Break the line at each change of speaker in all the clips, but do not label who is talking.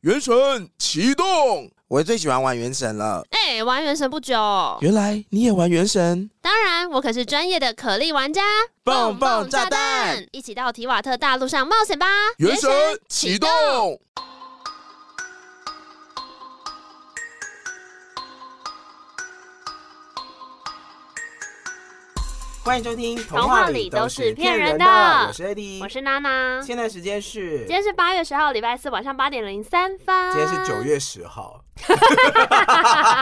原神启动。
我最喜欢玩原神了。
哎、玩原神不久，
原来你也玩原神？
当然我可是专业的可莉玩家。
蹦蹦炸弹，
一起到提瓦特大陆上冒险吧！
原神启动。
欢迎收听《
童话里都是骗人的
我是 AD，
我是娜娜。
现在时间是
今天是八月十号，礼拜四晚上八点零三分。
今天是九。月十号，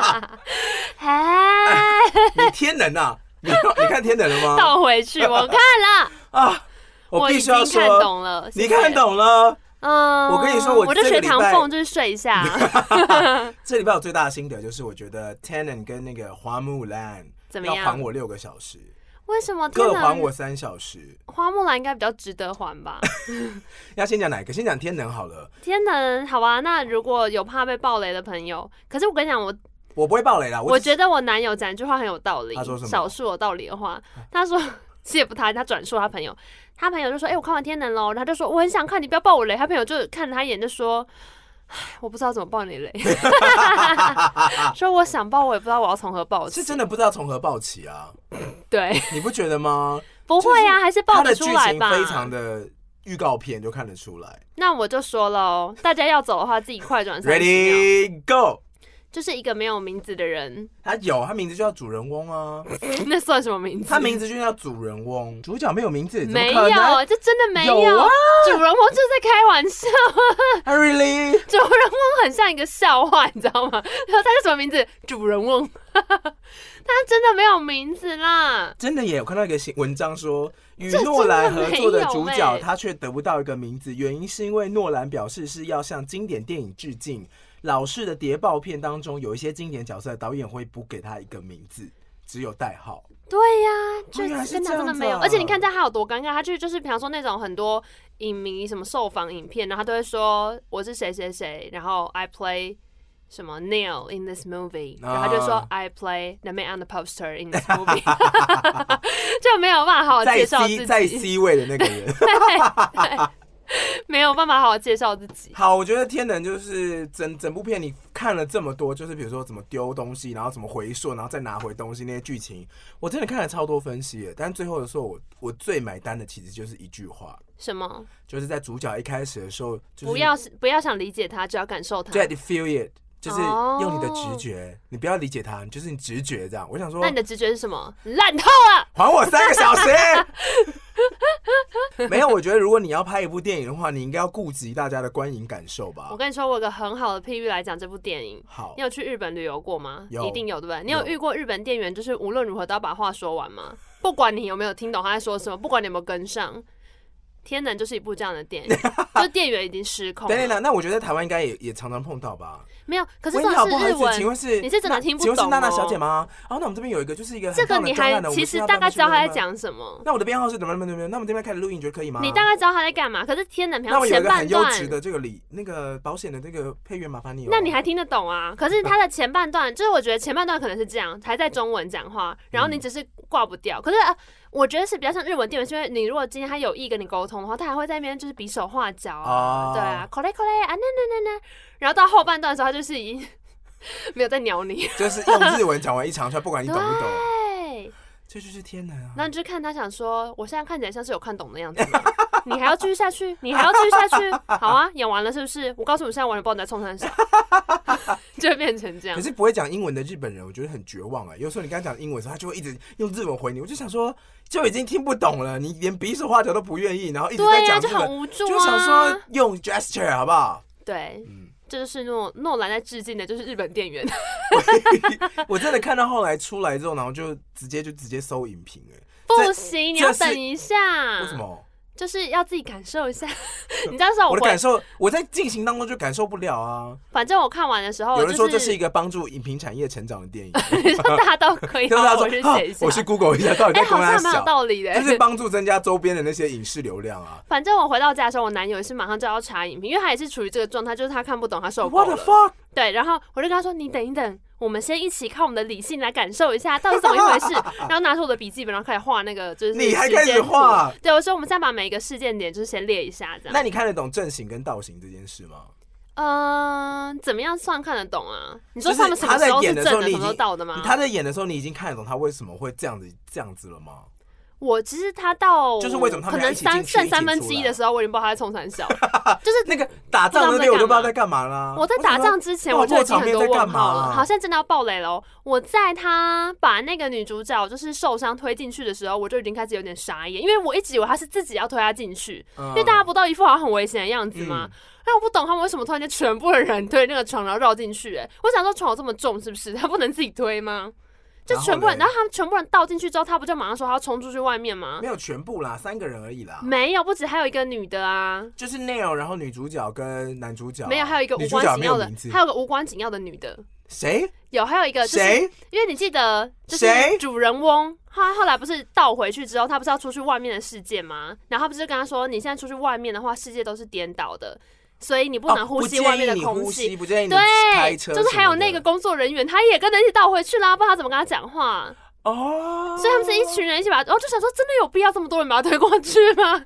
哎，
你天能啊！你你看天能了 吗？
倒回去，我看了，
啊， 我必
已
须要
经看
说，
懂了，谢
你
谢
看。懂了。
嗯，
我跟你说我
我就
这
学
个礼
唐
拜
凤，就是睡 一下。
这礼拜我最大的心得就是，我觉得 Tenon 跟那个花木兰
怎么
要
样
还我六个小时，
为什么？天
各
哪
还我三小时。
花木兰应该比较值得还吧？
要先讲哪一个？先讲天能好了，
天能，好吧，那如果有怕被暴雷的朋友，可是我跟你讲，我
我不会爆雷啦。
我
只是
觉得我男友讲一句话很有道理，
他说什么嗯
少数有道理的话，他说。 其实也不他，他转述他朋友，他朋友就说：“哎、我看完《天能》喽。”然后他就说：“我很想看，你不要爆我雷。”他朋友就看了他一眼，就说：“唉，我不知道怎么爆 你雷。”说我想爆，我也不知道我要从何爆起。
是真的不知道从何爆起啊，
对，
你不觉得吗？
不会啊，还是 爆
它
得
的
出
剧
来
情
吧。
非常的预告片就看得出来。
那我就说喽，大家要走的话，自己快转三十秒。
Ready go，
就是一个没有名字的人，
他有，他名字就叫主人翁啊，
那算什么名字？
他名字就叫主人翁，主角没有名字，怎么
没
可能
有，这真的没有。
有啊
主人翁就是在开玩笑，
啊？Really？
主人翁很像一个笑话，你知道吗？然后他叫什么名字？主人翁， 他真的没有名字啦。
真的耶！我看到一个新文章说，与
这
诺兰合作的主
真的没有欸
角，
耶
他却得不到一个名字，原因是因为诺兰表示是要向经典电影致敬。老式的谍报片当中，有一些经典角色，导演会不给他一个名字，只有代号。
对呀、就
原来是
跟他
这
真的
样子
没有。
啊
而且你看这他有多尴尬，他就是就是，比方说那种很多影迷什么受访影片，然后他都会说我是谁谁谁，然后 I play。什么 Neil in this movie，、然后他就说
啊
I play the man on the poster in this movie，就没有办法好好
在
哦介绍自
C
己，
在 C 位的那个人。
没有办法好好介绍自己。
好，我觉得天能就是整整部片你看了这么多，就是比如说怎么丢东西，然后怎么回溯，然后再拿回东西那些剧情，我真的看了超多分析耶。但最后的时候，我我最买单的其实就是一句话，
什么？
就是在主角一开始的时候，就是
不要不要想理解他，只要感受他。
对 feel it，就是
哦
用你的直觉，你不要理解他，就是你直觉这样。我想说
那，你的直觉是什么？烂透了。
还我三个 小时。没有，我觉得如果你要拍一部电影的话，你应该要顾及大家的观影感受吧
我。跟你说，我有个很好的譬喻来讲这部电影。
好
你，有去日本旅游过吗？
有
一定有对不对？你有
有
遇过日本店员，就是无论如何都要把话说完吗？不管你有没有听懂他在说什么，不管你有没有跟上，《天能》就是一部这样的 电影，就店员已经失控
等等
了。
等，那我觉得台湾应该也也常常碰到吧。
没有，可是
喂，
这
你好，不
种
好
是
意
日
思，请
文，
问是
你是真的听不
请问是
懂
娜娜
哦
小姐吗？哦，那我们这边有一个，就是一个很
这个
棒的
你
专
还
案呢我们
其
是
实
要
大概
帮
知道
助
他在
吗。
讲什么，
那我的编号是怎么怎么怎么？那我们这边开始录音，你觉得可以吗？
你大概知道他在干嘛。可是《天能》比
那
方
我有一
前
个很
半
优
段
质，的这个礼那个保险的这个配乐，麻烦你、哦。
那你还听得懂啊？可是它的前半段，就是我觉得前半段可能是这样，还在中文讲话，然后你只是挂不掉。可是、呃、我觉得是比较像日文店员，是因为你如果今天他有意跟你沟通的话，他还会在那边就是比手画脚啊，
啊
对啊，，口嘞口嘞啊，那那那那，然后到后半段的时候，他就是已经 没有在鸟你。
就是用日文讲完一长串，不管你懂不 懂，
对，
这就是天能啊！
然后你就看他想说，我现在看起来像是有看懂的样子吗。你还要继续下去？你还要继续下去？好啊，演完了是不是？我告诉你，现在完全不知道你在冲三小，就会变成这样
可。是不会讲英文的日本人，我觉得很绝望啊。有时候你跟他讲英文的时候，他就会一直用日文回你，我就想说，就已经听不懂了，你连比手画脚都不愿意，然后一直在
对呀、
讲
就
日文，
很无助啊。
就想说用 gesture 啊好不好？
对，
嗯，
这就是诺诺兰在致敬的，就是日本店员。
我真的看到后来出来之后，然后就直接就直接搜影评哎、
不行，你要
这是
等一下。
为什？么？
就是要自己感 受一下。你这样说，
我
嗯哦我
的感
回，
受，我在进行当中就感受不了啊。
反正我看完的时候，
有人说这是一
一
个帮助影评产业成长的电影，
你说大家都 可以，
就是他
然后
说
哎我去
啊
写一下。
我去 Google 一下到底
哎，
在公
好像
安
还蛮有
小，
道理的。
就是帮助增加周边的那些影视流量啊。
反正我回到家的时候，我男友也是马上就要查影评，因为他也是处于这个状态，就是他看不懂，他受哦够
What the
了。
fuck？
对，然后我就跟他说：“你等一等，我们先一起靠我们的理性来感受一下到底怎么一回 事。”然后拿出我的笔记本，然后开始画那个，就是
你还
时间
开始
图
画？
对，我说我们再把每一个事件点就是先列一下，这样。
那你看得懂阵型跟道型这件事吗？
嗯、怎么样算看得懂啊？你说
就是
他们什么
他在
时候是
演
正
的时候
的，
你
什么时候
已经
倒的吗？
他在演的时候，你已经看得懂他为什么会这样子这样子了吗？
我其实他到
就是为什么他
可
们要
能
一起
三
进去
剩
一起
三分
出
之一
来啊
的时候，我已经不知道他在冲三小， 就是
那个打仗那边我
不知道他们在干嘛
都不知道在干嘛啦。
我在打仗之前，我就已经很多问号了。好，
好
现在真的要爆雷喽！我在他把那个女主角就是受伤推进去的时候，我就已经开始有点傻眼，因为我一直以为他是自己要推她进去，
嗯
因为大家不都一副好像很危险的样子吗？那我不懂他们为什么突然间全部的人推那个床，然后绕进去、欸。我想说床有这么重是不是？他不能自己推吗？ 就
然后
全部人，
嘞
然后他们全部人倒进去之后，他不就马上说他要冲出去外面吗
嗯没？有全部啦，三个人而已啦。
没有，不止还有一个女的啊。
就是 Neil，然后女主角跟男主角
没有，还有一个无
女主
关
角
紧
没
要
有
的
名字，
还，有个无关紧要的女的，
谁
有，还有一个就是
谁
因为你记得，就是
谁
主人翁他后来不是倒回去之后，他不是要出去外面的世界吗？然后他不是就跟他说，你现在出去外面的话，世界都是颠倒的，所以你不能
哦
呼吸
建议
外面的
你
空
呼
气。
吸不建议你
对，
开车什么的，
就是还有那个工作人员，他也跟着一起倒回去啦，不知道他怎么跟他讲话。
哦，
所以他们是一群人一起把，我就想说，真的有必要这么多人把他推过去吗？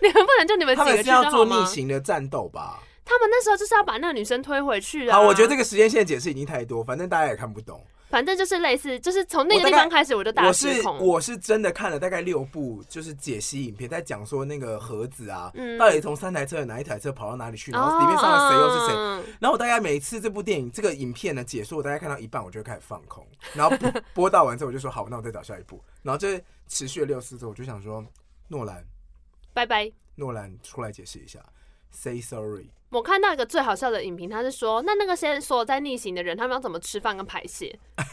你们不能就你们几
他
个
们
去
是
就
要
好
做
吗
逆？行的战斗吧？
他们那时候就是要把那个女生推回去啊。
好，我觉得这个时间线解释已经太多，反正大家也看不懂。
反正就是类似，就是从那
我
个
大
地
概
方开始我就大
我
失
是
控。
我是真的看了大概六部，就是解析影片，在讲说那个盒子啊，
嗯
到底从三台车的哪一台车跑到哪里去，然后里面上的谁又是谁。
哦
然后我大概每次这部电影这个影片呢解说，我大概看到一半，我就会开始放空，然后播 播到完之后，我就说好，那我再找下一部，然后就持续了六四周，我就想说，诺兰，
拜拜。
诺兰出来解释一下，say sorry，
我看到一个最好笑的影评，他是说，那那个些所有在逆行的人，他们要怎么吃饭跟排泄？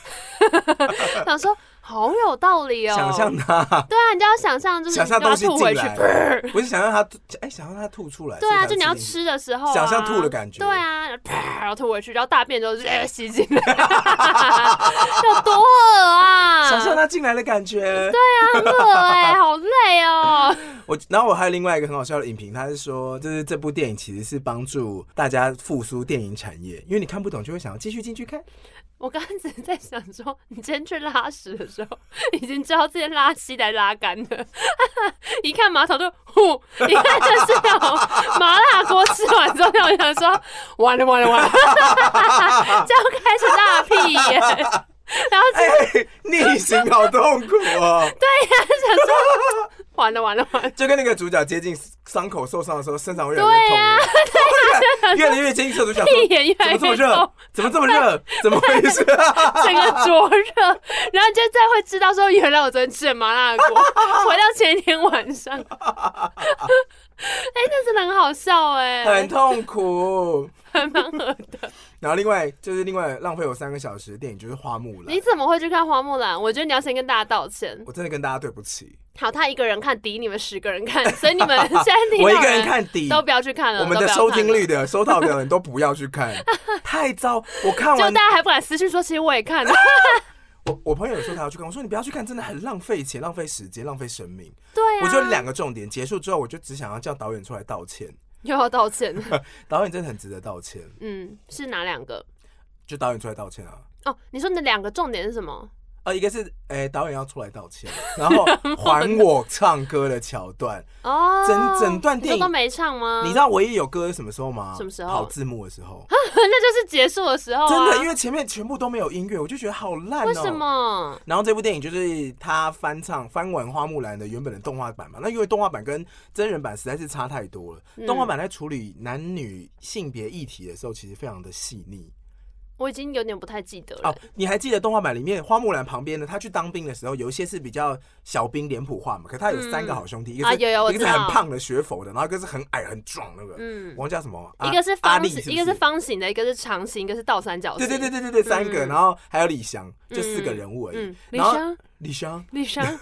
想说好有道理哦。
想象他，
对啊，你就要想象， 就是
想象
你就
东
要
西
吐
进
回去。
来，不是想让他吐，哎，想让他吐出来，
对啊，
所
就
以
你
他
要
进去，
吃的时候、啊，
想象吐的感觉
对啊，然后啪，然后吐回去，然后大便就是、呃、吸进来， 有多恶啊！
想象他进来的感觉，
很恶哎、好累哦。
我，然后我还有另外一个很好笑的影评，他是说，就是这部电影其实是帮助大家复苏电影产业，因为你看不懂就会想要继续进去 看。
我刚刚只是在想说，你今天去拉屎的时候，已经知道这些拉稀来拉干的，一看马桶就呼，一看就是那种麻辣锅吃完之后，我想说完了完了完了，这样开始大屁眼，然后
哎、逆行好痛苦哦，
想说完了完了完了，
就跟那个主角接近伤口受伤的时候，身上会越来越痛，
啊
然后越来越接近射主 角，
屁眼越
怎
来
么这么
越重
热，？怎么这么热？怎么回事？
整个灼热，然后你就再会知道说，原来我昨天吃了麻辣 锅，回到前一天晚 上，哎、那真的很好笑哎、
很痛苦。
还蛮恶的。
然后另外就是另外浪费我三个小时的电影就是《花木兰
你》，怎么会去看花木兰？我觉得你要先跟大家道歉。
我真的跟大家对不起，
好，他一个人看抵你们十个人看，所以 你们现在听
我一
到
个人
人
看底，
都不要去看了，
我们
都
的
不要
收听
看
率
了。
的收到的人都不要去看，太糟。我看
就
完，
大家还不敢私信说，其实我也看了。啊
我我朋友有说他要去看，我说你不要去看，真的很浪费钱、浪费时间、浪费生命。
对啊，
我就两个重点，结束之后我就只想要叫导演出来道歉，
又要道歉。
导演真的很值得道歉，
嗯，是哪两个？
就导演出来道歉啊。
哦，你说你的两个重点是什么？
呃，一个是哎、导演要出来道歉，然后还我唱歌的桥段，
哦，
整整段电影
你说都没唱吗？
你知道唯一有歌是什么时候吗？
嗯什么时候
跑字幕的时候，
那就是结束的时候、啊。
真的，因为前面全部都没有音乐，我就觉得好烂哦、
为什么？
然后这部电影就是他翻唱翻完《花木兰》的原本的动画版嘛，那因为动画版跟真人版实在是差太多了。
嗯
动画版在处理男女性别议题的时候，其实非常的细腻。
我已经有点不太记得了。
哦，你还记得动画版里面花木兰旁边呢？她去当兵的时候，有一些是比较小兵脸谱化嘛，可她有三个好兄弟，一个是、
啊有有我
一个是
知道
很胖的学佛的，然后一个是很矮很壮那个，
嗯，
我忘记叫什么？啊
一个是
阿
方
力
形，
是不
一个是方形的，一个是长形，一哦个是倒三角形。
对对对对对对，三个，
嗯
然后还有李翔，就四个人物而已。
嗯，李
然后
湘，
李翔，
李湘，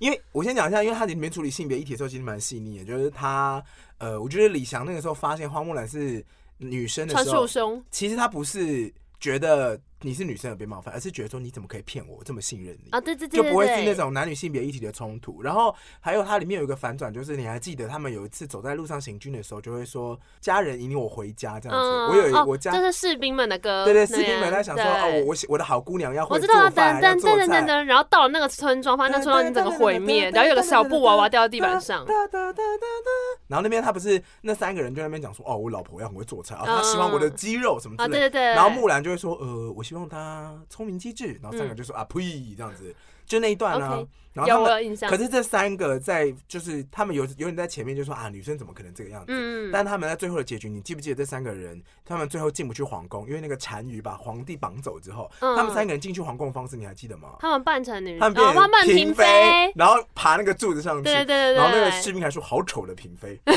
因为我先讲一下，因为它里面处理性别议题的时候，其实蛮细腻的。就是他，呃，我觉得李 翔那个时候发现花木兰是女生的
穿
时
束
候，
胸，
其实他不是觉得你是女生有被冒犯，而是觉得说你怎么可以骗我，我这么信任你。
啊，对对对
就
对
不会是那
对，
种男女性别议题的冲突。然后还有它里面有一个反转，就是你还记得他们有一次走在路上行军的时候，就会说家人引领我回家这样子。我有一、
哦
我家
这是士兵们的歌，
对对，
那
士兵们
样
在想说，
对
哦，我我喜我的好姑娘要
我
会
知
做
道，啊噔
饭，要
噔
做
噔噔噔
菜。
噔，然后到了那个村庄，发现那村庄已经整个毁灭，然后有个小布娃娃掉到地板上
哒。哒哒哒哒。然后那边他不是那三个人就在那边讲说，哦，我老婆要很会做菜，啊，她希望我的肌肉什么
啊，
之
对
类
对对。
然后木兰就会说，呃，我希望她聪明机智。然后三个就说、啊呸，这样子，就那一段呢、
OK，
然后他
有
们
我有印象
可，是这三个在就是他们有有点在前面就说啊，女生怎么可能这个样子？
嗯，
但他们在最后的结局，你记不记得这三个人？他们最后进不去皇宫，因为那个单于把皇帝绑走之后，
嗯
他们三个人进去皇宫的方式你还记得吗？
他们扮成女，
他们
人，
变
哦，他们
成
嫔
嫔妃，，然后爬那个柱子上去，
对对对对对。
然后那个士兵还说好丑的嫔妃，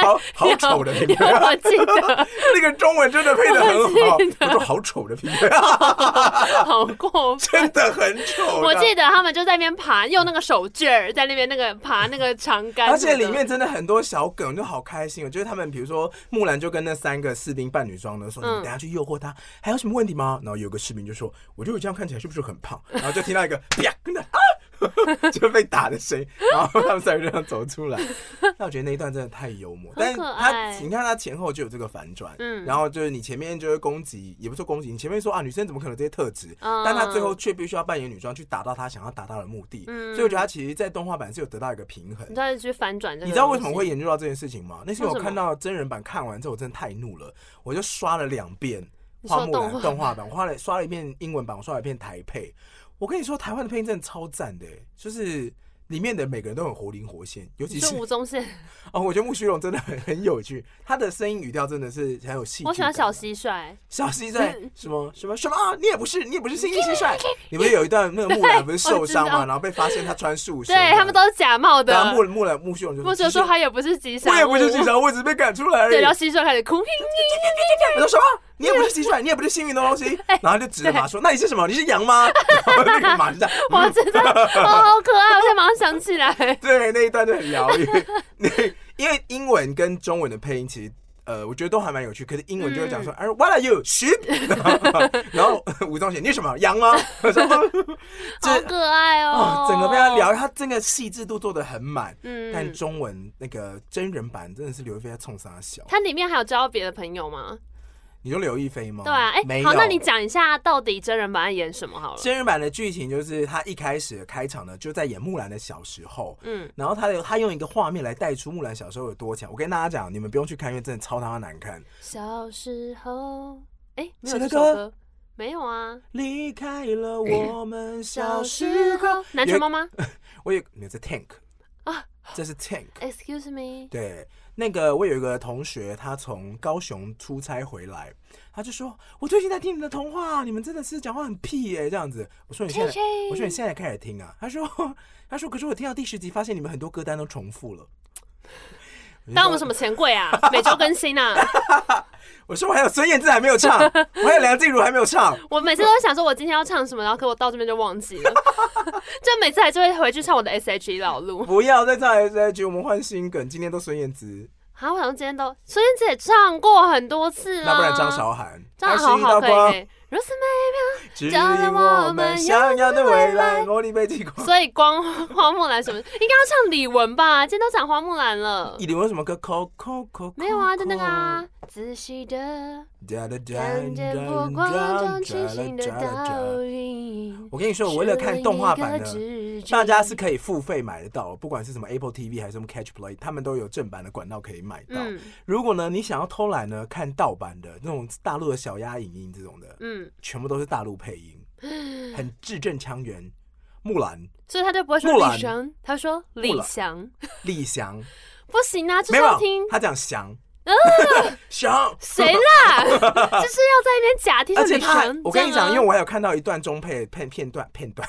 好好丑的嫔妃
有，有我记得，
那个中文真的配的很好
我记，
我说好丑的嫔妃，
好过分。
真的很丑。
我记得他们就在那边爬，用那个手劲儿在那边那个爬那个长杆，
而且里面真的很多小梗，就好开心哦。就是他们，比如说木兰就跟那三个士兵扮女装的说：“你
嗯
们等下去诱惑他，还有什么问题吗？”然后有个士兵就说：“我觉得我这样看起来是不是很胖？”然后就听到一个 啪，跟着啊， 就被打的声音，然后他们三个就这样走出 来。那我觉得那一段真的太幽默，但
很
是
可
他
爱
你看他前后就有这个反转，
嗯
然后就是你前面就会攻击，也不是攻击，你前面说啊女生怎么可能有这些特质，
嗯
但他最后却必须要扮演女装去达到他想要达到的目的，
嗯
所以我觉得他其实，在动画版是有得到一个平衡
你。知道去反转这个，
你知道为什么会？研究到这件事情吗？那是因为
为
我
什么
看到真人版看完之后，我真的太怒了，我就刷了两遍
你说
花木兰
动画
动画版，我花了刷了一遍英文版，我刷了一遍台配。我跟你说，台湾的配音真的超赞的、就是里面的每个人都很活灵活现，尤其
你
是
说吴宗宪，
哦，我觉得木须龙真的很很有趣，他的声音语调真的是很有戏剧感。
我喜欢小嗯 蟋蟀，
小蟋蟀什么什么什么啊，你也不是，你也不是新一蟋蟀，你不是有一段那个木兰不是受伤
我知
嘛，
道
然后被发现她穿束胸，
对他们都是假冒
然后
的
木。啊木兰木须龙就
木者说他也不是吉祥
我
物，
也不是警察，我只是被赶出来而已。
对，然后蟋蟀开始哭，
我说什么？你也不是蟋蟀，你也不是幸运的东西。然后就指着马说：“那你是什么？你是羊 吗？”然后那个马就这样。
我真的哦，好可爱！我现在马上想起来，
对，那一段就很疗愈。 那因为英文跟中文的配音其实。呃，我觉得都还蛮有趣，可是英文就会讲说，
嗯
哎、w h a t are you sheep？然后吴宗宪，你是什么羊吗？我说
哦 好
这
可爱
哦，，
哦
整个被他聊，他这个细致度做的很满。但
嗯，
中文那个真人版真的是刘亦菲在冲啥小？
它里面还有交别的朋友吗？
你说刘亦菲吗？
对啊，哎、
哦没有。
好，那你讲一下到底真人版在演什么好了。
真人版的剧情就是他一开始开场呢，就在演木兰的小时候。
嗯，
然后他的他用一个画面来带出木兰小时候有多强。我跟大家讲，你们不用去看，因为真的超他妈难看。
小时候，哎、没有
谁
这
的
首
歌
歌，没有啊。
离开了我们小时候，
南拳妈妈
我有你在 Tank
啊，
这是 Tank。
，Excuse me，
对，那个我有一个同学，他从高雄出差回来，他就说：“我最近在听你们的童话，你们真的是讲话很屁耶、这样子。”我说：“你现在
切切，
我说你现在开始听啊？”他说：“ 他说，可是我听到第十集，发现你们很多歌单都重复了。”
当我们
么？
什么钱柜啊， 每周更新啊。
我说我还有孙燕姿还没有唱，我还有梁静茹还没有唱。
我每次都想说，我今天要唱什么，然后可我到这边就忘记了， 就每次还就会回去唱我的 S.H.E 老路。
不要再唱 S H，我们换新梗，今天都孙燕姿，
啊，我想说今天都孙燕姿也唱过很多次啦，
那不然啊张韶涵，
张
爱
好
是一道
好可
光
以可，以。Rosemary
指引我们想要的未来。魔力被激光。
所以光 花木兰什么，应该要唱李玟吧？今天都讲花木兰了。
你有什么歌？Coco Coco
呃没有啊，就那个啊，仔细的看见波光中清醒的倒影。
我跟你说，我为了看动画版的，
是一个指针
大家是可以付费买得到，不管是什么 Apple TV 还是什么 Catch Play，他们都有正版的管道可以买到。
嗯
如果呢，你想要偷懒呢，看盗版的那种大陆的小鸭影音这种的，
嗯，
全部都是大陆配 音，很字正腔圆。木兰、
所以他就不会说
木兰
李翔，他说
木
李
兰
翔，
丽翔，
不行啊，就是
没
要
有
听，啊
他讲翔， 翔。
谁啦？ 就是要在那边假听
而且
李
他还
翔，。
我跟你
这
讲，
样啊
因为我还有看到一段中配的片片段片段，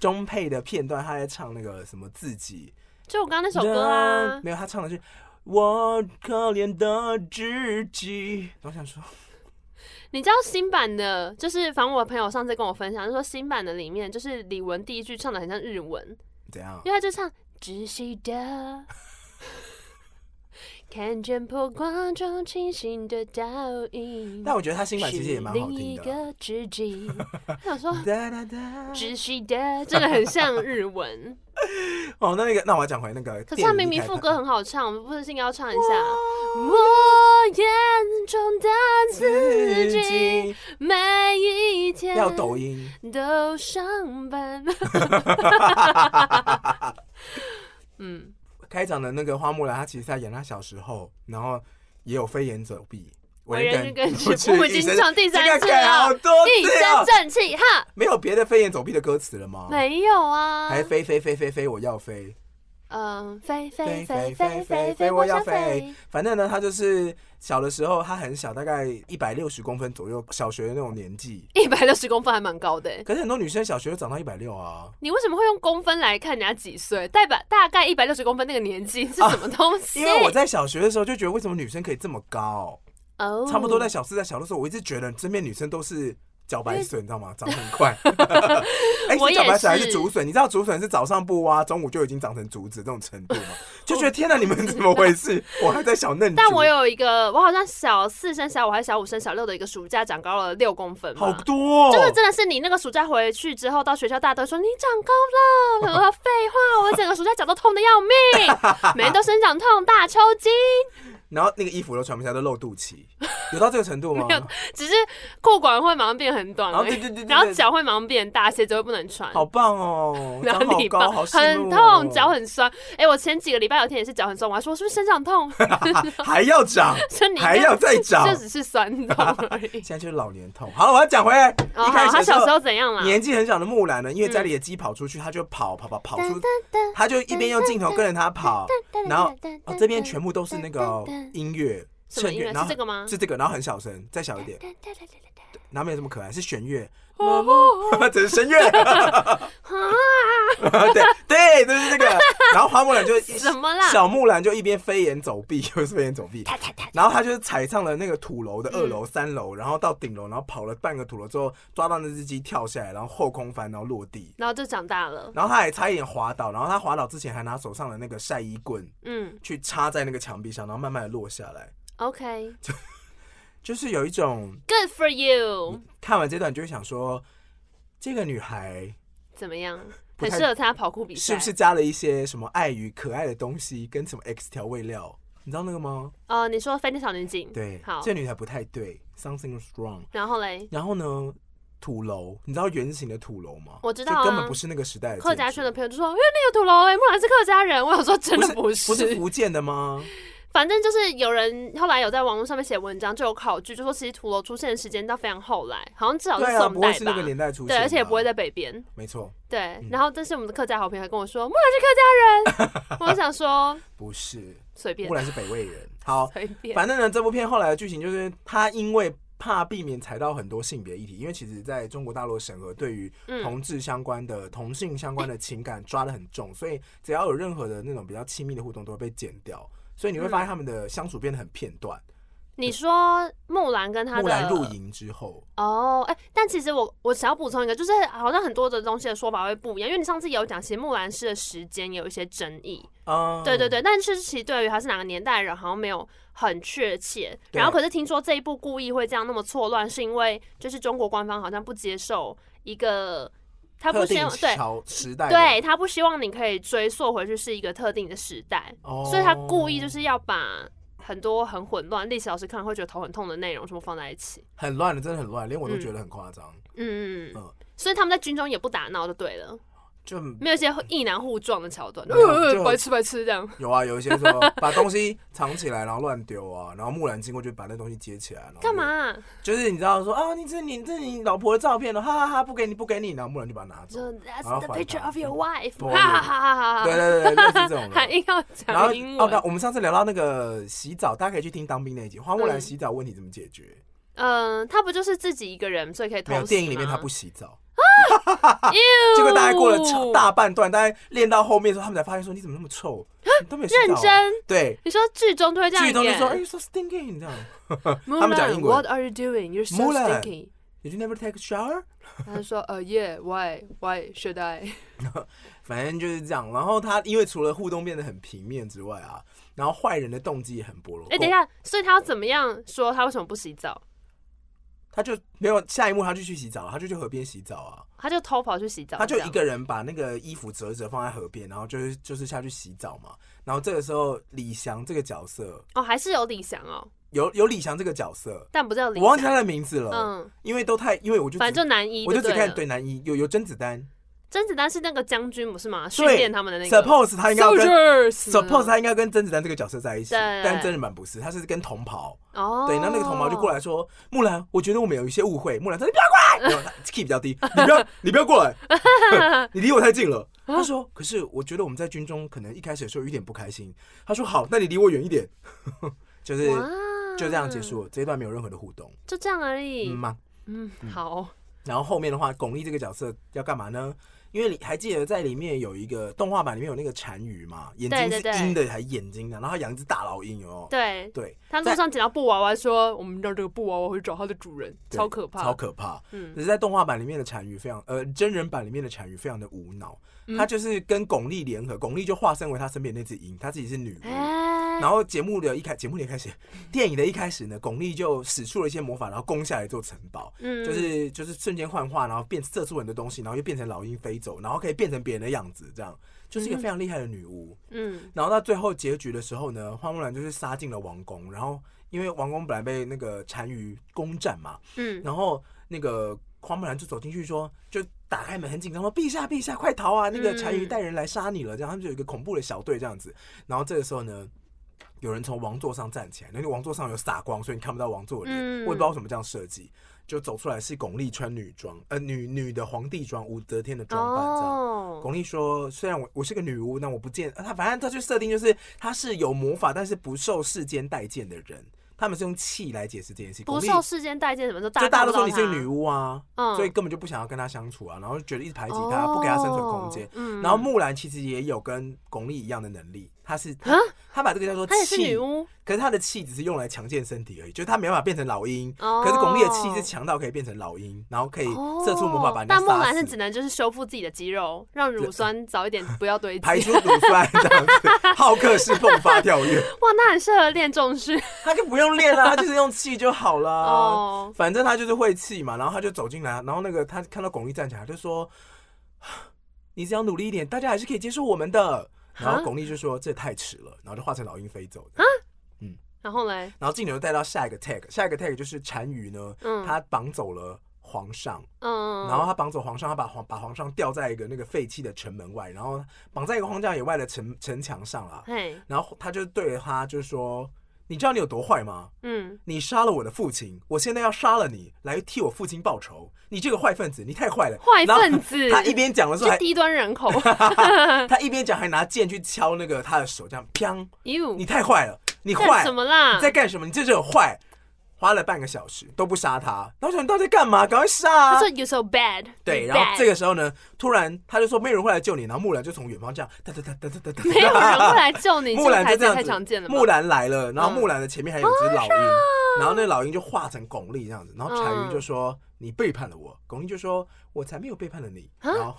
中配的片段，他在唱那个什么自己，
就我刚刚那首歌啊，
没有，他唱的是我可怜的知己。我想说，
你知道新版的，就是反正我朋友上次跟我分享，就说新版的里面，就是李玟第一句唱的很像日文，
怎样
因？为他就唱窒息的看见破光中清醒的倒影。
但我觉得他新版其实也蛮好
是另
听
一
的。
个知己，我想 说
哒哒哒。
窒息的，真的很像日文。
哦，那那个，那我要讲回那个。
可是他明明副歌。很好唱，我们不是应该要唱一下？我眼中的自己，每一天
要抖音，
都上 班。嗯，
开场的那个花木兰，她其实在演她小时候，然然后也有飞檐走壁，
为人
梗
耿直不已经唱第三
这个
次
梗好
了，
多
一
次
身
哦，
正气哈。
没有别的飞檐走壁的歌词了吗？
没有啊，
哦还飞飞飞飞飞，我要飞，
嗯，飞
飞飞
飞飞飞
飞
飞
飞
飞，
飞，
我
我
要
要
飞
飞。。反正呢，他就是小的时候，他很小，大概一百六十公分左右，小学的那种年纪。
一百六十公分还蛮高的欸、
可是很多女生小学就长到一百六啊，
你为什么会用公分来看人家几岁？代表大概一百六十公分那个年纪是什么东西？
因为我在小学的时候就觉得，为什么女生可以这么高？
哦
差不多在小四、在小六的时候，我一直觉得身边女生都是脚白笋，你知道吗？长很快。 哎、
我
是脚
也
白笋还是
是
竹笋？你知道竹笋是早上不挖，中午就已经长成竹子这种程度吗？就觉得天哪，你们怎么回 事？我还在小嫩竹，
但我有一个，我好像小四升小五还是小五升小六的一个暑假长高了六公分嘛
好多、哦，
就是真的是你那个暑假回去之后，到学校大家都说你长高了。我说废话，我整个暑假脚都痛的 要命，每天都生长痛、大抽筋，
然后那个衣服都穿不下，都露肚脐，有到这个程度吗？
没有只是裤管会马上变很短
然后哦
而
对
已，
对对对，
然后
对，
脚会马上变大，鞋子会不能穿。
好棒哦，
然
长
后
好
礼
高，
棒
好羡
很
慕
痛，
哦
脚很酸。哎、我前几个礼拜有天也是脚很酸，我还说是不是生 长痛？
还要长，
说你
还要再长，
就只是酸 痛而已。
现在就是老年痛。好了，我要讲回来，
哦，
一
好
开始
他
的
小时候嗯怎样啦？
年纪很小的木兰呢，因为家里的鸡跑出去，他就跑跑跑跑出，
噔
他就一边用镜头跟着它跑，然后哦这边全部都是那个哦音乐。
什么
圣
音乐
然后
是这个吗
是这个，然后很小声，再小一 点，然后没有这么可爱，是弦乐，
哦哦
这是声乐， 对对，就是这个。然后花木兰就一
什么啦
小木兰就一边飞檐走壁， 又是飞檐走壁。
哒哒哒
然后他就是踩上了那个土楼的二楼、
嗯
三楼，然后到顶楼，然后跑了半个土楼之后，抓到那只鸡跳下来，然后后空翻，然后落地。
然后就长大 了。
然后他还差一点滑倒，然后他滑倒之前还拿手上的那个晒衣棍
嗯
去插在那个墙壁上，然后慢慢的落下来，
，OK，Good
就是有一种
for you。
看完这段你就会想说，这个女孩
怎么样？
不
很
太
适合参加跑酷比赛，
是不是？加了一些什么爱与可爱的东西，跟什么 X 调味料，你知道那个吗？
哦、你说飞天小女警，
对，
好
这女孩不太对，something is wrong。
然后嘞，
然后呢，土楼，你知道圆形的土楼吗？
我知道啊
就根本不是那个时代的
客家圈的
建筑。
朋友就说：“哎、那个土楼哎、木兰是客家人。”我想说，真的
不
是，
不是福建的 吗？
反正就是有人后来有在网络上面写文章，就有考据，就说其实土楼出现的时间到非常后来，好像至少是
对啊，
宋
不
代
会是那个
吧。
年代出现的
对，
啊，
而且也不会在北边。
没错，
对
嗯，
然后但是我们的客家好朋友还跟我说，木兰是客家 人。我想说
不是，
随便
木，兰是北魏人。好，
随便。
反正呢，这部片后来的剧情就是，他因为怕避免踩到很多性别议题，因为其实在中国大陆的审核对于
嗯，
同志相关的、同性相关的情感抓得很重，所以只要有任何的那种比较亲密的互动都会被剪掉，所以
嗯
你会发现他们的相处变得很片段。
你说木兰跟他
木兰入
的
营之后，
哦，哎，但其实我我想要补充一个，就是好像很多的东西的说法会不一样，因为你上次有讲，其实木兰诗的时间有一些争议。
嗯，
对对对，但是其实对于他是哪个年代的人，好像没有很确切。
对
然后可是听说这一部故意会这样那么错乱，是因为就是中国官方好像不接受一个，他不
特
希
定
望对
朝时代的，
对，他不希望你可以追溯回去是一个特定的时代，
哦
所以他故意就是要把。很多很混乱，历史老师看了会觉得头很痛的内容，全部放在一起。
很乱的，真的很乱，连我都
嗯
觉得很夸张，
嗯，
嗯
所以他们在军中也不打闹就对了，
就
没有一些意难互撞的桥段，呃
没有啊就
白痴白痴这样。
有啊，有一些说把东西藏起来，然后乱丢啊，然后木兰经过就把那东西接起来，然后就
干嘛、？
嗯
啊？
就是你知道说啊，你这是你这是你老婆的照片了，哈哈哈，不给你不给你，然后木兰就把它拿走。
So that's
然后
the
还
picture
他
of your wife，
对
哈哈哈哈哈
对
哈！
对对对，类似这 种
还
的。
硬要
然后
讲英
哦，不，
文，
我们上次聊到那个洗澡，大家可以去听当兵那一集，花木兰
嗯
洗澡问题怎么解决？
嗯，他不就是自己一个人，所以可以偷
没
袭
有，
吗啊
电影里面他不，洗澡。
Ew
结果大概过了超大半段，大概练到后面的时候，他们才发现说你怎么那么臭，你都没有洗
认
澡啊。
真。
对，
你说剧中就会这样
剧中就说 Are
演
you so stinking 这样。
，Mulan，
他们讲英文
What are you doing? You're so
Mulan
stinky.
Did you never take a shower？
他就说呃、yeah，why why should I？
反正就是这样。然后他因为除了互动变得很平面之外啊，然后坏人的动机也很薄弱。哦
哎、等一，下，所以他要怎么样说他为什么不洗澡？
他就没有下一幕，他就去洗澡，他就去河边洗澡啊。
他就偷跑去洗澡，
他就
这样
一个人把那个衣服折一折放在河边，然后就是就是下去洗澡嘛。然后这个时候李翔这个角色，
哦，还是有李翔哦，
有有李翔这个角色，
但不叫李
我忘记
翔，
他的名字了，
嗯，
因为都太，因为我就只
反正就男一
我就只
对
看
了。
对男一有有甄子丹
甄子丹是那个将军不是吗？训
对
练他们的那个
，suppose 他应该要跟
soldiers 什么的
suppose 他应该跟甄子丹这个角色在一起，
对
但甄子丹不是，他是跟同袍。
哦，
对，然后那个同袍就过来说：“木兰，我觉得我们有一些误会。”木兰说：“你不要过来。”然后他 key 比较低，你不要，你不要 过来，你离我太近了。
啊
他说：“可是我觉得我们在军中可能一开始的时候有点不开心。”他说：“好，那你离我远一点。” 就是
哇，
就这样结，束了，这一段没有任何的互动，
就这样而
嗯
已。
吗？
嗯，好，
然后后面的话，巩俐这个角色要干嘛呢？因为你还记得在里面有一个动画版里面有那个单于嘛，眼睛
对对
是
对
阴的还眼睛的，然后他养一只大老鹰，有没有？
对
对，
他路
在
上捡到布娃娃，说我们让这个布娃娃回去找它的主人，
对
超可怕，
超可怕。
嗯
只是在动画版里面的单于非常，呃，真人版里面的单于非常的无脑，
嗯
他就是跟巩俐联合，巩俐就化身为他身边的那只鹰，他自己是女巫。
哎，
然后节目的一开，节目的一开始，电影的一开始呢，巩俐就使出了一些魔法，然后攻下来做城堡，
嗯
就是就是瞬间幻化，然后变射出很多东西，然后又变成老鹰飞走，然后可以变成别人的样子，这样就是一个
嗯
非常厉害的女巫。
嗯
然后到最后结局的时候呢，花木兰就是杀进了王宫，然后因为王宫本来被那个单于攻占嘛，
嗯，
然后那个花木兰就走进去说，就打开门很紧张说：“陛下，陛下，快逃啊！那个单于
嗯
带人来杀你了。”这样他们就有一个恐怖的小队这样子。然后这个时候呢，有人从王座上站起来，那个王座上有撒光，所以你看不到王座的脸。
嗯
我也不知道为什么这样设计，就走出来是巩俐穿女装，呃，女女的皇帝装，武则天的装扮这样。
哦，
巩俐说：“虽然我我是个女巫，但我不见呃她，反正她就设定就是她是有魔法，但是不受世间待见的人。他们是用气来解释这件事。
不
巩俐
受世间待见，什么都大
就大家
家
都说你是个女，巫啊，
嗯
所以根本就不想要跟她相处啊，然后觉得一直排挤她，不给她生存空间
哦。嗯
然后木兰其实也有跟巩俐一样的能力，她是
啊，
她把这个叫做
她也是
气
女，巫，
可是她的气只是用来强健身体而已，就是她没办法变成老鹰。
哦
可是巩俐的气是强到可以变成老鹰，然后可以射出魔法把人家
哦但木
杀
兰是 只
死，
能就是修复自己的肌肉，让乳酸早一点不要堆积。
排出乳酸这样 子，浩克式迸发跳跃，
哇，那很适合练重训
她就不用练啦，她就是用气就好啦。
哦。
反正他就是会气嘛，然后他就走进来，然后那个他看到巩俐站起来，就说：“ 你只要努力一点，大家还是可以接受我们的。”然后巩俐就说：“这太迟了。”然后就化成老鹰飞走。
然后嘞，
然后镜头就带到下一个 tag，下一个 tag 就是单于呢，
嗯
他绑走了皇上，
嗯，
然后他绑走皇上，他把皇把皇上吊在一个那个废弃的城门外，然后绑在一个荒郊野外的城城墙上了。
嘿，
然后他就对着他就说：“你知道你有多坏吗？”
嗯，
你杀了我的父亲，我现在要杀了你，来替我父亲报仇。你这个坏分子，你太坏了！
坏分
然
子，
后他一边讲的时候
是
还，
低端 人口，
他一边讲还拿剑去敲那个他的手，这样砰！
哟，
你太坏了，你
嗯干
坏
什，么
你
啦？
在干什么？你这就很坏。花了半个小时都不杀他，然后我想你到底在干嘛？赶快杀、啊
他！说 you so bad，
对，
you
然后
bad
这个时候呢，突然他就说没有人会来救你，然后木兰就从远方这样哒哒哒哒哒哒哒，
没有人 会来救你，
木兰
这
就
个
这
台
样
词太
子，
常见了吧。
木兰来了，然后
嗯啊
木兰的前面还有一只老鹰，然后那老鹰就化成巩俐这样子，然后单于
嗯
就说、你背叛了我，巩俐就说我才没有背叛了你，
啊
然后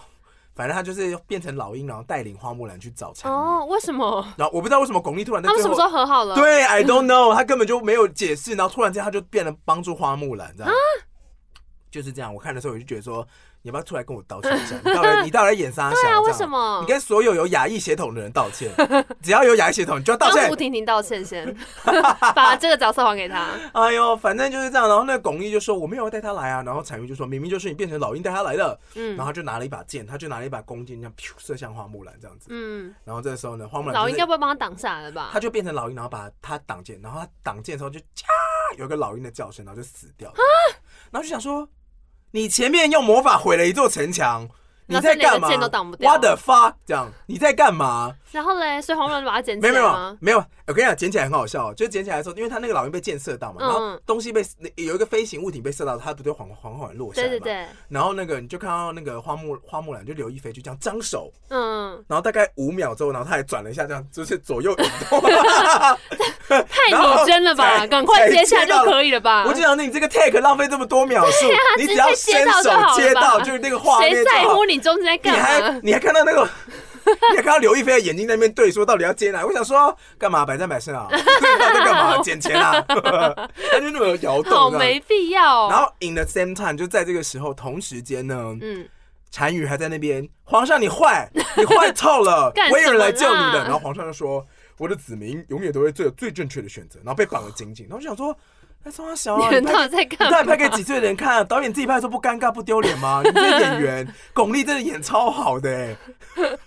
反正他就是变成老鹰，然后带领花木兰去找单于，
哦，为什么？
然后我不知道为什么巩俐突然在
他们
最
什么
后
时。候和好了？，
对，I 啊 don't know，他根本就没有解释，然后突然之间他就变得帮助花木兰这
啊
样，就是这样。我看的时候我就觉得说，你要不要出来跟我道歉一下？你到 底你到底在演啥？对
对啊，为什么
你？跟所有有亚裔血统的人道歉，只要有亚裔血统，你就要道
帮
歉
胡。婷婷道歉先， 把这个角色还给他。
哎呦，反正就是这样。然后那个巩俐就说：“我没有要带他来啊。”然后彩云就说：“明明就是你变成老鹰带他来的。”
嗯
然后他就拿了一把剑，他就拿了一把弓箭，这样噗射向花木兰这样子。
嗯，
然后这时候呢，花木兰、就是、
老鹰该不会帮他挡下来了吧
他？就变成老鹰，然后把他挡箭，然后他挡箭的时候就啊，有一个老鹰的叫声，
啊
然后就死掉了。然后就想说，你前面用魔法毁了一座城墙，你在干
然后
嘛
是连个键都挡不掉
？What the fuck？这样你在干嘛？
然后嘞，所以黄蓉就把它捡起
没有没
来
有
吗？
没有，我跟你讲，捡起来很好笑，哦就捡起来的时候，因为他那个老鹰被箭射到嘛，
嗯
然后东西被有一个飞行物体被射到，它不就缓缓缓落下来
对
嘛？
对。对，
然后那个你就看到那个花木花木兰就刘亦菲就这样张手，
嗯，
然后大概五秒之后，然后他还转了一下，这样就是左右移动。
太
然后
拟真了吧，
才
赶快接下
才接
就
到了
可以了吧啊
我？就想说你这个 take 浪费这么多秒数，你只要
直接接
伸
到
手
就好了
接到，
吧
就是那个画面
谁
就
在
好
乎。你中间在
你
干
还啊
嘛？
你还看到那个， 你还看到刘亦菲的眼睛在那边对说到底要接哪？我想说干嘛百战百胜啊？ 到底在干 嘛？捡钱啊？ 他就那么摇
好
动这
没
样。
必要、
然
哦。
后 in the same time 就在这个时候，同时间呢，
嗯，
单于还在那边，皇上你坏，你坏透了
干，什么
我有人来救你的。
啦
然后皇上就说，我的子民永远都会做最正确的选择。然后被绑得紧紧。然后我想说，哎，宋他小
你
啊，
们
你
到
拍
底在
你
干
到
嘛？
底拍给几岁的人看、啊？导演自己拍说不尴尬不丢脸 吗？你这个演员，巩俐真的演超好的、欸，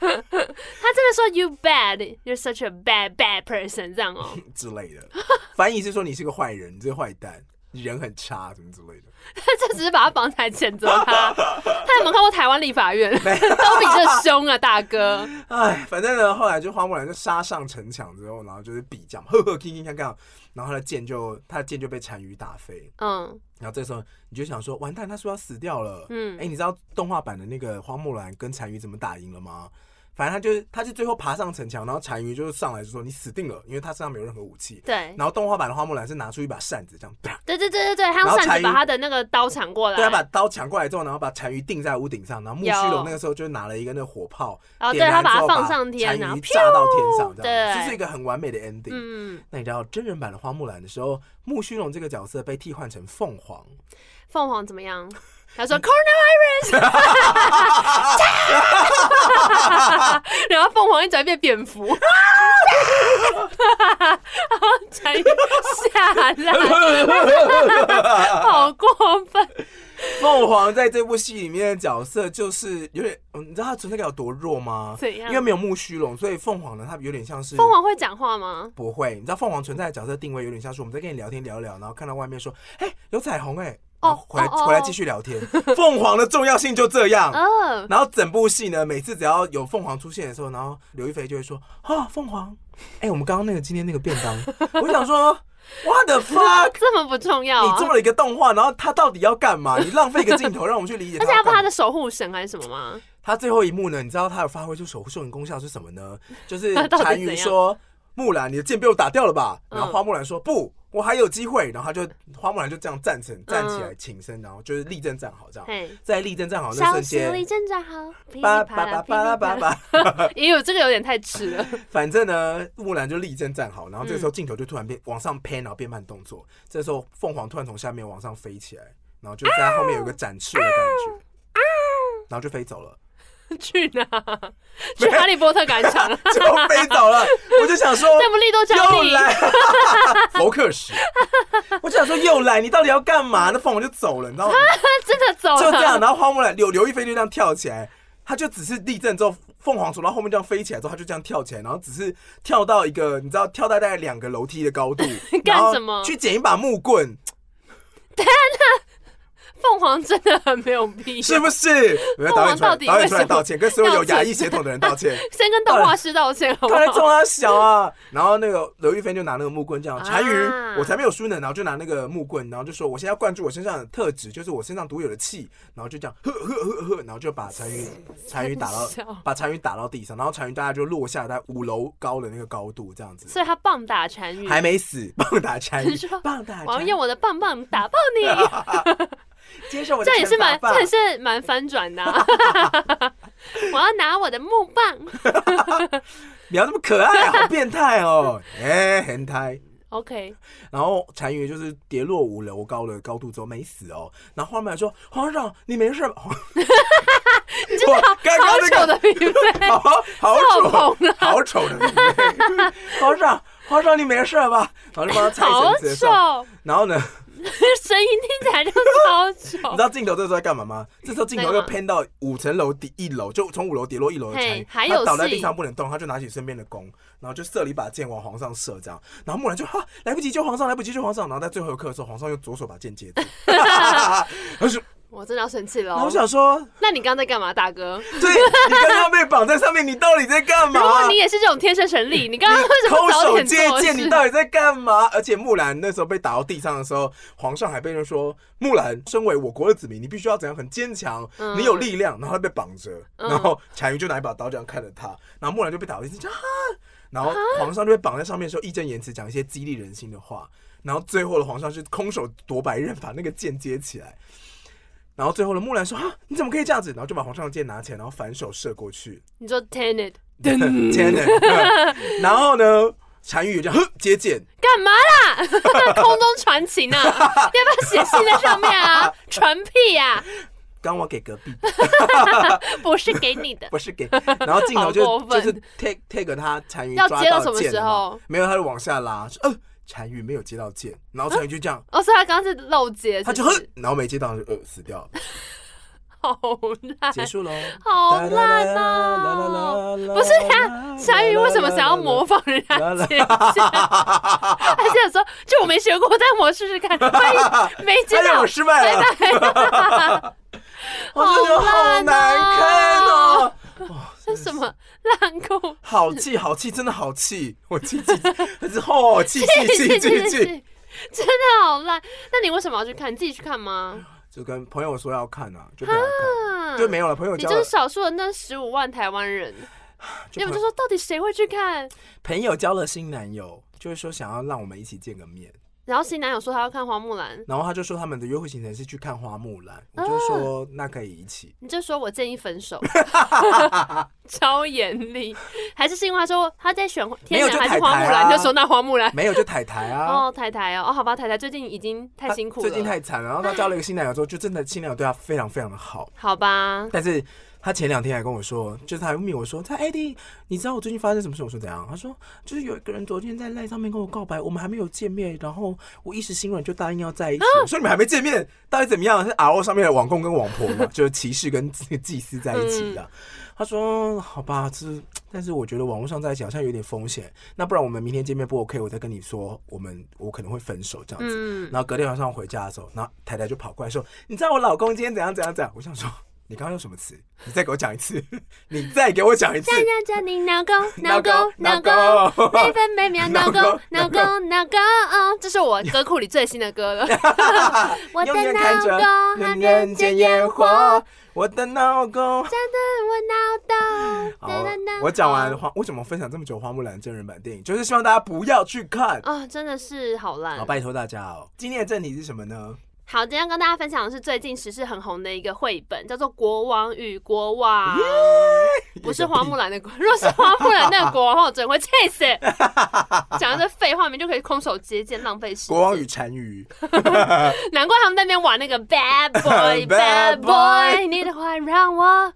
他真的说 you bad, you're such a bad bad person 这样哦，
之类的。翻译是说你是个坏人，你这个坏蛋，你人很差，什么之类的。
他就只是把他绑起来谴责 他。他有没有看过台湾立法院？ 都比这凶啊，大哥！
哎，反正呢，后来就花木兰就杀上城墙之后，然后就是比这样，呵呵，铿铿锵锵，然后他的剑就他的剑就被单于打飞。
嗯，
然后这时候你就想说，完蛋，他是不是要死掉了？嗯，
嗯
哎、你知道动画版的那个花木兰跟单于怎么打赢了吗？反正他就是，他就最后爬上城墙，然后单于就上来就说你死定了，因为他身上没有任何武器。
对，
然后动画版的花木兰是拿出一把扇子，这样啪，
对对对对对，他
然后
用扇
才
子把他的那个刀抢过来，
对，他把刀抢过来之后，然后把单于钉在屋顶上，然后木须
有
龙那个时候就拿了一个那个火炮，
然后对
点燃
他把
之
它
后
放上天，然
单
后
于炸到天上，这样
对
这是一个很完美的 ending。
嗯，
那你知道真人版的花木兰的时候，木须龙这个角色被替换成凤凰，
凤凰怎么样？他说 coronavirus，然后凤凰一转变蝙 蝠，然后才 下来，好过分！
凤凰在这部戏里面的角色就是有点，嗯你知道它存在感有多弱吗？
怎样
因为没有木须龙，所以凤凰呢，它有点像是
凤凰会讲话吗？
不会。你知道凤凰存在的角色定位有点像是我们在跟你聊天聊聊，然后看到外面说，哎、有彩虹哎、
哦
然后回来
哦哦
回来继续聊 天。凤凰的重要性就这样。
嗯，
然后整部戏呢，每次只要有凤凰出现的时候，然后刘亦菲就会说：“啊，凤凰，哎、我们刚刚那个今天那个便当， 我想说，what the fuck，
哦这么不重要
你
啊
做！了一个动画，然后他到底要干 嘛？你浪费一个镜头让我们去理解
而
他
且
要
要
干嘛。
怕他的守护神还是什 么吗？
他最后一幕呢，你知道他有发挥出守护兽灵功效是什么呢？就是
到
单
底怎
于
样
说：“木兰，你的剑被我打掉了吧？”
嗯
然后花木兰说：“不，我还有机会。”然后他就花木兰就这样站成站起来，挺身，然后就是立正站好，这样
嗯嘿，
在立正站好那
小
瞬
狐狸
间，
正站好，噼里
叭
啪
叭叭
啦噼里
叭叭
啪啦，
叭，
也有这个有点太迟了。
反正呢，木兰就立正站好，然后这个时候镜头就突然变往上 pan，然后变慢动作。这时候凤凰突然从下面往上飞起来，然后就在它后面有个展翅的感觉，然后就飞走了，
去 哪？去哈利波特赶场？
就飞走了。我就想说，
这不利多交
又
替？
来， 福克斯，我就想说又来，你到底要干嘛？那凤凰就走了，你知道吗？
他真的走了？，
就这样，然后花木兰刘刘亦菲就这样跳起来，她就只是立正之后，凤凰从她后面这样飞起来之后，她就这样跳起来，然后只是跳到一个你知道跳到大概两个楼梯的高度
干
然后
什么
去捡一把木棍，
凤凰真的很没有必要，
是不是？我觉得导演出
到
来，
底
导
为
演出来
什么
道歉，跟所有有
要剪
牙医血统的人道 歉。
先跟动画师道歉好不
看来中
好？
他小啊，然后那个刘亦菲就拿那个木棍这样，
啊
单于、我才没有输呢，然后就拿那个木棍，然后就说我现在要灌注我身上的特质，就是我身上独有的气，然后就这样呵呵呵呵，然后就把单 于单于打到
真笑
把单于打到地上，然后单于大概就落下在五楼高的那个高度这样子，
所以他棒打单于，
还没死， 棒打单于
你说，
棒打
我要
单于
用，我的棒棒打爆 你，
接受我的
这也是
惩罚
蛮，这
吧
也是 蛮翻转 的啊。我要拿我的木棒
你要这么可爱，好变态哦，哎，很态。
，OK，
然后单于就是跌落五楼高的高度之后没死哦，然后花木兰说：“皇上，你没事吧？” 你知道刚刚
好
那
糗
个
的 匹配，
好好
爆棚
丑，好丑的妹妹， 皇上，皇上你没事吧？然后就帮他拆
好
绳子的时候，
丑，
然后呢，
声音听起来就超
你
丑
知。道镜头这时候在干嘛吗？这时候镜头
在
又
干嘛
偏到五层楼第一楼，就从五楼跌落一楼的单于
嘿，还
他
有
倒在
戏
地上不能动，他就拿起身边的弓，然后就射了一把箭往皇上射，这样，然后木兰就哈 来不及救皇上，来不及救皇上，然后在最后一刻的时候，皇上用左手把箭接住，他就
我我真的要生气了
然后。我想说，
那你刚刚在干嘛，大哥？
对你刚刚被绑在上面，你到底在干嘛？
如果你也是这种天生神力，你刚刚为什
抠
么早
手
点
接
做
见，你
事？
到底在干嘛？而且木兰那时候被打到地上的时候，皇上还被人说：“木兰，身为我国的子民，你必须要怎样很坚强，
嗯
你有力量。”然后她被绑着，
嗯
然后单于就拿一把刀这样看着她，然后木兰就被打到地上，啊！然后皇上就被绑在上面的时候，义正言辞讲一些激励人心的话。然后最后的皇上是空手夺白刃，把那个剑接起来。然后最后的木兰说：“啊，你怎么可以这样子？”然后就把皇上的剑拿起来，然后反手射过去。
你说 Tenet
天哪！然后呢，单于就这样呵接剑，
干嘛啦？空中传情啊？要不要写信在上面啊？传屁呀、
刚我给隔壁，
不是给你的。
不是给。然后镜头就
好过
就
分
是 take take 他单于
要
抓
接到
到
什么
剑
时
了嘛
候？
没有，他就往下拉，说呃，单于没有接到剑，然后单于就这样，
哦，所以他刚刚是漏接是
他
不，
就是呵，然后没接到就呃死掉了，
好烂。
结束喽。
好烂哦不是
呀
鲨鱼为什么想要模？仿人家接线？而且有时候就我没学过，但我试试看，万一没接
哎呀，
到
我，失败了，我就觉得好难看哦。
这是什么 烂故
好气，好气，真的好气！我气气， 之后气气气气气，，
真的好烂。那你为什么要去看？你自己去看吗？
就跟朋友说要看啊，就陪他看，
嗯
就没。有了。朋友
你
交
就
了啊
是，少数的那十五万台湾人，你
就
们
朋
就说到底谁会去看？
朋友交了新男友，就是说想要让我们一起见个面，
然后新男友说他要看花木兰，
然后他就说他们的约会行程是去看花木兰，我就
啊
说那可以一起。
你就说我建议分手， 超严厉。还是是因为他说他在选
没
天
有
然
就
还是
太
花木
太
兰，
啊
就说那花木兰。
没有就太太啊，
哦，太太哦，哦，好吧，太太最近已经太辛苦了，
最近太惨了。然后他交了一个新男友之后，就真的新男友对他非常非常的好。
好吧，
但是他前两天还跟我说，就是他还问我说，他 Eddie，你知道我最近发生什么事？我说怎样？他说就是有一个人昨天在赖上面跟我告白，我们还没有见面，然后我一时心软就答应要在一起。我说你们还没见面，到底怎么样？是 RO 上面的网控跟网婆嘛，就是骑士跟祭司在一起的。他说好吧，就是。但是我觉得网络上在一起好像有点风险，那不然我们明天见面不 OK，我再跟你说，我们我可能会分手这样子。
嗯，
然后隔天晚上回家的时候，然后太太就跑过来说：“你知道我老公今天怎样怎样怎样？”我想说，你刚刚用什么词？你再给我讲一次， 你再给我讲一 次。
这样这样，你老公
老
老
公
公
老
老
公
公，每分每 秒
老
老
公
公老公老公，哦，这是我歌库里最新的歌 了。 我的
永远看着
老公
人
还
人
人
间
间
烟
烟
火
火，
我的老公。
真的我
好
脑洞。，
我讲完花，为什么分享这么久花木兰真人版电影，就是希望大家不要去 看。
啊、真的是好烂
好，。拜托大家哦。今天的正题是什么呢？
好，今天跟大家分享的是最近时事很红的一个绘本，叫做《国王与国王》。不是花木兰的国， 若是花木兰那个国王， 我真会气死。讲这废话，明明就可以空手接剑，浪费时间。
国王与单于，
难怪他们在那边玩那个 Bad Boy
Bad
Bad
Boy
Boy，你的话让我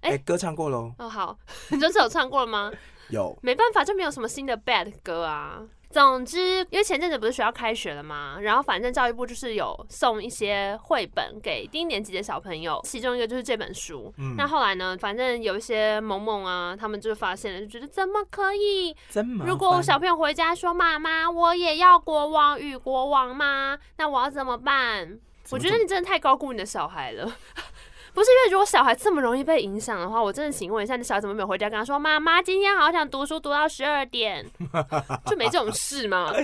哎
哎，歌唱过喽，
哦好， 你这次有唱过了吗？
有
没办法，就没有什么新的 Bad 歌啊。总之，因为前阵子不是学校开学了嘛，然后反正教育部就是有送一些绘本给低年级的小朋友，其中一个就是这本书。
嗯
那后来呢，反正有一些萌萌啊，他们就发现了，就觉得怎么可以？
真麻烦。
如果我小朋友回家说妈妈，我也要国王与国王吗？那我要怎么办？我觉得你真的太高估你的小孩了。 不是因为如果小孩这么容易被影响的话，我真的请问一下，你小孩怎么没有回家跟他说妈妈今天好想读书读到十二点，就没这种事嘛？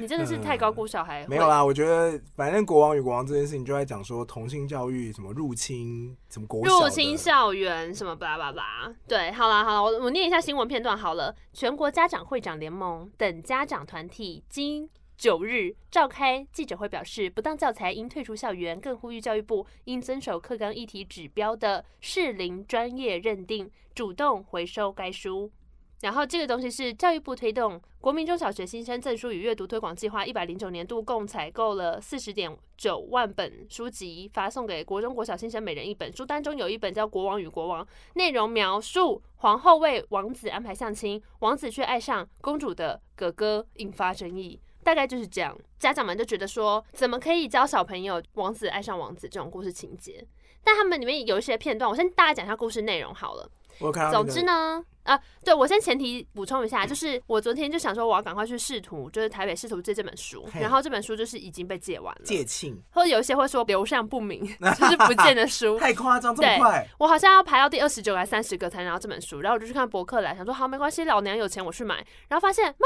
你真的是太高估小孩。
没有，啦，我觉得反正国王与国王这件事情就在讲说同性教育什么入侵什么国小的
入侵校园什么巴拉巴拉。对，好啦好啦，我我念一下新闻片段好了。全国家长会长联盟等家长团体今九日召开记者会，表示不当教材应退出校园，更呼吁教育部应遵守课纲议题指标的适龄专业认定，主动回收该书。然后这个东西是教育部推动国民中小学新生证书与阅读推广计划，一百零九年度共采购了四十点九万本书籍，发送给国中国小新生每人一本。书单中有一本叫《国王与国王》，内容描述皇后为王子安排相亲，王子却爱上公主的哥哥，引发争议。大概就是这样，家长们就觉得说，怎么可以教小朋友王子爱上王子这种故事情节？但他们里面有一些片段，我先大概讲一下故事内容好了。
我有看到、那
总
个。
之呢，啊，对我先前提补充一下，就是我昨天就想说我要赶快去试图，就是台北试图借这本书，
嘿
然后这本书就是已经被借完了，
借庆
或者有一些会说流向不明， 就是不见 的书。
太夸张，这么快？
我好像要排到第二十九还三十个才拿到这本书，然后我就去看博客来，想说好没关系，老娘有钱我去买，然后发现卖完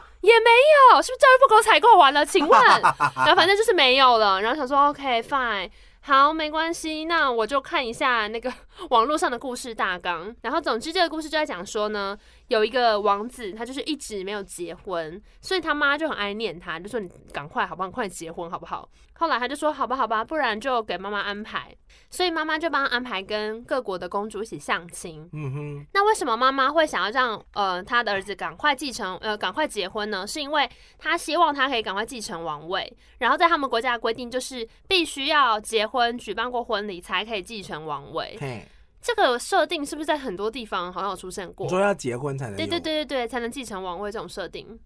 了也没有，是不是教育部给我采购完了？请问，然后反正就是没有了，然后想说 OK fine。好，没关系，那我就看一下那个网络上的故事大纲。然后，总之这个故事就在讲说呢，有一个王子，他就是一直没有结婚，所以他妈就很爱念他，就说你赶快好不好，你快结婚好不好？后来他就说好吧，好吧，不然就给妈妈安排。所以妈妈就帮他安排跟各国的公主一起相亲。
嗯哼，
那为什么妈妈会想要让呃她的儿子赶快继承呃赶快结婚呢？是因为她希望他可以赶快继承王位。然后在他们国家的规定就是必须要结婚、举办过婚礼才可以继承王位。
嘿，
这个设定是不是在很多地方好像有出现过
你？说要结婚才能？
对对，对对对，才能继承王位这种设定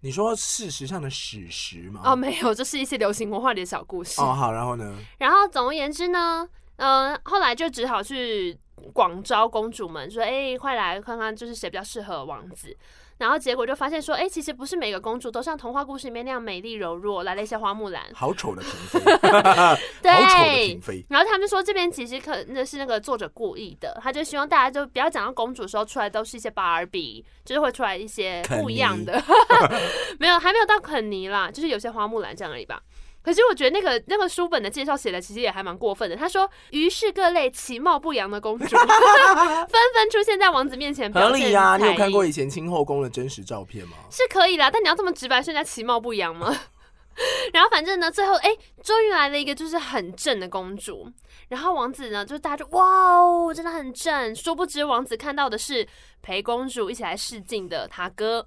你说事实上的史实吗？
哦，没有，这是一些流行文化里的小故事。
哦，好，然后呢？
然后总而言之呢，嗯，后来就只好去广招公主们，说，哎、快来看看，就是谁比较适合王子。然后结果就发现说，哎、其实不是每个公主都像童话故事里面那样美丽柔弱，来了一些花木兰。
好丑的嫔妃， 好丑的嫭
对，
妃，
然后他们说这边其实可那是那个作者故意的，他就希望大家就不要讲到公主的时候出来都是一些芭比，就是会出来一些不一样的， 没有还没有到肯尼啦，就是有些花木兰这样而已吧。可是我觉得那个那个书本的介绍写的其实也还蛮过分的。他说，于是各类其貌不扬的公主 纷纷出现在王子面前表
合
现
理呀、你有
才
看过
艺
以前清后宫的真实照片吗？
是可以啦，但你要这么直白说人家其貌不扬吗？ 然后反正呢，最后哎，终于来了一个就是很正的公主。然后王子呢，就大家就哇哦，真的很正。殊不知王子看到的是陪公主一起来试镜的他哥，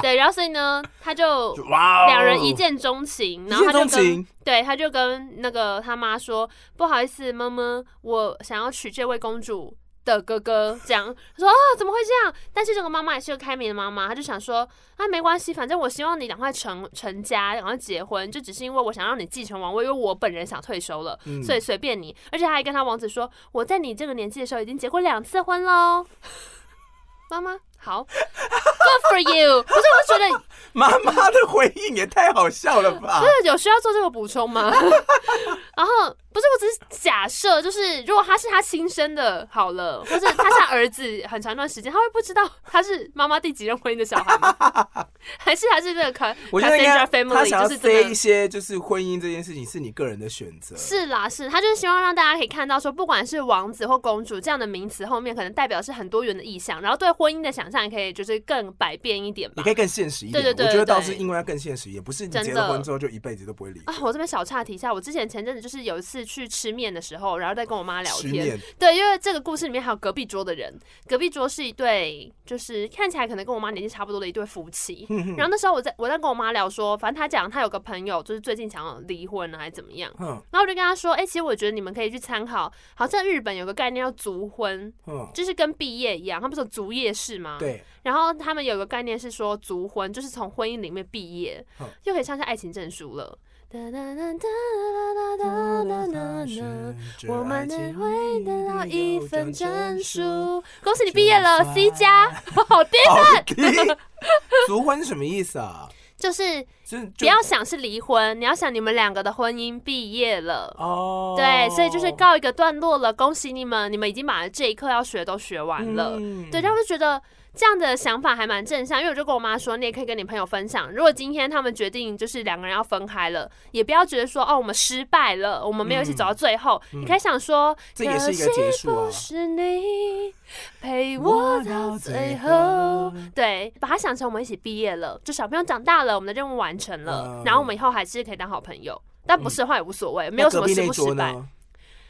对。然后所以呢，他就
就哇、哦，
两人一见钟情，然后
一见
他就
钟
跟
情，
对，他就跟那个他妈说：“不好意思，妈妈，我想要娶这位公主的哥哥。”这样他说啊，怎么会这样？但是这个妈妈也是个开明的妈妈，她就想说啊，没关系，反正我希望你赶快成成家，赶快结婚，就只是因为我想让你继承王位，因为我本人想退休了，
嗯
所以随便你。而且她还跟她王子说：“我在你这个年纪的时候已经结过两次婚喽。” 妈妈，好，Good for you。可是我就觉得
妈妈的回应也太好笑了吧？
这有需要做这个补充吗？ 然后不是，我只是假设，就是如果他是他亲生的，好了，或是他是他儿子，很长一段时间，他会不知道他是妈妈第几任婚姻的小孩吗？ 还是还是这个卡
我觉得应该
Cassandra
他
family
想要
就是真
塞一
的？
些，就是婚姻这件事情是你个人的选择，
是啦，是，他就是希望让大家可以看到说，不管是王子或公主这样的名词后面，可能代表是很多元的意象，然后对婚姻的想象也可以就是更百变一点吧
你可。以更现实一点。
对对对
我觉得倒
对
是因为要更现实一点，不是你
真的
结了婚之后就一辈子都不会离
啊，我这边小岔题一下，我之前前阵子就是有一次去吃面的时候，然后在跟我妈聊
失
天，
恋。
对，因为这个故事里面还有隔壁桌的人，隔壁桌是一对就是看起来可能跟我妈年纪差不多的一对夫 妻。然后那时候我在我在跟我妈聊说，反正她讲她有个朋友就是最近想要离婚啊了还是怎么样，
哼
然后我就跟她说，哎、其实我觉得你们可以去参考，好像日本有个概念叫族婚，
哼，
就是跟毕业一样，他们说族业式吗？。
对，
然后他们有个概念是说族婚，就是从婚姻里面毕业
嗯，
又可以上下爱情证书了。哒哒哒哒哒哒哒哒哒。我们的会得到一份证书，恭喜你毕业了，C 加，好低，
好低。族婚是什么意思啊？
就是
就是就
不要想是离婚，你要想你们两个的婚姻毕业了。
哦，
对，所以就是告一个段落了，恭喜你们，你们已经把这一课要学的都学完了。
嗯
对，然后我就觉得这样的想法还蛮正向，因为我就跟我妈说，你也可以跟你朋友分享，如果今天他们决定就是两个人要分开了，也不要觉得说哦我们失败了，我们没有一起走到最后，你可以想说，
嗯这也是一个
可惜
结束啊
不是你陪我到最后，对，把它想成我们一起毕业了，就小朋友长大了，我们的任务完成了，
嗯
然后我们以后还是可以当好朋友。但不是的话也无所谓，没有什么
那隔壁
失
那
不
桌
失败。
呢？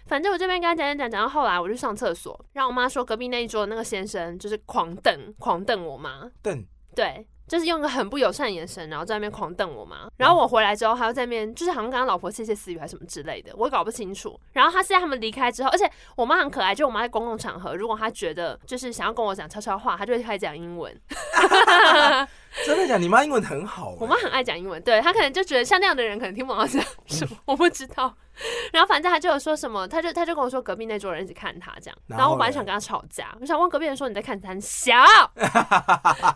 反正我这边跟他讲讲讲讲到后来，我就上厕所，然后我妈说隔壁那一桌那个先生就是狂瞪狂瞪我妈，
邓
对，就是用一个很不友善的眼神，然后在那边狂瞪我妈。然后我回来之后，还要在那边就是好像跟他老婆窃窃私语还是什么之类的，我也搞不清楚。然后他是在他们离开之后，而且我妈很可爱，就我妈在公共场合，如果她觉得就是想要跟我讲悄悄话，她就会开始讲英文。
真的讲，你妈英文很好欸。
我妈很爱讲英文，对她可能就觉得像那样的人可能听不懂她在讲什么，我不知道。然后反正他就有说什么，他就他就跟我说隔壁那桌人一直看他这样，
然
然
后
后我本来
嘞
想跟他吵架，我想问隔壁人说你在看 三小，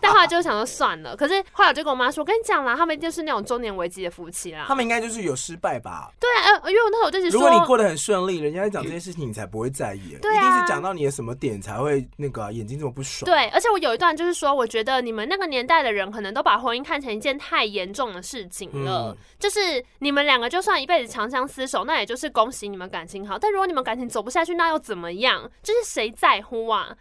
但后来就想说算了。可是后来我就跟我妈说，我跟你讲啦，他们一定是那种中年危机的夫妻啦
他。们应该就是有失败吧？
对啊，呃因为我那时候就一直
如果你
说，
过得很顺利，人家在讲这件事情，你才不会在意。
对啊
一定是讲到你的什么点才会那个啊、眼睛这么不爽。
对，而且我有一段就是说，我觉得你们那个年代的人可能都把婚姻看成一件太严重的事情了，
嗯
就是你们两个就算一辈子长相厮守，那也就是恭喜你们感情好，但如果你们感情走不下去，那又怎么样？就是谁在乎啊？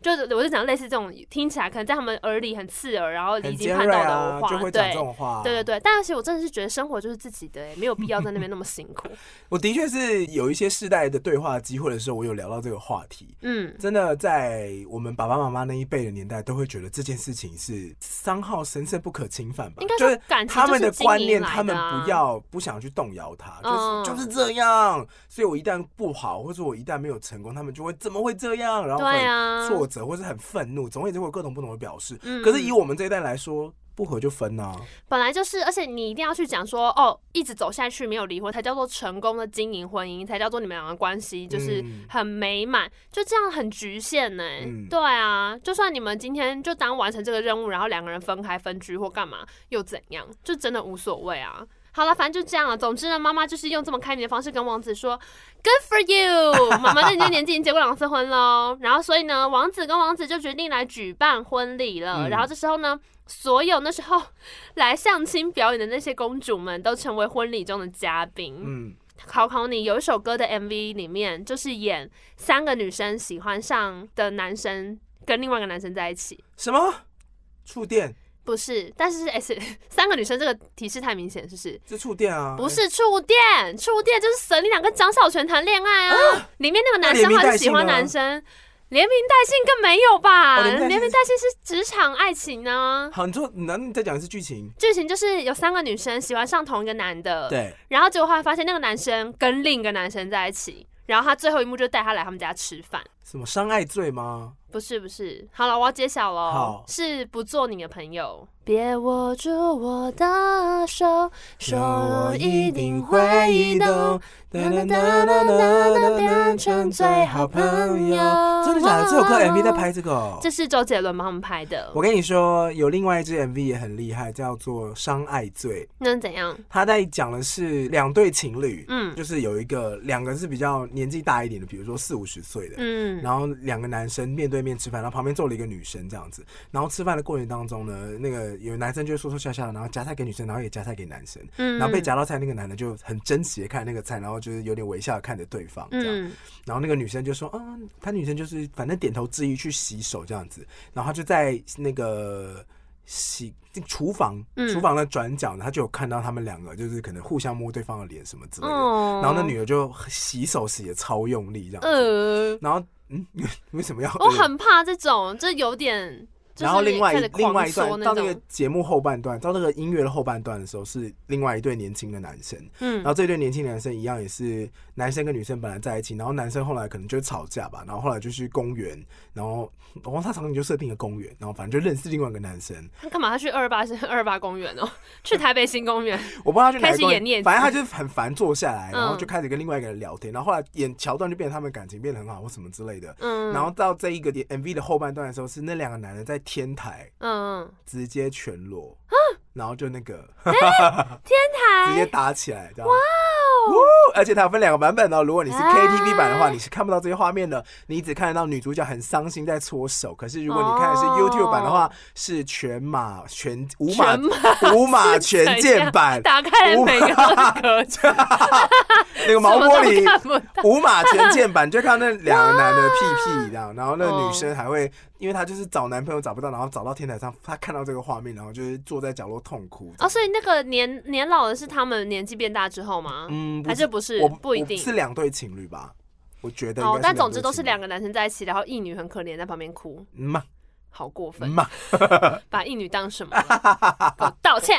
就是我就讲类似这种听起来可能在他们耳里很刺耳，然后离
很
经
尖
叛
锐
道
啊
的，话，
就会讲这
对。
种话、啊
对对对，但是我真的是觉得生活就是自己的、欸，没有必要在那边那么辛苦。
我的确是有一些世代的对话机会的时候，我有聊到这个话题。
嗯，
真的，在我们爸爸妈妈那一辈的年代，都会觉得这件事情是三号神圣不可侵犯吧？
应该
就
说
是
感情
他们
就
的
是经
观
营
念，
来
他们
的啊
不要不想去动摇它，
嗯
就是就是这样。所以我一旦不好，或者我一旦没有成功，他们就会怎么会这样？然后
对啊
很挫折，或是很愤怒，总而言之会有各种不同的表示。
嗯
可是以我们这一代来说，不合就分啊。
本来就是，而且你一定要去讲说，哦，一直走下去没有离婚，才叫做成功的经营婚姻，才叫做你们两个关系就是
嗯
很美满，就这样很局限呢、
嗯
对啊，就算你们今天就当完成这个任务，然后两个人分开分居或干嘛，又怎样？就真的无所谓啊。好了，反正就这样了。总之呢，妈妈就是用这么开明的方式跟王子说，Good for you，妈妈在你这个年纪已经结过两次婚喽。然后所以呢，王子跟王子就决定来举办婚礼了。
嗯
然后这时候呢，所有那时候 来相亲表演的那些公主们都成为婚礼中的嘉宾。
嗯，
考考你，有一首歌的 MV 里面就是演三个女生喜欢上的男生跟另外一个男生在一起，
什么触电？
不是？但是 S 三个女生这个提示太明显，是不是？
这触电啊？
不是触电，触电就是沈丽娜跟张小泉谈恋爱啊，里面那个男
那连
生
名
还
带
是喜欢
姓呢
男生。连名带姓更没有吧？
哦连名带姓
连名带姓是职场爱情呢、
好，你说，那你再讲一次剧情。
剧情就是有三个女生喜欢上同一个男的，
对，
然后结果后来发现那个男生跟另一个男生在一起，然后他最后一幕就带他来他们家吃饭。
什么伤害罪吗？
不是不是，好了，我要揭晓喽
好，
是不做你的朋友。别握住我的手，说我一定会懂，哒哒哒哒哒哒，变成最好朋友。
真的假的？这首歌 MV 在拍这个、哦
这。是周杰伦帮他们拍的
我，跟你说，有另外一支 MV 也很厉害，叫做《伤爱罪》。
那怎样？
他在讲的是两对情侣，
嗯
就是有一个两个是比较年纪大一点的，比如说四五十岁的，
嗯
然后两个男生面对面吃饭，然后旁边坐了一个女生这样子。然后吃饭的过程当中呢，那个有男生就会说说笑笑，然后夹菜给女生，然后也夹菜给男生。
嗯，
然后被夹到菜那个男的就很珍惜的看那个菜，然后就是有点微笑的看着对方这样。
嗯
然后那个女生就说：“啊，她女生就是反正点头之意去洗手这样子。”然后她就在那个洗厨房
嗯
厨房的转角呢，她就有看到他们两个就是可能互相摸对方的脸什么之类的。
哦
嗯然后那女的就洗手洗的超用力这样子。
呃，
然后嗯，为什么要？
我很怕这种，这有点。就是
然后另外
开始
一另外一
狂
段
说那
到那
种
个节目后半段，到那个音乐的后半段的时候，是另外一对年轻的男生。
嗯
然后这对年轻男生一样也是男生跟女生本来在一起，然后男生后来可能就吵架吧，然后后来就去公园，然后然后他场景就设定了公园，然后反正就认识另外一个男生，
他干嘛？他去二八是二八公园哦，去台北新 公园。
我不知道他去哪
开
个
始
公
演念
园，
慈
反正他就是很烦坐下来，
嗯
然后就开始跟另外一个人聊天，然后后来演桥段就变成他们感情变得很好或什么之类的。
嗯，
然后到这一个点 MV 的后半段的时候，是那两个男的在天台
嗯，嗯
直接全裸，然后就那个 直接
啊台
打起来，这样。哇哦！而且它有分两个版本哦。如果你是 KTV 版的话，
哎
你是看不到这些画面的，你只看得到女主角很伤心在搓手。可是如果你看的是
哦
YouTube 版的话，是全马全五马
全马
五马全
怎
剑
样
版，
打开了
五
每个都格子，
那个毛
什么啊
玻
都看
璃
不到。
五马全剑版，你就看到那两个男的屁屁这样，然后那个
哦
女生还会，因为她就是找男朋友找不到，然后找到天台上，她看到这个画面，然后就是坐在角落痛哭。
哦，所以那个年年老的是他们年纪变大之后吗？
嗯，不
还是不是
我？
不一
我
定。
是两对情侣吧？我觉得应该
哦，但总之
对
都是
情侣
两个男生在一起，然后一女很可怜在旁边哭，
嗯嘛
好过
嗯
分，
嘛，
把一女当什么了？给我道歉。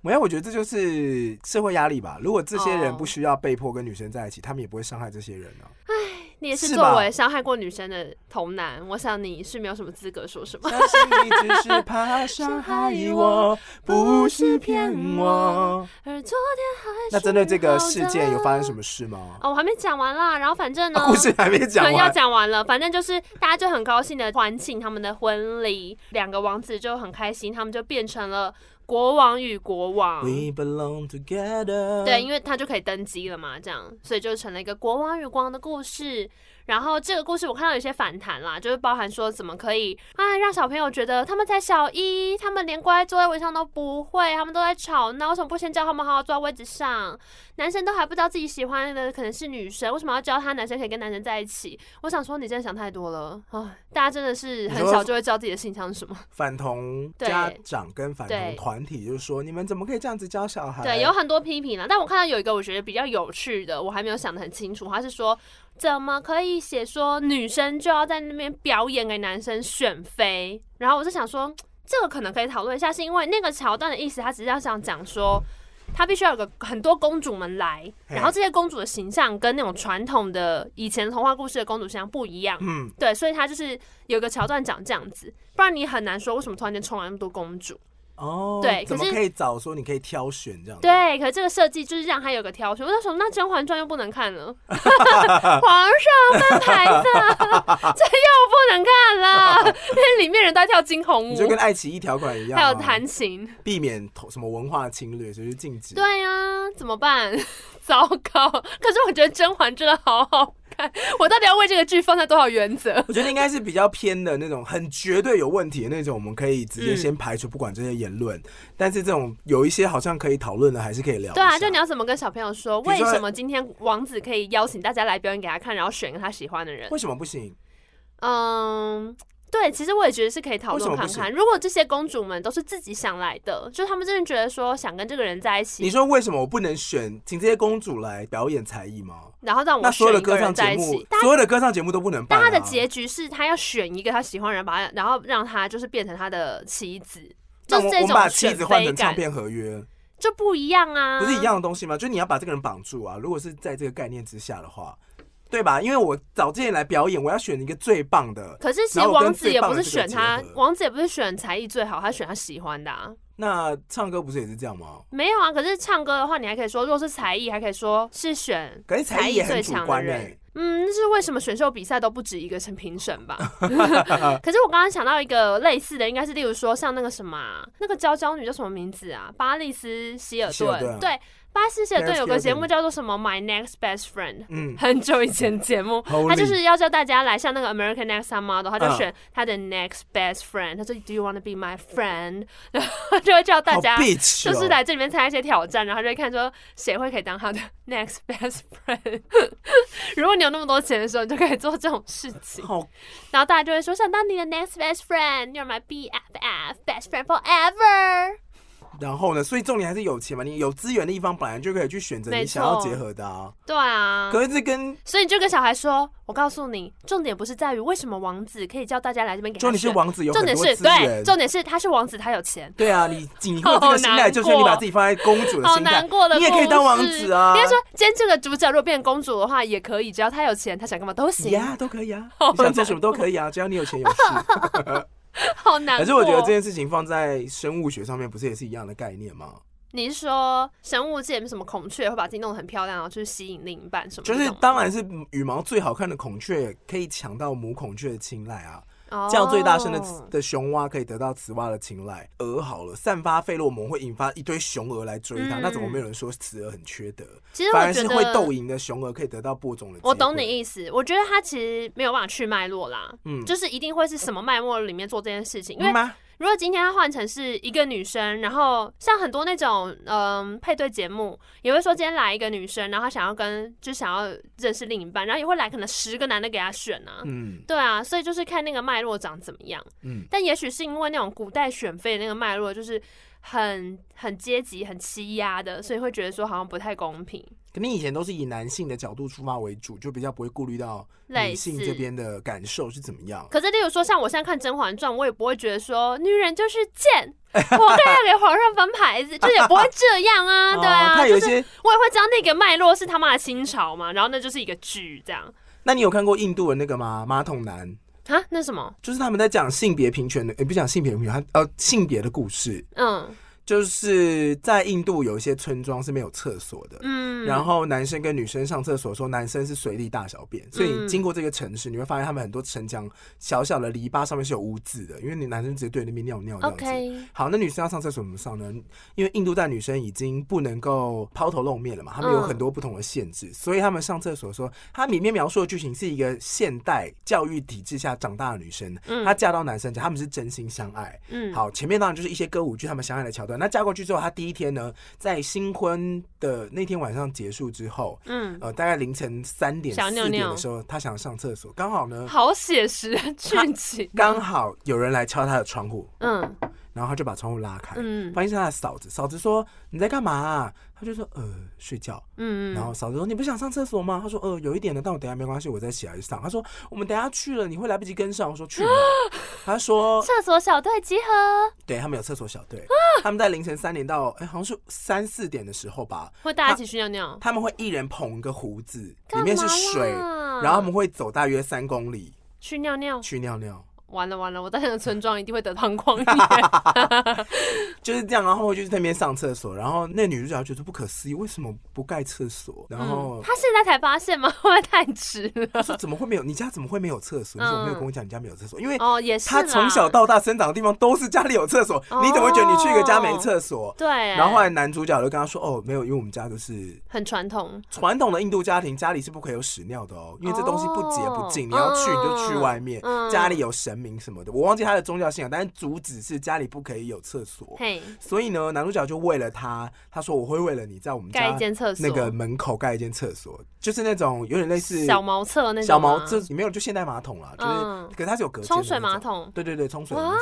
没有，我觉得这就是社会压力吧。如果这些人
哦
不需要被迫跟女生在一起，他们也不会伤害这些人呢、啊
你也是
是
作
吧
为伤害过女生的童男，我想你是没有什么资格说什么。
相信你只是怕伤害我，不是骗我。
而昨天还
那针对这个事件有发生什
么？
么事吗？
哦，我还没讲完啦。然后反正呢，
啊故事还没
可
讲
能要
完，
讲完了，反正就是大家就很高兴的欢庆他们的婚礼，两个王子就很开心，他们就变成了国王与国王。
We belong together。
对，因为他就可以登基了嘛，这样，所以就成了一个国王与国王的故事。然后这个故事我看到有些反弹啦，就是包含说怎么可以啊让小朋友觉得他们才小一，他们连乖坐在位上都不会，他们都在吵闹，为什么不先教他们好好坐在位置上？男生都还不知道自己喜欢的可能是女生，为什么要教他男生可以跟男生在一起？我想说你真的想太多了啊！大家真的是很
你说
小就会知道自己的性向是什么。
反同
对
家长跟反
对
同团体就是说，你们怎么可以这样子教小孩？
对，有很多批评了，但我看到有一个我觉得比较有趣的，我还没有想得很清楚。他是说，怎么可以写说女生就要在那边表演给男生选妃？然后我就想说，这个可能可以讨论一下，是因为那个桥段的意思，他只是要想讲说。他必须要有个很多公主们来，
嘿
然后这些公主的形象跟那种传统的以前童话故事的公主形象不一样，
嗯，
对，所以他就是有个桥段讲这样子，不然你很难说为什么突然间冲来那么多公主。
哦，
对可
怎么
是
可以早说你可以挑选这样？，
对，可是这个设计就是让他有个挑选。我那时候那《甄嬛传》又不能看了， 皇上翻牌子，这又不能看 了，因为里面人都在跳惊鸿
你
舞，
就跟爱奇艺条款一样、啊，
还有弹琴。
避免同什么文化侵略，所以就禁止。
对呀、怎么办？ 糟糕！可是我觉得《甄嬛》真的好好看，我到底要为这个剧放下多少原则？
我觉得应该是比较偏的那种，很绝对有问题的那种，我们可以直
嗯
接先排除不管这些言论。但是这种有一些好像可以讨论的，还是可以聊一下。
对啊，就你要怎么跟小朋友说，
比如
为
说
什么今天王子可以邀请大家来表演给他看，然后选一个他喜欢的人？
为什么不行？
嗯，对，其实我也觉得是可以讨
为什么
论看
不
看。如果这些公主们都是自己想来的，就她们真的觉得说想跟这个人在一
你
起，
说为什么我不能选请这些公主来表演才艺吗？
然后让
那
我
所
选
有的
一个
歌
人
唱
在
节
一
目
起。，但
所有的歌唱节目都不能办、
但
啊。
她的结局是她要选一个她喜欢的人，把她然后让她就是变成她的妻子，
那
就
我
是
我
这
们把
种
妻
选
子换
妃
成唱
感
片合约，
就不一样啊，
不是一。样的东西吗？就是你要把这个人绑住啊！如果是在这个概念之下的话，对吧？因为我找这些人来表演，我要选一个最棒的。
可是其
然后
实
我跟
王子
最
也
棒
不
的
是
这个
选
结
他
合，
王子也不是选才艺最好，他选他喜欢的、啊。
那唱歌不是也是这样吗？
没有啊，可是唱歌的话，你还可以说，如果是才艺，还可以说是选
可是才艺也
最
很主
强的
观
人
欸。
嗯，那是为什么选秀比赛都不止一个成评审 吧？可是我刚刚想到一个类似的，应该是例如说像那个什么啊、那个娇娇女叫什么名字啊？巴丽斯希尔
希尔顿
顿，对，巴斯希尔顿
Next
有个节
Hilton
目叫做什么《My Next Best Friend》。
嗯，
很久以前节目，
Holy
他就是要叫大家来像那个 American Next Top Model，他就
嗯
选他的 next best friend，他说 Do you want to be my friend？然 后就会叫大
好
家
bitch 哦
就是来这里面参加一些挑战，然后就会看说谁会可以当他的 next best friend。如 果你有那么多钱的时候，你就可以做这种事情。
好
然后大家就会说想当你的 next best friend，you're my BFF best friend forever。
然后呢？所以重点还是有钱嘛，你有资源的一方本来就可以去选择
没
你
错
想要结合的啊。
对啊，
可是这跟
所以你就跟小孩说，我告诉你，重点不是在于为什么王子可以叫大家来这边给
就
他
你是
选。
王子有
重
很
点
多
是
资源
对，，重点是他是王子，他有钱。
对啊，你你会有这个心
好
态，
难
就是因为你
过
把自己放在公主的
好
心态
难，过的故
你
事，
也可以当王子啊
应该说，今天这个主角如果变公主的话，也可以，只要他有钱，他想干嘛都 行。
呀、都可 以啊，你想做什么都可以啊，只要你有钱有势。
好难过。
可是我觉得这件事情放在生物学上面，不是也是一样的概念吗？
你是说生物界有没有什么孔雀会把自己弄得很漂亮，然后去吸引另一半什么这
就
种吗？
是当然是羽毛最好看的孔雀可以抢到母孔雀的青睐啊，
哦
叫最大声的雌的雄蛙可以得到雌蛙的青睐。鹅好了，散发费洛蒙会引发一堆雄鹅来追它，
嗯
那怎么没有人说雌鹅很缺德？
其实我
反而
觉
是
得
会斗赢的雄鹅可以得到播种的机会。
我懂你意思，我觉得他其实没有办法去脉络啦，
嗯
就是一定会是什么脉络里面做这件事情，因为
嗯吗？
如果今天她换成是一个女生，然后像很多那种嗯配对节目，也会说今天来一个女生，然后她想要跟就想要认识另一半，然后也会来可能十个男的给她选啊。
嗯
对啊，所以就是看那个脉络长怎么样。
嗯，
但也许是因为那种古代选妃的那个脉络就是很很阶级、很欺压的，所以会觉得说好像不太公平。
肯定以前都是以男性的角度出发为主，就比较不会顾虑到
类
女性
似
这边的感受是怎么样。
可是，例如说，像我现在看《甄嬛传》，我也不会觉得说女人就是贱，我更要给皇上翻牌子，就也不会这样 啊，对
哦
啊，
它有
就
一
是
些
我也会知道那个脉络是他妈的清朝嘛，然后那就是一个剧这样，
那你有看过印度的那个吗？马桶男，
啊，那什么，
就是他们在讲性别平权的，也、不讲性别平权，他呃性别的故事，
嗯
就是在印度有一些村庄是没有厕所的。
嗯，
然后男生跟女生上厕所的时候，男生是随地大小便，所以你
嗯
经过这个城市，你会发现他们很多城墙小小的篱笆上面是有污渍的，因为你男生直接对那边尿尿这样子。
OK，
好，那女生要上厕所怎么上呢？因为印度在女生已经不能够抛头露面了嘛，他们有
嗯
很多不同的限制，所以他们上厕所说，它里面描述的剧情是一个现代教育体制下长大的女生，
嗯
她嫁到男生家，他们是真心相爱。
嗯，
好，前面当然就是一些歌舞剧他们相爱的桥段。那嫁过去之后，她第一天呢，在新婚的那天晚上结束之后，
嗯，
呃，大概凌晨三点
想
四
尿
点
尿
的时候，她想上厕所，刚好呢，
好写实的剧情，
刚好有人来敲她的窗户，
嗯
然后她就把窗户拉开，
嗯
发现是他的嫂子，嫂子说你在干嘛、啊？他就说呃睡觉。
嗯，
然后嫂子说你不想上厕所吗？他说呃有一点的，但我等一下没关系，我再起来上。他说我们等一下去了你会来不及跟上。我说去哪？ 他说
厕所小队集合，
对他们有厕所小 队，他们在凌晨三点到哎、好像是三四点的时候吧，
会大家一起去尿尿，
他们会一人捧一个壶子，里
干
面是
嘛
水，
啦
然后他们会走大约三公里
去尿尿，
去尿尿。
完了完了，我在那个村庄一定会得 膀胱炎，
就是这样，然后我就去那边上厕所，然后那女主角觉得不可思议，为什么不盖厕所？然后、
他现在才发现吗？会 不会太迟了？
他说怎么会没有？你家怎么会没有厕所？你怎么没有跟我讲你家没有厕所？因为
嗯哦，也是啦，
他从小到大生长的地方都是家里有厕所，
哦
你怎么会觉得你去一个家没厕所？
对，
然后后来男主角就跟他说：“哦，没有，因为我们家就是
很传统，
传统的印度家庭，家里是不可以有屎尿的哦，因为这东西不洁不净，
哦
你要去你就去外面，
嗯
家里有神明什么的。我忘记他的宗教信仰，但是主旨是家里不可以有厕所。
嘿，
所以呢，男主角就为了他，他说我会为了你在我们
盖
家
一间厕所，
那个门口盖一间厕所，就是那种有点类似
小茅厕那种吗，
小毛这没有就现代马桶啦，就是、
嗯
可是它是有隔间的
冲水
那种
马，桶，
对对对，冲水的那种，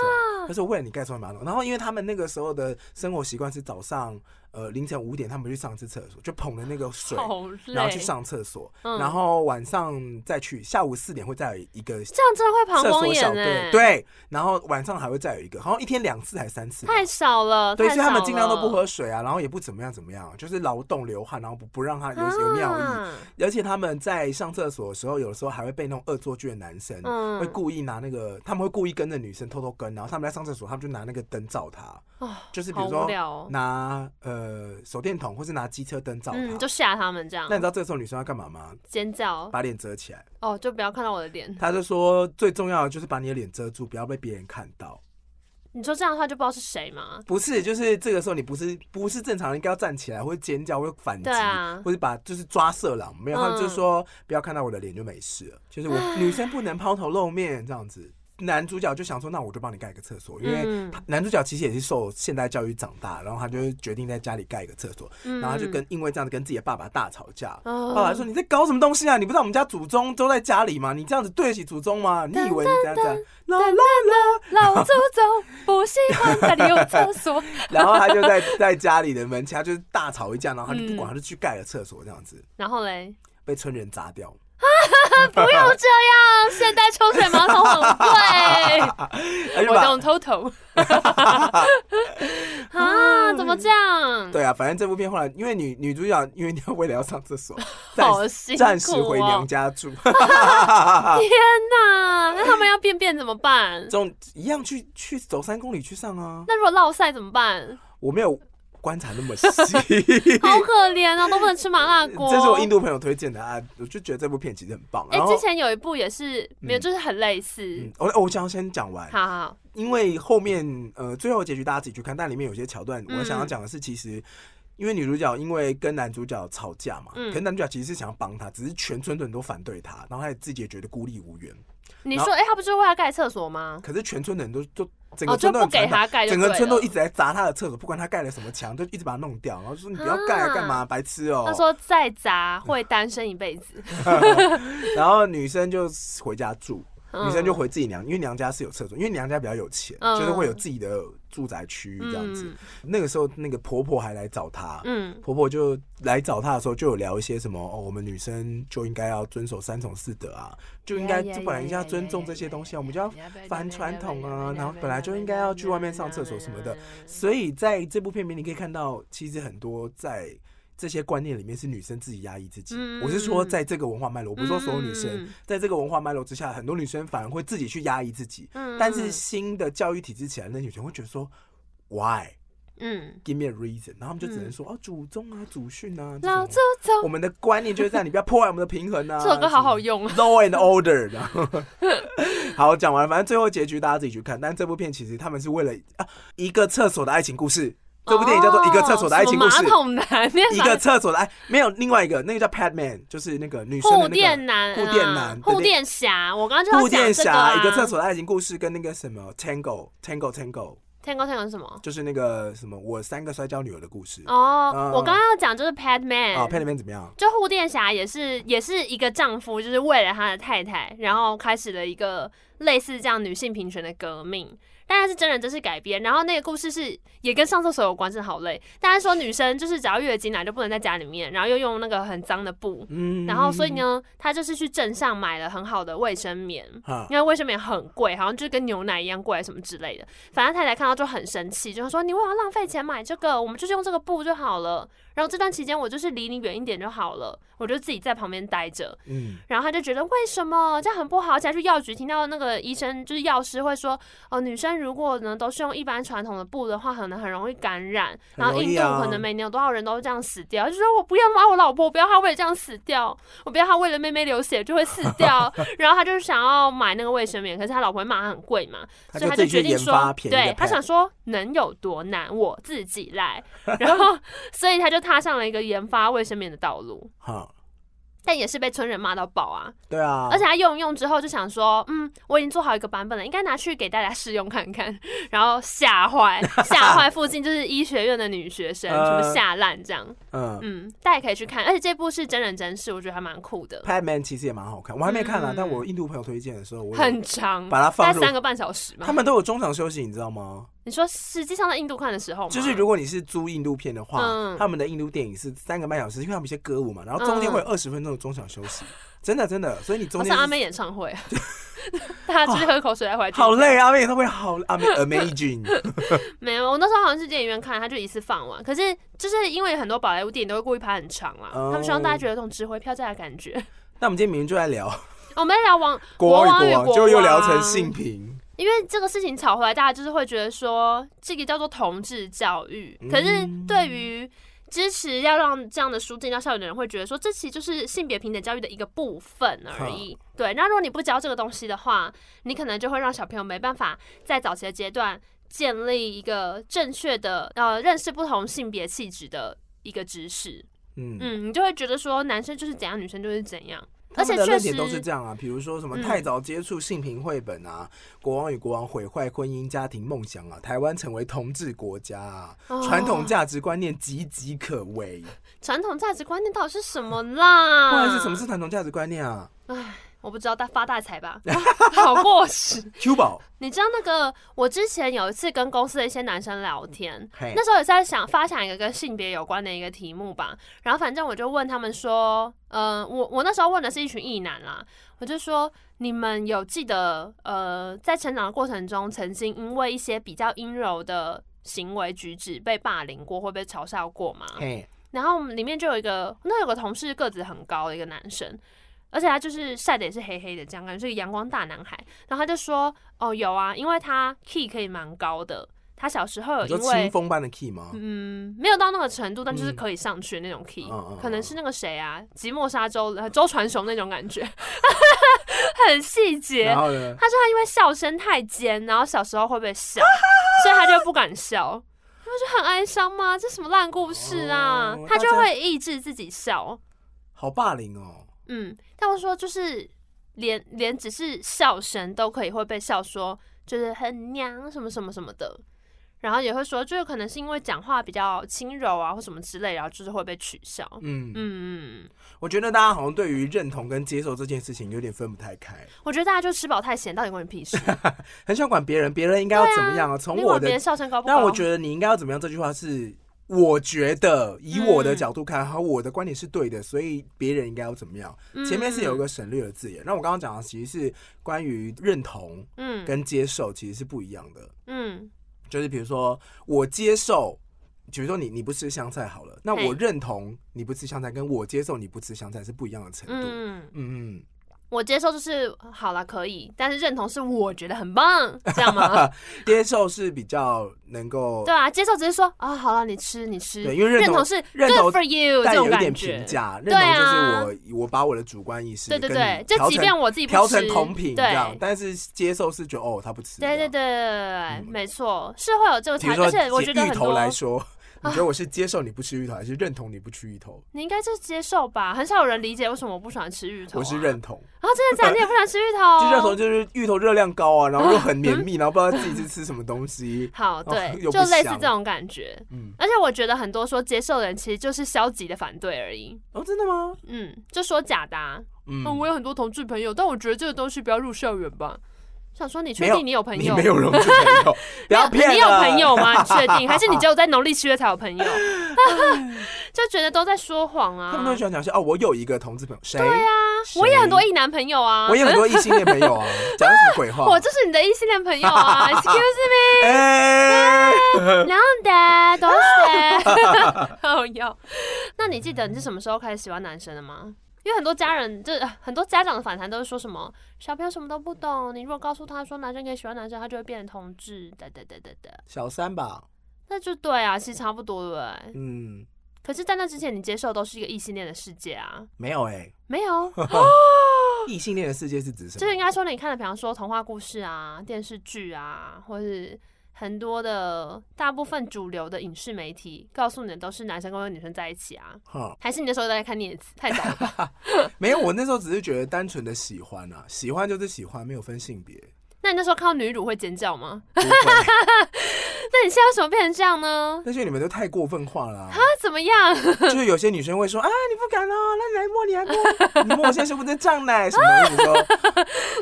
它是为了你盖冲水马桶。然后因为他们那个时候的生活习惯是早上呃凌晨五点他们去上一次厕所，就捧着那个水。
好累，
然后去上厕所，
嗯
然后晚上再去，下午四点会再有一个
这样真的会膀
厕
胱
所
炎
小队，
哎，，
对，然后晚上还会再有一个，好像一天两次还是三次吧，
太少了，
对，
太
所以他们
少
尽量都
了
不喝水啊，然后也不怎么样怎么样，就是劳动流汗，然后不不让他有有尿意，
啊
而且他们在上厕所的时候，有的时候还会被那种恶作剧的男生、
嗯
会故意拿那个，他们会故意跟着女生偷偷跟，然后他们在上厕所，他们就拿那个灯照他，
哦
就是比
好
如
无
说
聊哦，
拿呃手电筒或是拿机车灯照他。
嗯，就吓他们这样
那，你知道这时候女生要干嘛吗？
尖叫
把脸遮起来。
哦，就不要看到我的脸。
他就说最重要的就是把你的脸遮住，不要被别人看到。
你说这样的话就不知道是谁吗？
不是，就是这个时候你不是不是正常人应该要站起来，或者尖叫，或者反击，
对啊
或者把就是抓色狼，没有，
嗯
他们就说不要看到我的脸就没事了，就是 我女生不能抛头露面这样子。男主角就想说，那我就帮你盖个厕所，因为
嗯，
男主角其实也是受现代教育长大，然后他就决定在家里盖一个厕所，
嗯
然后他就跟因为这样子跟自己的爸爸大吵架。
哦
爸爸说：“你在搞什么东西啊？你不知道我们家祖宗都在家里吗？你这样子对得起祖宗吗？你以为你这样这样？啦啦
老祖宗不喜欢家里有厕 所，
然后他就在在家里的门前，他就是大吵一架，然后他就不管，他就去盖了厕所，这样子
然后嘞，
被村人砸 掉。
不用这样，现代抽水马桶很
哎
贵，
而且
我
把
用 Toto 啊，
嗯
怎么这样？
对啊，反正这部片后来，因为女女主角因为你要为了要上厕 所，暂
好
时
辛苦哦
暂时回娘家住，
天哪，那他们要便便怎么 办？
这种一样去去走三公里去上啊。
那如果落晒怎么 办？
我没有观察那么 细，
好可怜啊，都不能吃麻辣锅。
这是我印度朋友推荐的啊，我就觉得这部片其实很棒。
哦哎、
然后
之，前有一部也是没有，就是很类似。
嗯，我我想要先讲完，
好好好，
因为后面呃最后结局大家自己去看，但里面有些桥段，我
嗯
想要讲的是，其实因为女主角因为跟男主角吵架嘛，
嗯
可是男主角其实是想要帮她，只是全村的人都反对她，然后她也自己也觉得孤立无援。
你
然后
说，哎、他不就是为了盖厕所吗？
可是全村的人都都整
哦，
个
就
村都
不
很
给
传达
他盖就
整
对了，
个村都一直在砸他的厕所，不管他盖了什么墙，都一直把它弄掉，然后就说你不要盖
啊
啊，干嘛，白痴哦、
他说再砸会单身一辈子，
然后女生就回家住，
嗯
女生就回自己娘，因为娘家是有厕所，因为娘家比较有钱，
嗯
就是会有自己的住宅区域这样子。那个时候，那个婆婆还来找她，
嗯
婆婆就来找她的时候，就有聊一些什么哦，我们女生就应该要遵守三从四德啊，就应该
呀呀
就本来应该要
呀
尊重
呀
这些
呀
东西啊，
呀
我们就要
呀呀呀
反传统啊
呀呀，
然后
呀
本来就应该要去外面上厕所什么的。所以在这部片里面，你可以看到，其实很多在这些观念里面是女生自己压抑自己。
嗯
我是说，在这个文化脉络，我不是说所有女生，
嗯
在这个文化脉络之下，很多女生反而会自己去压抑自己。
嗯
但是新的教育体制起来，那女生会觉得说，Why？
嗯，
give me a reason，然后他们就只能说、哦，祖宗啊，祖训啊，这
老
种
周周
我们的观念就是这样，你不要破坏我们的平衡啊。
这首歌好好 用啊，
，Law and Order 然后。 好，讲完了，反正最后结局大家自己去看。但这部片其实他们是为了啊一个厕所的爱情故事，这部电影叫做《一个厕所的爱情故
哦
事
什么》马。桶男，
一 个厕所的爱没有另外一个，那个叫 Padman，就是那个女生的
护
那个
垫男啊，
护垫男，
护
对
垫侠，我刚刚就
护
要讲
垫
这个啊
侠，一个厕所的爱情故事跟那个什么 Tango Tango Tango，
，Tango Tango 是什么？
就是那个什么我三个摔跤女儿的故事。
哦
嗯，
我刚刚要讲就是 Padman，
啊，配里面怎么样？
就护垫侠也是也是一个丈夫，就是为了他的太太，然后开始了一个类似这样女性平权的革命。当然是真人真事改编，然后那个故事是也跟上厕所有关，真的好累。大家说女生就是只要月经来就不能在家里面，然后又用那个很脏的布，
嗯
然后所以，呢，她就是去镇上买了很好的卫生棉，
哈，
因为卫生棉很贵，好像就是跟牛奶一样贵什么之类的。反正太太看到就很生气，就是说你为什么要浪费钱买这个？我们就是用这个布就好了。然后这段期间我就是离你远一点就好了，我就自己在旁边待着。
嗯，
然后他就觉得为什么这样很不好，而且他去药局听到那个医生就是药师会说，哦、女生如果呢都是用一般传统的布的话，可能很容易感染，
很
然后
容
印
易
度
啊
可能每年有多少人都这样死掉，就说我不要啊，我老婆我不要她为了这样死掉，我不要她为了妹妹流血就会死 掉，然后他就是想要买那个卫生棉，可是他老婆会骂他很贵嘛，
他
所
就
以他
自
就
己
决
去
定
研发
说，
便宜
对
的
他想
pad。
说能有多难，我自己来，然后 所以他就踏上了一个研发卫生棉的道路，
哈，
但也是被村人骂到爆啊。
对啊，
而且他用一用之后就想说，嗯，我已经做好一个版本了，应该拿去给大家试用看看。 然后 吓坏，吓坏附近就是医学院的女学生，
呃
全部吓烂这样。
嗯
嗯，大家也可以去看，而且这部是真人真事，我觉得还蛮酷的，
，Padman 其实也蛮好看，我还没看呢
嗯，
但我印度朋友推荐的时候，我有
很长，
把它
大
放
概
入。
三个半小时嘛
他。们都有中场休息，你知道吗？
你说实际上在印度看的时候吗，
就是如果你是租印度片的话，
嗯
他们的印度电影是三个半小时，因为他们一些歌舞嘛，然后中间会有二十分钟的中场休息，真的真的，所以你中
好
间
像
是
哦阿妹演 唱会，啊大家出去喝口水再回来。
好，累 啊，阿妹演唱会好阿妹 amazing，
没有，我那时候好像是电影院看，他就一次放完。可是就是因为很多宝莱坞电影都会故意拍很长啦，
哦
他们希望大家觉得有种值回票价的感觉。
那我们今天明明就在聊
我们在聊王，
国嗯王
国
与
王与
国王，
国
就又聊成
王
性平，
因为这个事情吵回来，大家就是会觉得说这个叫做同志教育。可是
嗯
对于支持要让这样的书进到校园的人，会觉得说这其实就是性别平等教育的一个部分而已。对，那如果你不教这个东西的话，你可能就会让小朋友没办法在早期的阶段建立一个正确的呃认识不同性别气质的一个知识。
嗯。
嗯，你就会觉得说男生就是怎样，女生就是怎样。
他
而且
们的
确
论
实
点都是这样啊，比如说什么
嗯
太早接触性平绘本啊，国王与国王毁坏婚姻家庭梦想啊，台湾成为同志国家啊，
哦
传统价值观念岌岌可危。
传统价值观念到底是什么啦？
不然是什么是传统价值观念啊
我不知道大发大财吧， 好过时。
？Q 宝，
你知道那个，我之前有一次跟公司的一些男生聊天，
嘿
那时候也在想发想一个跟性别有关的一个题目吧。然后反正我就问他们说，呃，我我那时候问的是一群异男啦，我就说你们有记得呃，在成长的过程中，曾经因为一些比较阴柔的行为举止被霸凌过或被嘲笑过吗？
嘿，
然后我们里面就有一个，那有个同事个子很高的一个男生，而且他就是晒的也是黑黑的，这样感觉是个阳光大男孩。然后他就说：“哦，有啊，因为他 key 可以蛮高的，他小时候有
你说
因
清
为
风般的 key 吗？
嗯没有到那个程度，但就是
嗯
可以上去那种 key，、
嗯嗯
可能是那个谁啊，即墨沙洲呃周传雄那种感觉， 很细节
然。后呢？
他说他因为笑声太尖，然后小时候会被
啊
笑，所以他就不敢笑。他们就很哀伤吗？这什么烂故事啊！
哦
他
大
就
家
会抑制自己笑。
好霸凌哦，
嗯，但我说就是连连只是笑声都可以会被笑说，就是很娘什么什么什么的。然后也会说，就是可能是因为讲话比较轻柔啊，或什么之类，然后就是会被取笑。
嗯，
嗯，嗯嗯
我觉得大家好像对于认同跟接受这件事情有点分不太开，
我觉得大家就吃饱太闲，到底关你屁事？
很想管别人，别人应该要怎么样啊？从
你
我
管
的
别人笑声高不高？
但我觉得你应该要怎么样？这句话是我觉得以我的角度看，和我的观点是对的，所以别人应该要怎么样？
嗯
前面是有一个省略的字眼，那我刚刚讲的其实是关于认同
嗯
跟接受其实是不一样的，
嗯
就是比如说我接受。比如说你你不吃香菜好了，那
嘿
我认同你不吃香菜，跟我接受你不吃香菜是不一样的程度。
嗯，
嗯嗯，
我接受就是好了，可以，但是认同是我觉得很棒，这 样吗？
接受是比较能够
对啊，接受只是说啊，好了，你吃你吃，
对因为认同
是
认同
good for you
带
这
有
种
一点
感
评
觉，
价，认
对啊
同就是我我把我的主观意识
对对
跟
对
你，
就
调
即
成
便我自己不
调
吃
成同品这
对
样，但是接受是觉得哦他不吃这
对
样，嗯
对对对对对，没错，是会有这个
比如
差，
说
而且我觉得
以芋
很
头
多，
来说， 你觉得我是接受你不吃芋头，还是认同你不吃芋头？
你应该是接受吧，很少有人理解为什么我不喜欢吃芋头、啊。
我是认同，
啊，真的假的？你也不喜欢吃芋头、
就认同就是芋头热量高啊，然后又很
嗯
绵密，然后不知道自己是吃什么东西。
好，对，
又不
就类似
想
这种感觉。
嗯，
而且我觉得很多说接受的人其实就是消极的反对而已。
哦，真的吗？
嗯，就说假的、啊。
嗯
嗯，我有很多同志朋友，但我觉得这个东西不要入校园吧。想说你
没
确
有
定你有朋
你
友？
没 有融资朋友，不要
你有
骗
你有
了
朋友吗？你确 定？还是你只有在农历七月才有朋友？就觉得都在说谎啊。
他们都喜欢讲说哦，我有一个同志朋友，谁？
对啊，我也很多异男朋友啊。
我也很多异性恋朋友 啊，讲什么鬼话？
我就是你的异性恋朋 友啊，Excuse
哎，
me，两的都是。 哦哟，那你记得你是什么时候开始喜欢男生的吗？因为很多家人，就是呃很多家长的反弹都是说什么小朋友什么都不懂，你如果告诉他说男生可以喜欢男生，他就会变成同志，哒哒哒哒哒，
小三吧，
那就对啊，其实差不多对不对？
嗯，
可是在那之前，你接受的都是一个异性恋的世界啊，
没有哎，
没有，
异性恋的世界是指什
就是
么？
应该说你看的，比方说童话故事啊、电视剧啊，或是很多的大部分主流的影视媒体告诉你的都是男生跟女生在一起啊，
哈，
还是你那时候在看镊子太早了吧？
没有，我那时候只是觉得单纯的喜欢啊，喜欢就是喜欢，没有分性 别。
那你那时候看到女乳会尖叫吗？
不会
那你现在为什么变成这样呢？
但是你们都太过分化了啊、
那怎么样？
就是有些女生会说啊，你不敢哦，那你来摸，你来摸， 你摸我现在是不是胀奶什么的？你说，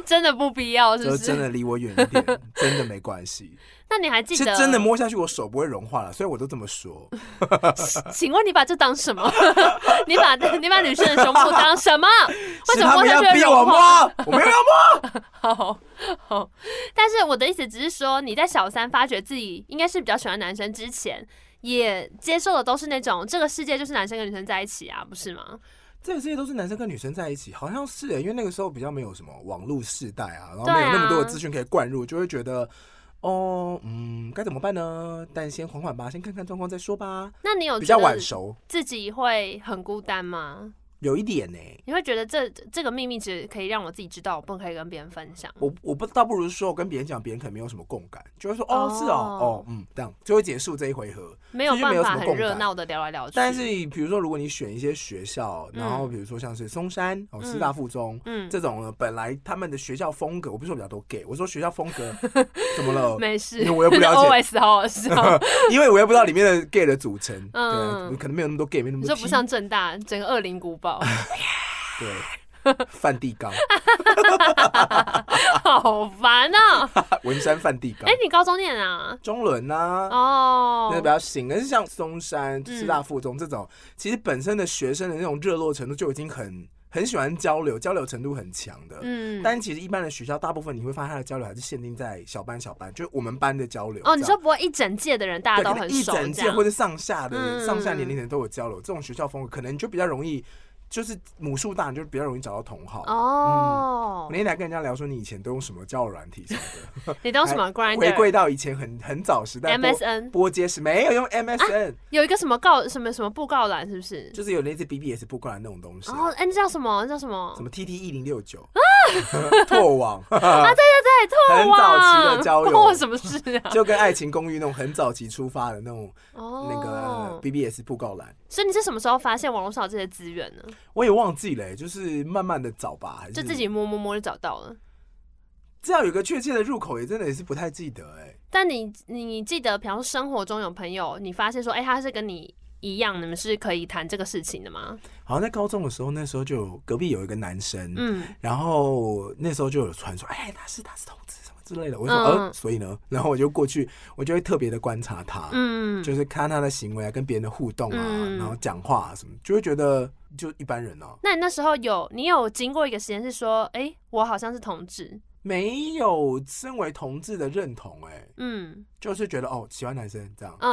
真的不必要，是
就
不
真
是？
的离我远一 点，真的没关系。
那你还记
是
得？
真的摸下去，我手不会融化了，所以我都这么说。
请问你把这当什么？ 你把你把女生的胸部当什 么？ 为
是
什么
他
摸
们
下
要
去会
逼
融
我
化
摸，我没有要摸。
好好，但是我的意思只是说，你在小三发觉自己应该是比较喜欢男生之前，也接受的都是那种这个世界就是男生跟女生在一起啊，不是吗？
这个世界都是男生跟女生在一起，好像是耶，欸因为那个时候比较没有什么网络世代啊，然后
对啊
没有那么多的资讯可以灌入，就会觉得。哦，嗯，该怎么办呢？但先缓缓吧，先看看状况再说吧。
那你有
比
哦觉
较晚
得
熟，
自己会很孤单吗？
有一点欸呢、
你会觉得这这个秘密只可以让我自己知道，我不可以跟别人分享。
我我不倒不如说我跟别人讲，别人可能没有什么共感，就会说哦
哦
是哦哦嗯这样就会结束这一回合。
没有
所以就没
办
有
法
什么
很
共
热
感
闹的聊来聊去。
但是，比如说，如果你选一些学校，然后
嗯
比如说像是松山、哦
嗯
师大附中、
嗯，
这种呢，本来他们的学校风格，我不是说比较多 gay，我说学校风 格怎么了？
没事，
因为我也不 了解
OS 好 好笑，
因为我也不知道里面的 gay 的组成，
嗯
对，可能没有那么多 gay，没那么
你
多
说
T，
不像正大，整个恶灵古 堡，
对，梵蒂 冈，
好烦啊！
文山梵蒂冈
哎，，你高中念啊？
中伦呐、啊。
哦，嗯
那比较行，但是像松山、师大附中这种，其实本身的学生的那种热络程度就已经很很喜欢交流，交流程度很强的。
嗯，
但其实一般的学校，大部分你会发现他的交流还是限定在小班、小班，就是我们班的交流。
哦，你
这
说
样
不会一整届的人大家
对，
都
可能
很
一
熟
整
这
届或
样？
者上下的、
嗯
上下年龄层都有交流，这种学校风格可能你就比较容易，就是母数大，你就比较容易找到同好。
哦
我，那天还跟人家聊说，你以前都用什么交友软体什么 的，哎
你当哦什么
回
Grinder、
归到以前很很早时代播
MSN
拨接时没有
啊
用 MSN，、
有一个什么告什么什么布告栏是不是？
就是有类似 BBS 不过来那种东西啊、
哦，哎，那叫什么？那叫什么
什？么 TT 一零六九， 拓 网，
啊对
很早期的交友
关我什么事啊？
就跟爱情公寓那种很早期出发的那种那个
哦，
BBS 布告栏，
所以你是什么时候发现网络上有这些资源呢？
我也忘记了、欸就是慢慢的找吧，还是
就自己摸摸摸就找到了。
这样有个确切的入口，也真的也是不太记得哎、
但你你记得，比方说生活中有朋友，你发现说，哎，他是跟你一样，你们是可以谈这个事情的吗？
好像在高中的时候，那时候就有隔壁有一个男生，
嗯，
然后那时候就有传说，哎、他是他是同志什么之类的。我就说，
嗯
呃，所以呢， 然后我就过去，我就会特别的观察他，
嗯，
就是看他的行为啊，跟别人的互动啊，
嗯
然后讲话啊什么，就会觉得就一般人哦、
那你那时候有你有经过一个实验是说，哎、我好像是同志，
没有身为同志的认同、哎，
嗯
就是觉得哦喜欢男生这样
嗯。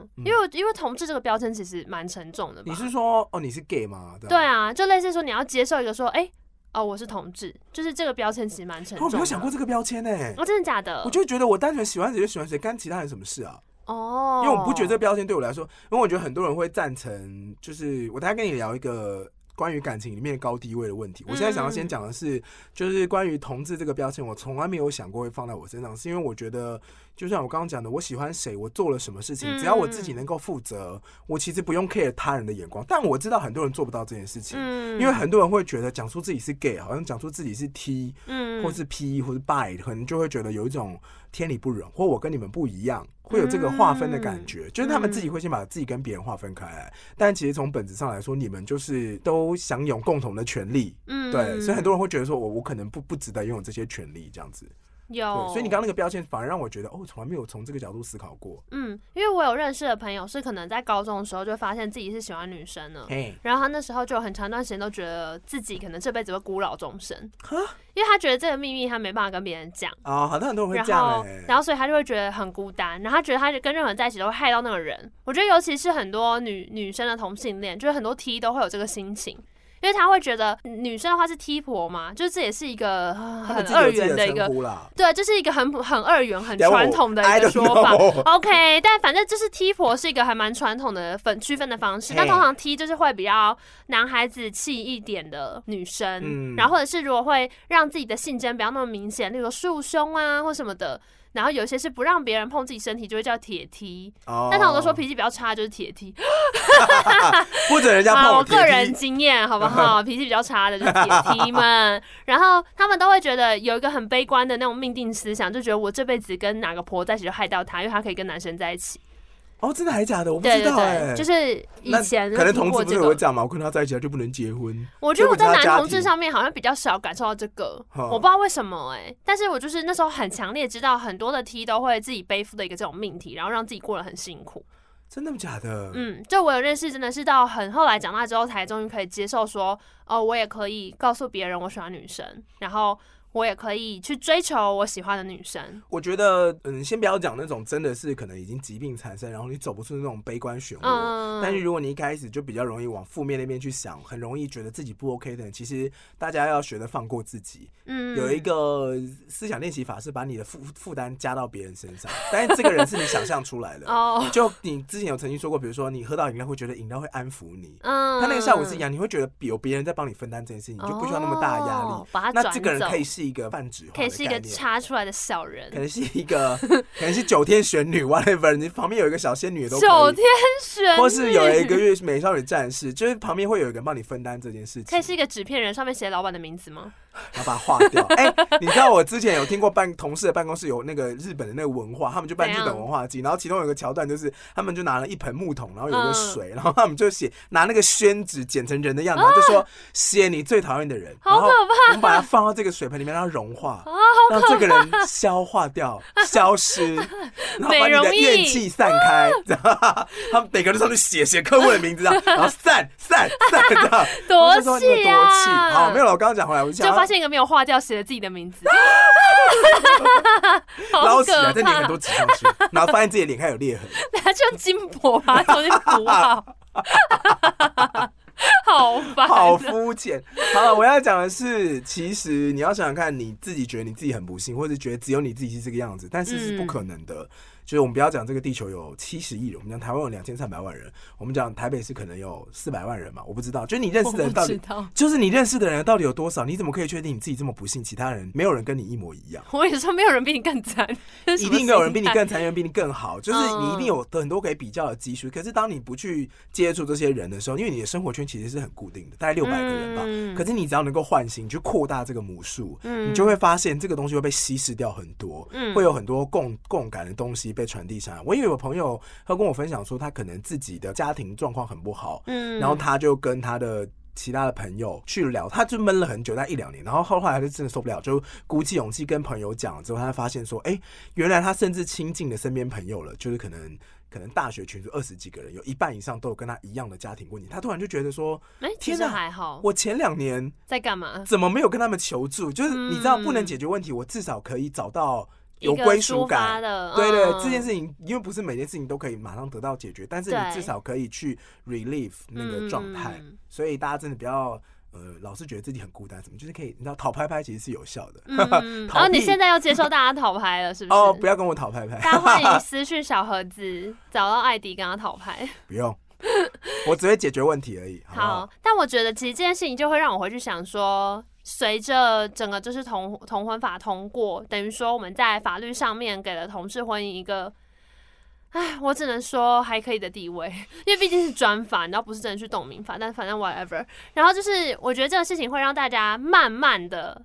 嗯嗯，因为我因为同志这个标签其实蛮沉重的吧
你？是说哦你是 gay 吗？这样
对，啊，就类似说你要接受一个说，哎、哦，我是同志，就是这个标签其实蛮沉重
我哦
的。
没有想过这个标签呢、哎
哦，真的假的？
我就觉得我单纯喜欢谁就喜欢谁，干其他人什么事啊？
哦，
因为我不觉得这个标签对我来说，因为我觉得很多人会赞成，就是我大概跟你聊一个关于感情里面的高低位的问题。我现在想要
嗯
先讲的是，就是关于同志这个标签，我从来没有想过会放在我身上，是因为我觉得，就像我刚刚讲的，我喜欢谁，我做了什么事情，
嗯
只要我自己能够负责，我其实不用 care 他人的眼光。但我知道很多人做不到这件事情。
嗯，
因为很多人会觉得讲出自己是 gay，好像讲出自己是 T，
嗯，
或是 P E，或是 bi，可能就会觉得有一种天理不容，或我跟你们不一样，会有这个划分的
嗯
感觉。就是他们自己会先把自己跟别人划分开来，但其实从本质上来说，你们就是都享有共同的权利。
嗯，
对，所以很多人会觉得说我我可能不不值得拥有这些权利这样子。对，
有，
所以你刚刚那个标签反而让我觉得哦，从来没有从这个角度思考过。
嗯，因为我有认识的朋友是可能在高中的时候就发现自己是喜欢女生的，
嘿，
然后他那时候就有很长一段时间都觉得自己可能这辈子会孤老终生，因为他觉得这个秘密他没办法跟别人讲，
啊，好像很多人
然
会这样
后
哎、
然后所以他就会觉得很孤单，然后他觉得他跟任何人在一起都会害到那个人。我觉得尤其是很多女女生的同性恋，就是很多 T 都会有这个心情。因为他会觉得嗯女生的话是 T 婆嘛，就是这也是一个呃
他们
很
自己有
二
自己
元的一
称
个
呼啦。
对，这是一个很很二元、很
等一下我
传统的
I
一个
don't
说法
know。
OK，但反正就是 T 婆是一个还蛮传统的分区分的方式。那通
嘿
常 T 就是会比较男孩子气一点的女生，
嗯
然后或者是如果会让自己的性征不要那么明显，例如说束胸啊或什么的。然后有一些是不让别人碰自己身体，就会叫铁 T。
哦
但通常都说脾气比较差就是铁 T。
不准人家
啊，
碰
我
铁
个人
皮
经验好 不好？脾气比较差的就是铁梯们，然后他们都会觉得有一个很悲观的那种命定思想，就觉得我这辈子跟哪个婆在一起就害到她，因为她可以跟男生在一起。
哦，真的还假的？我不
对
知
对
道哎、
对，就是以
那
前
可能
听
同
过
志不
这
是有
个。
这样嘛，我跟他在一起他就不能结婚。
我觉得我在男同志
结果
上面好像比较少感受到这个，
哦
我不知道为什么哎、但是我就是那时候很强烈知道很多的 T 都会自己背负的一个这种命题，然后让自己过得很辛苦。
真的假的？
嗯，就我有认识，真的是到很后来长大之后，才终于可以接受说，哦，我也可以告诉别人我喜欢女生，然后我也可以去追求我喜欢的女生。
我觉得，嗯，先不要讲那种真的是可能已经疾病缠身，然后你走不出那种悲观漩涡。
嗯
但是如果你一开始就比较容易往负面那边去想，很容易觉得自己不 OK 的人，其实大家要学着放过自己。
嗯，
有一个思想练习法是把你的负负担加到别人身上，但是这个人是你想象出来的。
哦，
就你之前有曾经说过，比如说你喝到饮料会觉得饮料会安抚你，
嗯，
他那个效果是一样，你会觉得有别人在帮你分担这件事情，你就不需要那么大的压力。
哦把它
那
转
这个人
走
可以是一个泛指化的
可以是一个
概念
插出来的小
可
人，
能是一个，可能是九天玄女 whatever，你旁边有一个小仙女也都可以
九天玄女，
或是有一个月美少女战士，就是旁边会有一个人帮你分担这件事情，
可以是一个纸片人，上面写老板的名字吗？
然后把它划掉。 哎、你知道我之前有听过办同事的办公室有那个日本的那个文化，他们就办
怎
日
样
本文化祭，然后其中有一个桥段就是他们就拿了一盆木桶，然后有一个
嗯啊
水，然后他们就写拿那个宣纸剪成人的样子，然后就说写你最讨厌的人，
好可
然
啊
后我们把它放到这个水盆里面让它融 化，让这个人消化掉、消 失，然后把你
美容
的
液
怨气散 开，这样他们每个人都上去写写客户的名字，这样然后散散散，这样。
多
我就说你有
气
多气！
啊！
好，没有了。我刚刚讲回来，我就想
就
要
发现一个没有划掉，写了自己的名字，好
捞起来，
可
再粘
怕
很！多纸上去，然后发现自己的脸开始有裂痕。
拿去用金箔把它重新补好， 好烦。哦
好肤浅。好了，我要讲的是，其实你要想想看，你自己觉得你自己很不幸，或者觉得只有你自己是这个样子，但是是
嗯
不可能的。就是我们不要讲这个地球有七十亿人，我们讲台湾有两千三百万人，我们讲台北市可能有四百万人嘛，我不知道。就是你认识的人到
我
底
不知道，
就是你认识的人到底有多少？你怎么可以确定你自己这么不幸，其他人没有人跟你一模一样？
我也说没有人比你更惨，这是
一
什么
定有人比你
心态嗯
更残忍，比你更好，就是你一定有很多可以比较的基数。可是当你不去接触这些人的时候，因为你的生活圈其实是很固定的，大概六百个人吧。
嗯
可是你只要能够唤醒，你去扩大这个母数，
嗯
你就会发现这个东西会被稀释掉很多，
嗯
会有很多共共感的东西被传递上来。我也有朋友他跟我分享说，他可能自己的家庭状况很不好，
嗯
然后他就跟他的。其他的朋友去聊，他就闷了很久，大概一两年，然后后来他就真的受不了，就鼓起勇气跟朋友讲了之后，他发现说，哎、原来他甚至亲近的身边朋友了，就是可能可能大学群组二十几个人，有一半以上都有跟他一样的家庭问题，他突然就觉得说，
哎、其
天
实
哪
还好，
我前两年
在干嘛？
怎么没有跟他们求助？就是你知道
嗯
不能解决问题，我至少可以找到有
一个
归属
抒发
感。
的，
对对，
嗯
这件事情因为不是每件事情都可以马上得到解决，但是你
对
至少可以去 relieve 那个状态。
嗯
所以大家真的不要呃老是觉得自己很孤单，什么就是可以，你知道讨拍拍其实是有效的。
嗯嗯，然
逃
后你
避
现在要接受大家讨拍了，是不是？
哦，不要跟 我讨拍拍，
大家欢迎私讯小盒子，找到艾迪跟他讨拍。
不用，我只会解决问题而已，好不
好
好？，
但我觉得其实这件事情就会让我回去想说，随着整个就是同同婚法通过，等于说我们在法律上面给了同志婚姻一个。唉，我只能说还可以的地位， 因为毕竟是专法，然后不是真的去动民法，但反正 whatever。然后就是，我觉得这个事情会让大家慢慢的，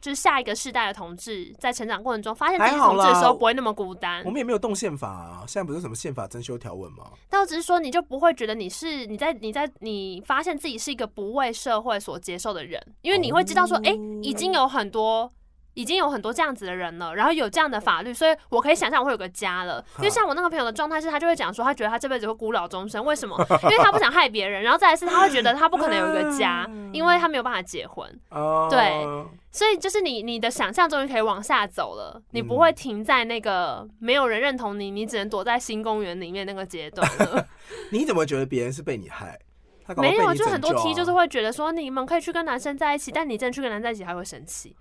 就是下一个世代的同志在成长过程中，发现自己是
还好
同
啦
志的时候不会那么孤单
我。们也没有动宪法啊，现在不是什么宪法征修条文吗？
但我只是说，你就不会觉得你是你在你在你发现自己是一个不为社会所接受的人，因为你会知道说，
哦
哎、已经有很多。已经有很多这样子的人了，然后有这样的法律，所以我可以想象我会有个家了。因为像我那个朋友的状态是，他就会讲说，他觉得他这辈子会孤老终生，为什么？因为他不想害别人，然后再来是他会觉得他不可能有一个家， 因为他没有办法结婚。
哦、
对所以就是你你的想象终于可以往下走了，你不会停在那个没有人认同你，你只能躲在新公园里面那个阶段了。
你怎么觉得别人是被你害？他搞不好
没
被
有，
你
就
拯
很多
救啊
T 就是会觉得说，你们可以去跟男生在一起，但你真的去跟男生在一起，他会生气。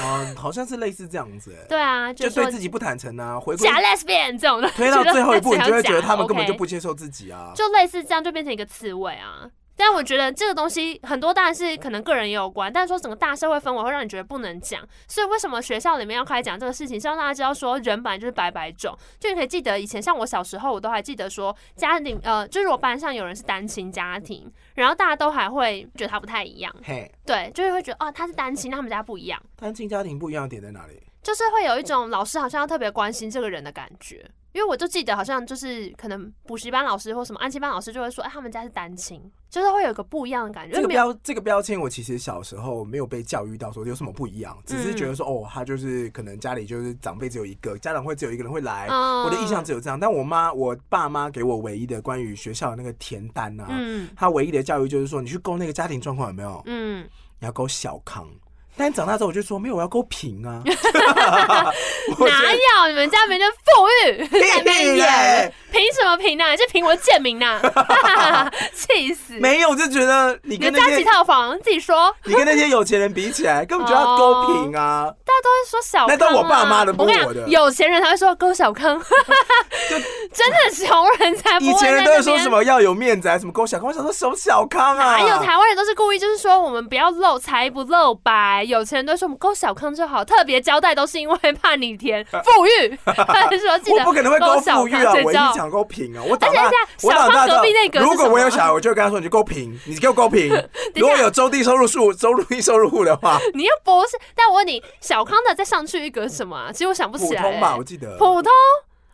啊，好像是类似这样子、欸，
对啊，
就
说
对自己不坦诚啊，回归
假 lesbian 这种的，
推到最后一步，你就会觉得他们根本就
OK
不接受自己啊。
就类似这样，就变成一个刺猬啊。但我觉得这个东西很多当然是可能个人也有关，但是说整个大社会氛围会让你觉得不能讲，所以为什么学校里面要开始讲这个事情，是让大家知道说人本来就是百百种。就你可以记得以前像我小时候，我都还记得说家庭呃，就是我班上有人是单亲家庭，然后大家都还会觉得他不太一样，
嘿，
对，就是会觉得哦他是单亲，那他们家不一样。
单亲家庭不一样的点在哪里？
就是会有一种老师好像要特别关心这个人的感觉，因为我就记得好像就是可能补习班老师或什么安亲班老师就会说，哎，他们家是单亲，就是会有一个不一样的感觉，
这
因
个
为没有
标这个标签，我其实小时候没有被教育到说有什么不一样，只是觉
嗯
得说哦，他就是可能家里就是长辈只有一个，家长会只有一个人会来。
嗯
我的印象只有这样，但我妈我爸妈给我唯一的关于学校的那个填单啊，
嗯
他唯一的教育就是说你去勾那个家庭状况有没有，
嗯，
你要勾小康。但长大之后我就说没有，我要勾平 啊。 我觉
哪
得
有你们家没那么富裕，在那边
屁
演
嘞，
凭什么凭呢、啊你是凭我贱民呐、哈， 气死！
没有，我就觉得你
你
跟
们
那
家
些
几套房，自己说。
你跟那些有钱人比起来，根本就
哦
要勾平啊！
大家都会说小康、
那
啊，
都我爸妈的不
我
是
跟你
我的
讲，有钱人才会说勾 小康， 真的穷人才不会
以前人
在
都
那
会说
边
什么要有面子，还是啊什么勾小康，我想说什么小康啊？
还有台湾人都是故意，就是说我们不要露财不露白，有钱人都说我们勾小康就好，特别交代都是因为怕你填富 裕，他就说记
呃我
得
不可能会勾富裕
勾
啊！
小康
我一
睡觉
定想勾平啊！我长大
而且人，家
我长大
小康隔壁那
之后，
个是
如果我有
什么
小孩，我就会跟他说：“你就勾平，你给我勾 平。
下
如果有周地收入数、周入低收入户的话，
你又不是，但我问你，小康的再上去一格是什么啊？其实我想不
普
起来、欸
通吧，我记得。
普通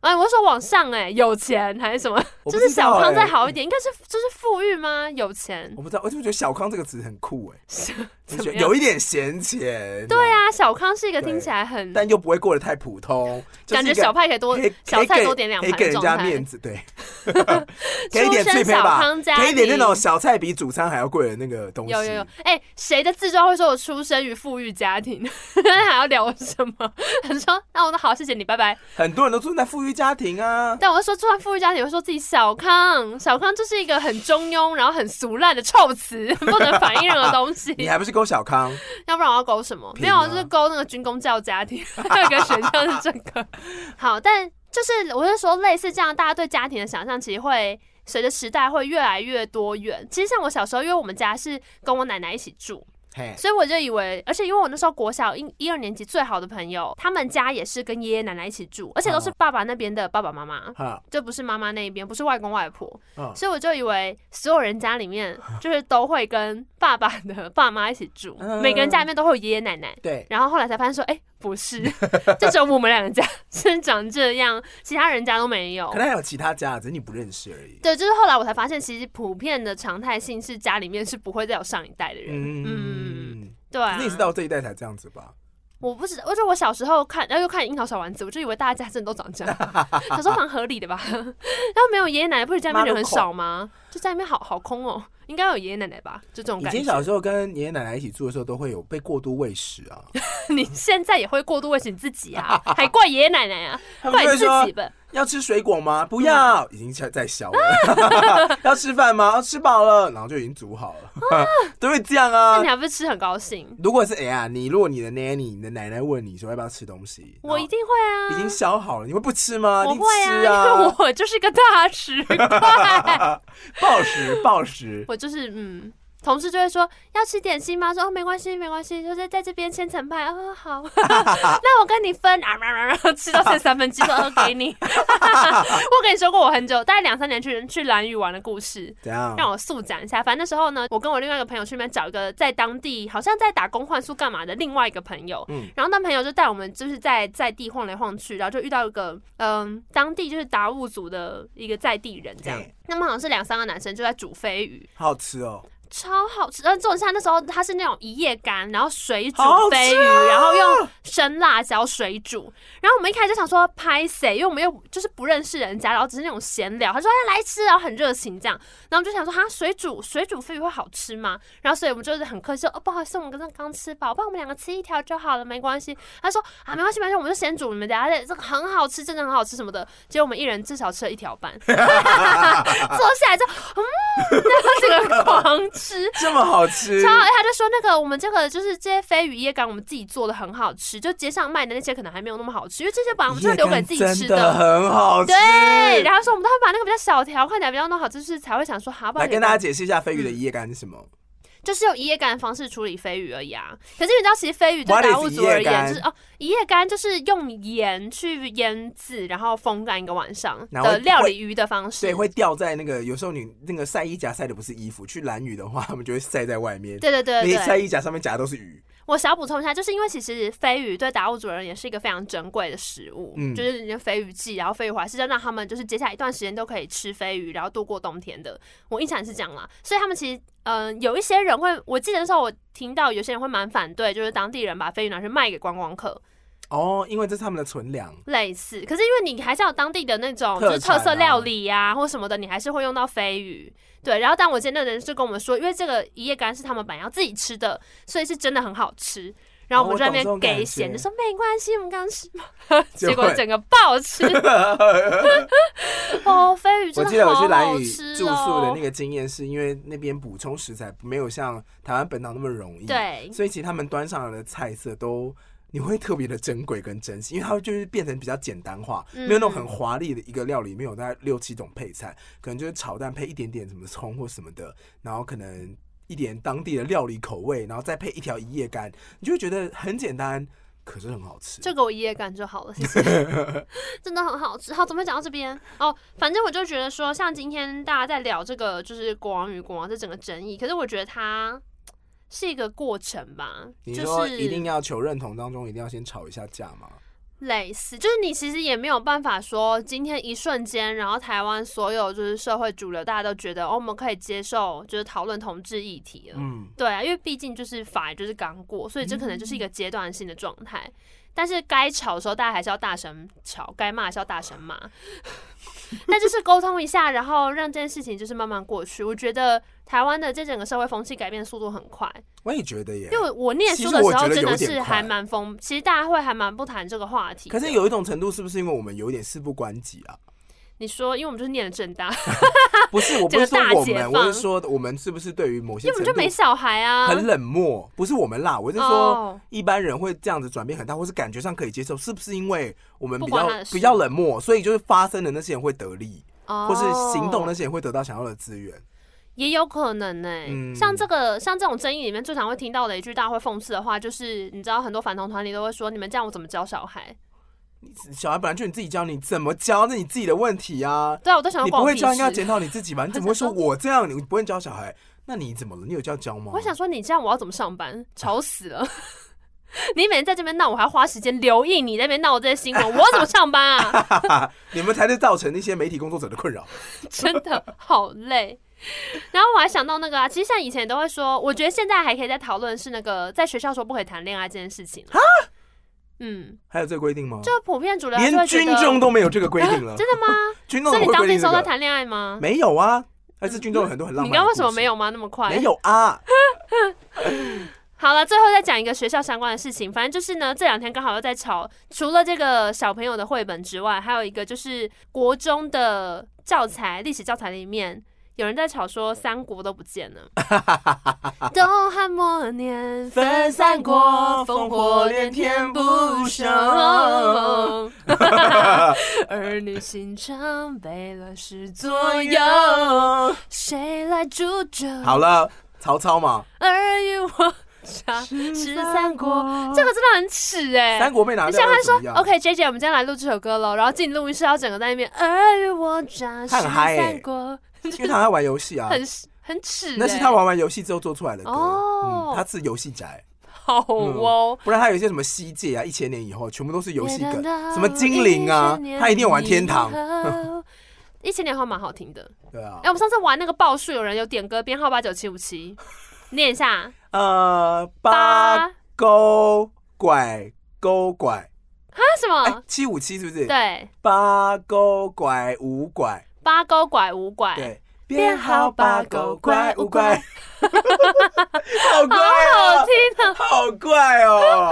哎，我是说往上哎、有钱还是什么？
我不
就是
知道
小康再
欸
好一点，应该是就是富裕吗？有钱
我不知道，我就觉得小康这个词很酷 哎，就
怎么
觉得
样？
有一点闲钱。
对，啊，小康是一个
对
听起来很
但又不会过得太普通，就是
感觉
一个
小派可以多
可以
小
可以
菜
给
多点两
可
盘
以给
的
人
状
家
态
面。子， 对，给一点
出
脆
身
配
小
吧
康，家
给一点那种
庭
小菜比主餐还要贵的那个东西。
有有有，哎、谁的自传会说我出生于富裕家庭？ 还要聊什么？ 他说，那我那好，谢谢你，拜拜。
很多人都住在富裕家庭啊，
但我就说，出生富裕家庭，会说自己小康，小康就是一个很中庸，然后很俗烂的臭词， 不能反映任何东西。
你还不是勾小 康？
要不然我要勾什么？
平
没
啊
有，我就是勾那个军工教家庭， 还有一个选项是这个。好，但就是我是说，类似这样，大家对家庭的想象其实会。随着时代会越来越多元。其实像我小时候，因为我们家是跟我奶奶一起住，
嘿，
所以我就以为，而且因为我那时候国小一一二年级最好的朋友，他们家也是跟爷爷奶奶一起住，而且都是爸爸那边的爸爸妈妈，
哈，
就不是妈妈那一边，不是外公外婆，
嗯，
所以我就以为所有人家 里面就是都会跟爸爸的爸妈一起住，
嗯
每个人家里面都会有爷爷奶奶。
对，
然后后来才发现说，哎、不是，就只有我们两家是长这样，其他人家都没有
可。能还有其他家，只是你不认识而已。
对，就是后来我才发现，其实普遍的常态性是家里面是不会再有上一代的人。嗯，
嗯，
对啊
那。你是到这一代才这样子吧？
我不知道，而且我小时候看，然后又看《樱桃小丸子》，我就以为大家家真的都长这样， 小时候蛮合理的吧。然后没有爷爷奶奶，不是家里面人很 少吗？就家里面好好空哦，应该有爷爷奶奶吧？就这种
以
感
前
觉。
小时候跟爷爷奶奶一起住的时候，都会有被过度喂食 啊。
你现在也会过度喂食你自己 啊，还怪爷爷奶奶啊，
他们就会
怪你自
说啊
己吧。
要吃水果吗？不 要，已经在在笑了。 要吃饭吗？哦要吃饱了，然后就已经煮好了，
啊
都会这样
那
啊
你。还不是吃很高兴？
如果是哎呀，你如果你的 nanny 你的奶奶问你说要不要吃东西，
我一
然
定会啊，
后已经削好了，你会不吃吗？
我
你
会啊
吃
因为
啊，
我就是个大食怪，
暴食暴食。
我就是嗯。同事就会说要吃点心吗？说哦没关系没关系，就是在这边千层派啊、哦、好， 那我跟你分啊，然后吃到剩三分之二给你。 我跟你说过我很久，大概两三年去去兰屿玩的故事，
怎样？
让我速讲一下。反正那时候呢，我跟我另外一个朋友去那边找一个在当地好像在打工换宿干嘛的另外一个朋友，
嗯
然后那朋友就带我们就是在在地晃来晃去，然后就遇到一个嗯当地就是达悟族的一个在地人这样
嘿。
那么好像是两三个男生就在煮飞鱼，
好好吃哦，
超好吃。但重点是它那时候它是那种一夜干，然后水煮
好好吃
飞鱼，然后用生辣椒水煮。然后我们一开始就想说拍谁，因为我们又就是不认识人家，然后只是那种闲聊。他说哎来吃，然后很热情这样。然后我们就想说哈水煮水煮飞鱼会好吃吗？然后所以我们就是很客气说哦不好意思，我们刚刚刚吃饱，不然我们两个吃一条就好了，没关系。他说啊没关系没关系，我们就先煮，你们等下再这个很好吃，真的很好吃什么的。结果我们一人至少吃了一条半， 坐下来就嗯， 然后这个狂吃。
这么好吃
超，哎他就说那个我们这个就是这些飞鱼椰干，我们自己做的很好吃，就街上卖的那些可能还没有那么好吃，因为这些本来我们就是留给自己吃
真的很好吃。
对，然后说我们都会把那个比较小条、看起来比较弄好，就是才会想嗯说，好，不
来
然
跟大家解释一下飞鱼的一夜干是什么。
就是用一夜干的方式处理飞鱼而已啊。可是你知道，其实飞鱼对
What is
达悟族而
一夜干
言，就是哦，一夜干就是用盐去腌制，然后风干一个晚上
然后
的料理鱼的方式。
对，会掉在那个有时候你那个晒衣夹晒的不是衣服，去蓝雨的话，他 们就会晒在外面。
对对对对
那些
对
晒衣夹上面夹的都是鱼，
我想补充一下，就是因为其实飞鱼对达悟族人也是一个非常珍贵的食物，
嗯
就是人家飞鱼季，然啊后飞鱼怀是要让他们就是接下来一段时间都可以吃飞鱼，然后度过冬天的。我印象也是这样啦，所以他们其实。嗯，有一些人会，我记得那时候我听到有些人会蛮反对，就是当地人把飞鱼拿去卖给观光客，
哦，因为这是他们的存粮。
类似。可是因为你还是要有当地的那种
特
就是特
产啊
色料理呀、或什么的，你还是会用到飞鱼。对，然后但我记得那人就跟我们说，因为这个一夜干是他们本来要自己吃的，所以是真的很好吃。然后我们就在那
哦我懂
边
这种
给咸，
感觉
就说没关系，我们刚刚吃嘛，
就
结果
会
整个爆 吃。哦，飞鱼
我
真
记
的
得
好
我去蓝
好
屿
吃哦。
住宿的那个经验，是因为那边补充食材没有像台湾本岛那么容易，，
对，
所以其实他们端上来的菜色都你会特别的珍贵跟珍惜，因为它就是变成比较简单化，
嗯
没有那种很华丽的一个料理，没有大概六七种配菜，可能就是炒蛋配一点点什么葱或什么的，然后可能一点当地的料理口味，然后再配一条一夜干，你就会觉得很简单，可是很好吃。
就给我一夜干就好了，谢谢。 真的很好吃。好，怎么会讲到这边？哦，反正我就觉得说，像今天大家在聊这个就是国王与国王这整个争议，可是我觉得它是一个过程吧，
你
就
说
是
一定要求认同当中，一定要先吵一下架吗？
类似，就是你其实也没有办法说，今天一瞬间，然后台湾所有就是社会主流，大家都觉得哦，我们可以接受，就是讨论同志议题了。
嗯，
对啊，因为毕竟就是法也就是刚过，所以这可能就是一个
嗯
阶段性的状态。但是该吵的时候，大家还是要大声吵；该骂还是要大 声骂。那就是沟通一下，然后让这件事情就是慢慢过去。我觉得台湾的这整个社会风气改变速度很快，
我也觉得耶
因。为我念书
其实
的
我
时
觉
候
得
真
有
的
点
是
快
还蛮疯，其实大家会还蛮不谈这个话题的。
可是有一种程度，是不是因为我们有一点事不关己 啊？
你说，因为我们就是念了正大，
不是，我不是说
整个大
我
解
们，
放
我是说我们是不是对于某些
因为我
程
们
度
就没小孩啊。
很冷漠？不是我们啦，我是说
哦，
一般人会这样子转变很大，或是感觉上可以接受，是不是因为我们比
不
较
管他的事
比较冷漠，所以就是发生的那些人会得利，
哦
或是行动那些人会得到想要的资源？
也有可能呢、欸
嗯
像这个像这种争议里面，最常会听到的一句大家会讽刺的话，就是你知道很多反同团体都会说，你们这样我怎么教小孩？
小孩本来就你自己教，你怎么教那你自己的问题啊？
对啊，我都想要
你
关
不
我
会
屁
教应该要
事。
检讨你自己吧？你怎么会 说我这样？你不会教小孩？那你怎么了？你有教教吗？
我想说，你这样我要怎么上班？吵死了！ 你每天在这边闹，我还要花时间留意你在那边闹这些新闻，我怎么上班啊？
你们才是造成那些媒体工作者的困扰。
真的好累。然后我还想到那个啊，其实像以前都会说，我觉得现在还可以再讨论是那个在学校说不可以谈恋爱这件事情啊。嗯，
还有这个规定吗？
就普遍主流就
连
会觉
军
得
中都没有这个规定了
，真的吗？
军中
所
怎么
以你
会
当
规
兵
定
时候在
这个？
谈恋爱吗？
没有啊，还是军中有很多很浪
你
漫。
刚刚为什么没？有吗？那么快？
没有 啊，
好了，最后再讲一个学校相关的事情。反正就是呢，这两天刚好又在吵，除了这个小朋友的绘本之外，还有一个就是国中的教材、历史教材里面。有人在吵说三国都不见 了，东汉末年分三国，烽火连天不休。 儿女心肠背了十左右，谁来煮酒？
好了，曹操嘛，
尔虞我诈，十三国，这个真的很耻哎、
三国被啊拿
你
掉
像
了
他
怎
说
么样
，OK J J，我们今天来录这首歌喽，然后进录音室，然后整个在那边尔虞我诈，十
他很嗨欸
三国，
因为他还玩游戏啊，
很很耻、欸。
那是他玩完游戏之后做出来的歌。
哦
嗯，他是游戏宅，
好哦。
不然他有一些什么西界啊，一千年以后全部都是嗯游戏梗，什么精灵啊，他一定有玩天堂。。
一千年后蛮好听的，
对啊
哎、，我们上次玩那个报数，有人有点歌，编号八九七 五七，念一下
呃，
八
八勾拐勾拐，
啊什
哎
么？，
七五七是不是？
对，
八勾拐五拐，
八勾拐五拐，
对，
编号八勾拐五拐，
好怪
好好
哦，
听哦。
好怪哦，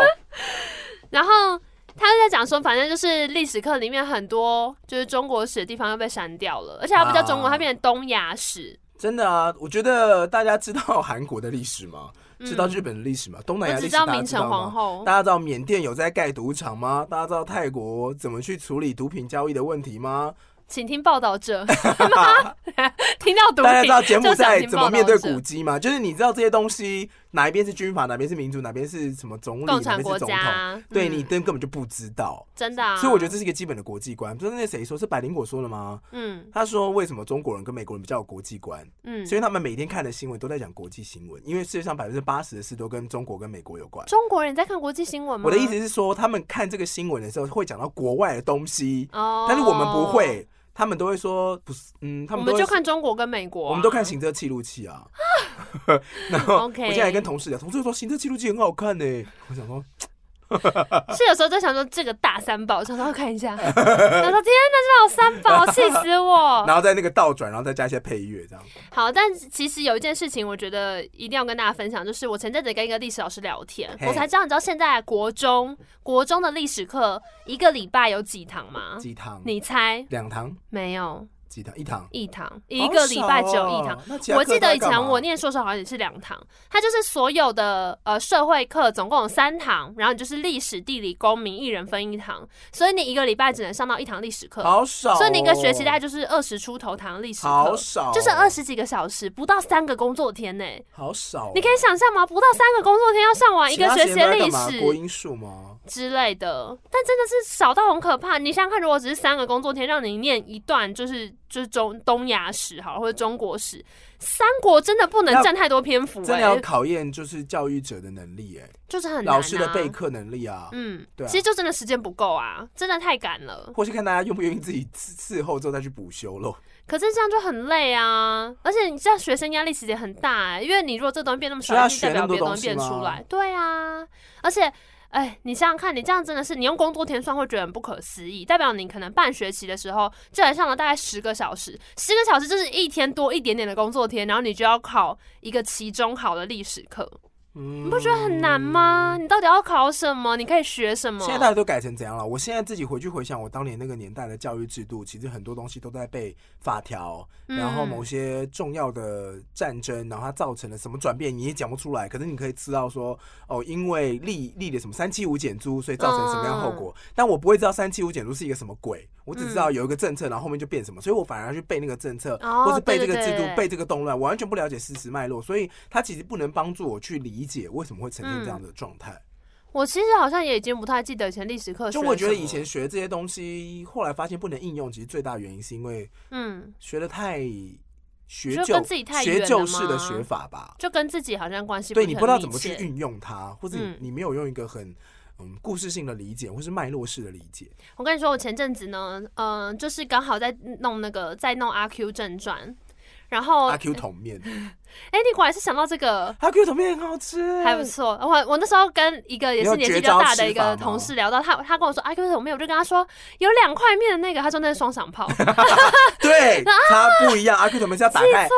然后他就在讲说，反正就是历史课里面很多就是中国史的地方又被删掉了，而且它不叫中国，
啊
它变成东亚史。
真的啊，我觉得大家知道韩国的历史吗？知道日本的历史吗？东南
嗯我
亚历
只
史
知道
大家
明
知
成
道
皇
吗？
后
大，家知道缅甸有在盖赌场吗？大家知道泰国怎么去处理毒品交易的问题吗？
请听报道 者。妈听到毒
大家
品
知道柬
就
埔
想
寨
听
怎
报
么
道
面对古
者。
迹吗？就是你知道这些东西哪一边是军阀，哪边是民主，哪边是什么总理，
共
哪
产
边
国
是总统，
家，
对
嗯
你根本就不知道。
真的啊。
所以我觉得这是一个基本的国际观。就是那谁说是百灵果说的吗？
嗯
他说为什么中国人跟美国人比较有国际观？
嗯，
所以他们每天看的新闻都在讲国际新闻，因为世界上百分之八十的事都跟中国跟美国有关。
中国人在看国际新闻吗？
我的意思是说，他们看这个新闻的时候会讲到国外的东西，
哦，
但是我们不，会，他们都会说不是，嗯，他
我
们
们
都会
就看中国跟美国啊，
我们都看行车记录器啊。 然后
OK
我现在跟同事聊，同事说行车记录器很好看呢、我想说，
是有时候在想说这个大三宝，想要看一 下，然后说天哪，这有三宝，气死我！
然后在那个倒转，然后再加一些配乐这样。
好，但其实有一件事情，我觉得一定要跟大家分享，就是我前阵子跟一个历史老师聊天，
嘿
我才知道，你知道现在国中国中的历史课一个礼拜有几堂吗？
鸡汤，
啊你猜？
两堂
没有，
鸡汤一堂，
一堂，一个礼拜只有一堂
好。少哦。那其他
我
课都
记得
在
以
干
前
嘛
我念硕士好像也是两堂，它就是所有的呃社会课总共有三堂，然后你就是历史、地理、公民一人分一堂，所以你一个礼拜只能上到一堂历史课，
好少哦，
所以你一个学期大概就是二十出头堂历史
好
课，
少哦，
就是二十几个小时，不到三个工作天呢、
好少哦。
你可以想象吗？不到三个工作天要上完一
其
个
他
学
时
期
间
的
都在
历
干嘛国
史
英数吗？
之类的，但真的是少到很可怕。你想想看，如果只是三个工作天让你念一段，就是就是中东亚史好了，或者中国史，三国真的不能
要
占太多篇幅、
真的
欸，
要考验就是教育者的能力，哎，
就是很难、啊、
老师的备。课能力啊，
嗯，
对啊
其实就真的时间不够啊，真的太赶了。
或是看大家愿不愿意自己伺伺候之后再去补修咯。
可是这样就很累啊，而且你这样学生压力其实也很大、欸，因为你如果这东西变那么少，
所以要
就代
学
表
那么多
别的东西变
东西
出
吗
来。对啊，而且，哎，你想想看，你这样真的是，你用工作天算会觉得很不可思议，代表啊你可能半学期的时候就才上了大概十个小时，十个小时就是一天多一点点的工作天，然后你就要考一个期中考的历史课，
嗯，
你不觉得很难吗？你到底要考什么？你可以学什么
现？在大家都改成怎样了？我现在自己回去回想我当年那个年代的教育制度，其实很多东西都在被法条，
嗯
然后某些重要的战争，然后它造成了什么转变，你也讲不出来。可是你可以知道说，哦，因为立立了什么三七五减租，所以造成什么样的后
哦
果。但我不会知道三七五减租是一个什么鬼，我只知道有一个政策，然后后面就变什么，所以我反而要去背那个政策，
嗯哦
或是背这个
对
制
对
度
对，
背这个动乱，我完全不了解事实脉络，所以它其实不能帮助我去理解为什么会呈现这样的状态。
我其实好像也已经不太记得以前历史课，
就我觉得以前，学这些东西，后来发现不能应用，其实最大原因是因为
嗯，
学的太学
就
旧
跟自己太远
学
了
旧式的
吗
学法吧。
就跟自己好像关系
对
是
你
很
不知道怎
密
么去
切
运用它，或者你,、
嗯
你没有用一个很嗯故事性的理解，或是脉络式的理解。
我跟你说，我前阵子呢，嗯、就是刚好在弄那个在弄《阿 Q 正传》，然后
阿
哎、
Q 桶面，
你果然是想到这个。
阿 Q 桶面很好吃，
还不错，我我那时候跟一个也是
有
年纪
绝
比较
招
大
吃
的一
法
个
吗
同事聊到他，他跟我说阿 Q 桶面，我就跟他说有两块面的那个，他说那是双响炮，记
对，它不一样。阿 Q 桶面是要打开，
错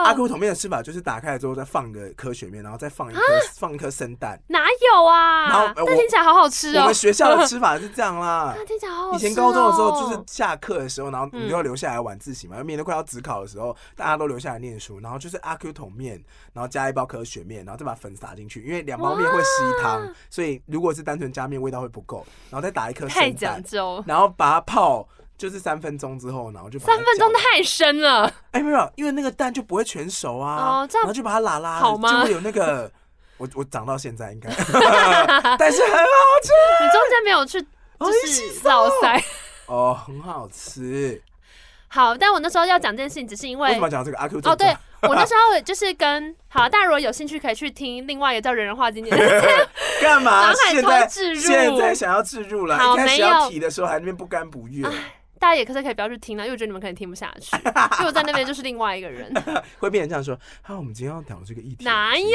阿
了，
Q 桶面的吃法就是打开了之后再放个科学面，然后再放一
啊
颗放一颗生蛋。
哪有
然后
啊？
呃
那
我
听起来好好吃
我
哦
们，学校的吃法是这样 啦。
那听起来好
以
好吃、哦。哦嗯
前高中的时候，就是下课的时候，然后你就要留下来晚自习嘛，因为面对快要职考的时候，大家都留下来念书，然后就是阿 Q 桶面，然后加一包科学面，然后再把粉撒进去，因为两包面会吸汤，所以如果是单纯加面，味道会不够，然后再打一颗
太
生
讲
蛋，
究，
然后把它泡。就是三分钟之后，然后就把它
三分钟
搅
太深了，
哎、没有，因为那个蛋就不会全熟啊，
哦这样
然后就把它拉拉的，
好吗
就会有那个， 我我长到现在 应该，但是很好吃
你中间没有去
哦
就
一起
是绕塞。
哦，很好吃。
好，但我那时候要讲这件事情，只是因
为
为
什么要讲这个阿 Q
哦，
正
对
传？
我那时候就是跟好，大家如果有兴趣可以去听另外一个叫《人人话经典》，
干嘛？
脑海
现在
中置入
现在想要置入了，
好
一开始
没有
要提的时候还那边不甘不愿，
大家也可是可以不要去听了，因为我觉得你们可能听不下去，因为我在那边就是另外一 个人。
会变成这样说：啊，我们今天要讲这个议题，
哪有？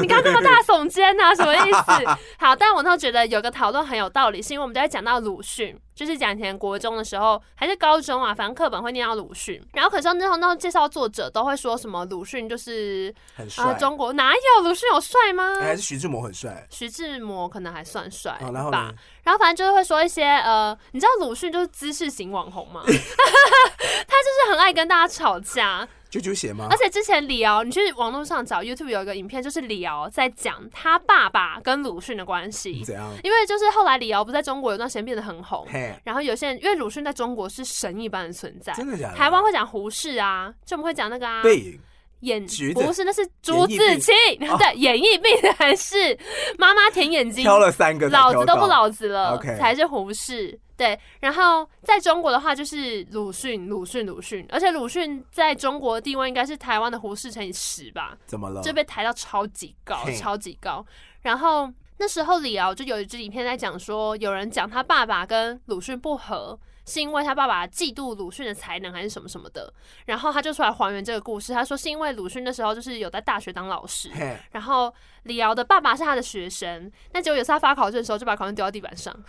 你刚刚干嘛大耸肩呐、啊？什么意思？好，但我那时候觉得有个讨论很有道理，是因为我们在讲到鲁迅，就是讲以前国中的时候还是高中啊，反正课本会念到鲁迅，然后可是那时候那时候介绍作者都会说什么鲁迅就是
很帅
啊，，中国哪有鲁迅有帅吗？
哎还是徐志摩很帅。
徐志摩可能还算帅
哦好，然后
吧
呢，？
然后反正就是会说一些呃，你知道鲁迅就是知识型网红吗？ 他就是很爱跟大家吵架，
啾啾鞋吗
而？且之前李敖，你去网络上找 YouTube 有一个影片，就是李敖在讲他爸爸跟鲁迅的关系，
怎 样？
因为就是后来李敖不是在中国有段时间变得很红，
嘿，
然后有些人因为鲁迅在中国是神一般的存在。
真的假的？
台湾会讲胡适啊，就我们会讲那个啊，
背影
眼
橘子
不是那是朱
疫
自
病哦
清， 对，演艺病人是妈妈舔眼睛，
挑了三个，
老子都不。老子了
OK
才是胡适。对，然后在中国的话就是鲁迅，鲁迅，鲁迅，而且鲁迅在中国的地位应该是台湾的胡适乘以十吧，
怎么了？
就被抬到超级高，
嗯嘿
超级高。然后那时候李敖就有一支影片在讲说，有人讲他爸爸跟鲁迅不和。是因为他爸爸嫉妒鲁迅的才能，还是什么什么的？然后他就出来还原这个故事。他说是因为鲁迅那时候就是有在大学当老师，
嘿，
然后李敖的爸爸是他的学生，那结果有次他发考卷的时候就把考卷丢到地板上，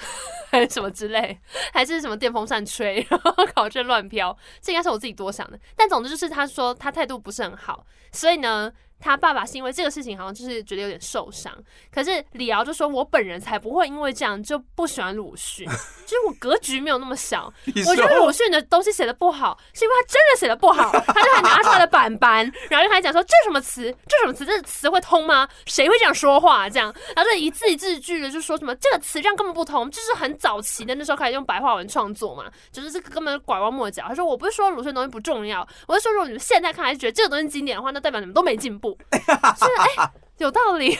还是什么之类，还是什么电风扇吹， 然后考卷乱飘。这应该是我自己多想的，但总之就是他说他态度不是很好，所以呢，他爸爸是因为这个事情好像就是觉得有点受伤。可是李敖就说：“我本人才不会因为这样就不喜欢鲁迅， 就是我格局没有那么小，
你
我
说
觉得鲁迅的东西写的不好，是因为他真的写的不 好，他就还拿出他的板板，然后就还讲说这什么词，这什么词，这词会通吗？谁会这样说话？这样，然后就一字一字句的就说什么这个词这样根本不通，这是很早期的那时候开始用白话文创作嘛，就是这个根本拐弯抹角。他说我不是说鲁迅的东西不重要，我是说如果你们现在看还是觉得这个东西经典的话，那代表你们都没进步。就是哎、有道理。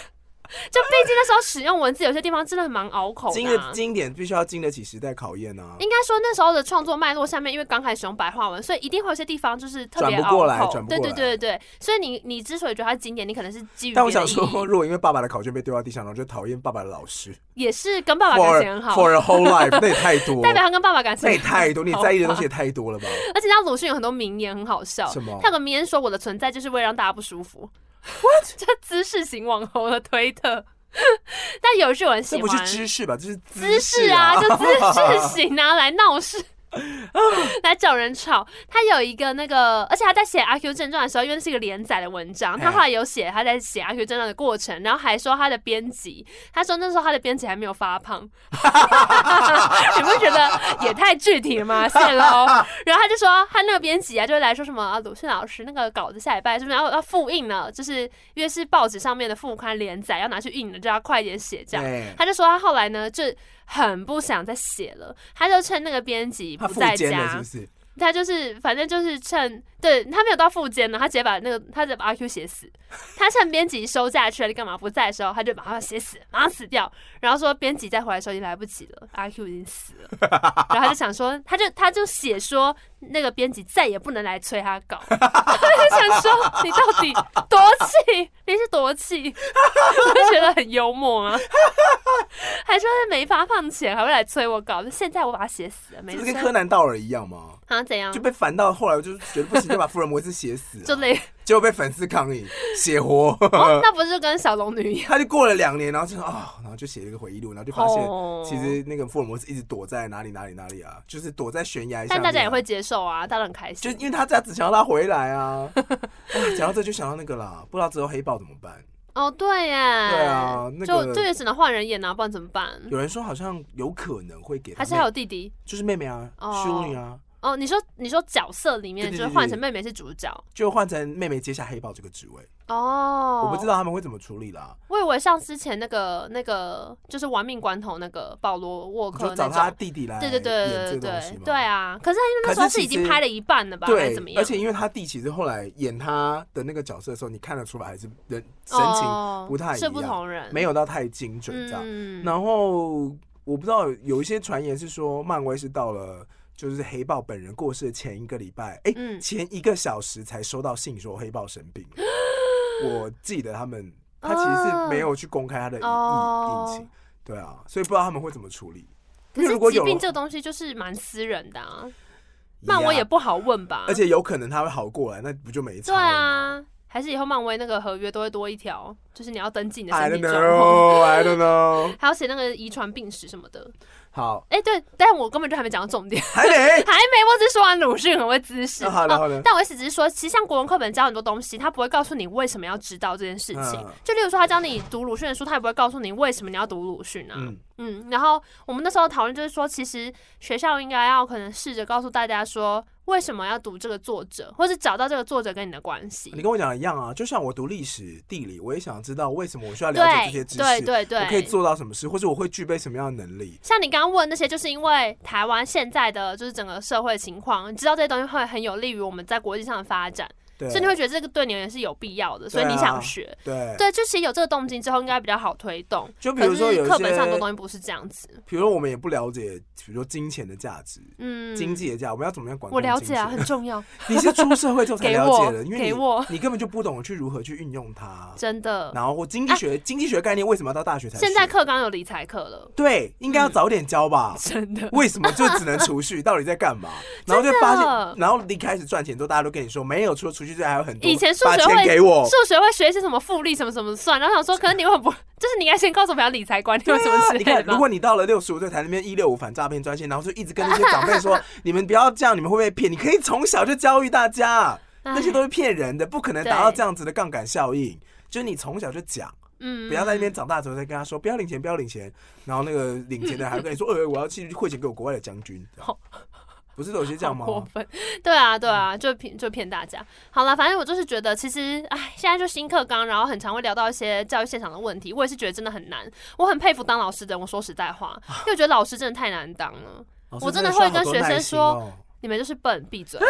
就毕竟那时候使用文字有些地方真的很蛮拗口的、啊，
经得经典必须要经得起时代考验啊，
应该说那时候的创作脉络下面，因为刚开始用白话文，所以一定会有些地方就是特别
转不过来
拗口
转不
对
过
对
来
对对对，所以你你之所以觉得它经典，你可能是基于
但我
别
想
的意义
说， 如果因为爸爸的考卷被丢到地上，然后就讨厌爸爸的老师
也是跟爸爸感
，for
情很啊好
for a whole life，那也太多，
代表他跟爸爸感情
那也
很好
太多，你在意的东西也太多了吧？
而且他鲁迅有很多名言很好笑，
什么
他有个名言说：“我的存在就是为了让大家不舒服。” What？这姿势型网红的推特， 但有一句我很
这
喜
不是
欢，
知识吧？这是姿
姿势啊，就姿势型啊，来闹事， 来找人吵。他有一个那个，而且他在写《阿 Q 正传》的时候，因为是一个连载的文章，他
哎
后来有写他在写《阿 Q 正传》的过程，然后还说他的编辑，他说那时候他的编辑还没有发胖， 你不觉得也太具体了吗？谢喽。然后他就说他那个编辑啊，就会来说什么啊，鲁迅老师那个稿子下礼拜是不是要要复印了？就是因为是报纸上面的副刊连载，要拿去印了，就要快点写这样。
对，
他就说他后来呢，就很不想再写了，他就趁那个编辑
他
不
附
在
肩了是
家
不，是？
他就是反正就是趁对他没有到副监呢，他直接把那个他直接把阿 Q 写死。他趁编辑休假去还是干嘛不在的时候，他就把他写死，马上死掉。然后说编辑再回来的时候已经来不及了，阿 Q 已经死 了。然后他就想说，他就他就写说那个编辑再也不能来催他 稿。他就想说你到底多气？你是多气？ 我就觉得很幽默啊，还说是没发放前还会来催我稿，现在我把他写死了，没
这
事
是。跟柯南道尔一样吗？
啊，怎样
就？被烦到后来，我就觉得不行，就把福尔摩斯写死、
就
啊，
类
结果被粉丝抗议，写活。
哦，那不是跟小龙女一样？
他就过了两年，然后就啊、然后就写了一个回忆录，然后就发现
哦
其实那个福尔摩斯一直躲在哪里哪里哪里啊，就是躲在悬崖下面啊。
但大家也会接受啊，大家很开
就
心
因为他家只想要他回来 啊。啊讲到这就想到那个啦，不知道之后黑豹怎么办？
哦，对耶，
对啊那个
就就也只能换人演啊，不然怎么办？
有人说好像有可能会给他
还
妹，
是还有弟弟
就是妹妹啊，
哦
修女啊，
哦？你说你说角色里面
对对
就
对
是换成妹妹是主角
就换成妹妹接下黑豹这个职位，
哦？
我不知，道他们会怎么处理啦。
我以为像之前那个那个就是玩命关头那个保罗沃
你
克
就找
那
他
种。
弟弟来
对对对
演
对
这个东西
对
嘛
对啊！可是因为那时候
可是其
是已
实
经拍了一半了吧，还是怎么
对，
样？
而且因为他弟其实后来演他的那个角色的时候，你看得出来还是人神情
哦
不太一
是不
样
同人，
没有到太精准这样。
嗯
然后我不知道有一些传言是说，漫威是到了就是黑豹本人过世的前一个礼拜，哎、
嗯
前一个小时才收到信说黑豹生病。 我记得他们他其实是没有去公开他的隐
嗯哦
疫疫情，对啊，所以不知道他们会怎么处理。
可
因为
是
如果
疾
有
病这个东西就是蛮私人的啊，漫威也
呀，
不好问吧？
而且有可能他会好过来，那不就没差
对
了吗。
啊，还是以后漫威那个合约都会多一条，就是你要登啊记你的
哎 I
身
don't
体状况，
know, I don't know。
还要写那个遗传病史什么的。
好，
哎、对，但我根本就还没讲到重点，
还没。
还没，我只是说完鲁迅很会姿势。
啊好的
哦
好的
但我意思只是说，其实像国文课本教很多东西，他不会告诉你为什么要知道这件事情。
嗯
就例如说，他教你读鲁迅的书，他也不会告诉你为什么你要读鲁迅啊。
嗯
嗯，然后我们那时候讨论就是说，其实学校应该要可能试着告诉大家说，为什么要读这个作者，或是找到这个作者跟你的关系。
你跟我讲的一样啊，就像我读历史、地理，我也想知道为什么我需要了解这
对
些知识，
对对
我可以
对，
做到什么事，或者我会具备什么样的能力。
像你刚刚问那些，就是因为台湾现在的就是整个社会情况，你知道这些东西会很有利于我们在国际上的发展，
对，
所以你会觉得这个对你而言是有必要的，所
对啊
以你想学。
对，
对，就其实有这个动机之后，应该比较好推动。
就比
可
如说
是
有一
课本上很多
些，
东西不是这样子，
比如说我们也不了解，比如说金钱的价值、
嗯，
经济的价，我们要怎么样管？
我了解啊，，很重 要，
你是出社会之后才
给
了解
我
的，因为
给
你
我，
你根本就不懂去如何去运用它。
真的。
然后我经济学、经济学概念为什么要到大学才学？
现在课纲有理财课 了，
对，应该要
嗯
早点教吧。
真 的。
为什么就只能储蓄？到底在干 嘛？然后就发现，然后一开始赚钱之后，大家都跟你说没有，除了储蓄之外还有很多。
以前数
把
学
钱
会
给我，
数学会学一些什么复利什么什么算，然后想说，可能你会不，就是你应该先告诉我们要理财观念什么之
啊你
类的
看，
吧
如。果你到了六十五岁才那边一六五反诈骗专线，然后就一直跟那些长辈 说，你们不要这样，你们会被骗。你可以从小就教育大家，
唉
那些都是骗人的，不可能达到这样子的杠杆效应。就是你从小就讲，
嗯
不要在那边长大之后再跟他说不要领钱，不要领钱，然后那个领钱的还会跟你说，呃，我要去汇钱给我国外的将军，
好
不是都有些这样吗
好？过分，对啊，对啊，就骗就骗大家。好了，反正我就是觉得，其实哎，现在就新课纲，然后很常会聊到一些教育现场的问题。我也是觉得真的很难，我很佩服当老师的人。我说实在话，
啊
因为我觉得老师真的太难当了。
老师
我真的
需要
会跟
好多
学生
耐心
说
哦
你们就是笨，闭
啊
嘴，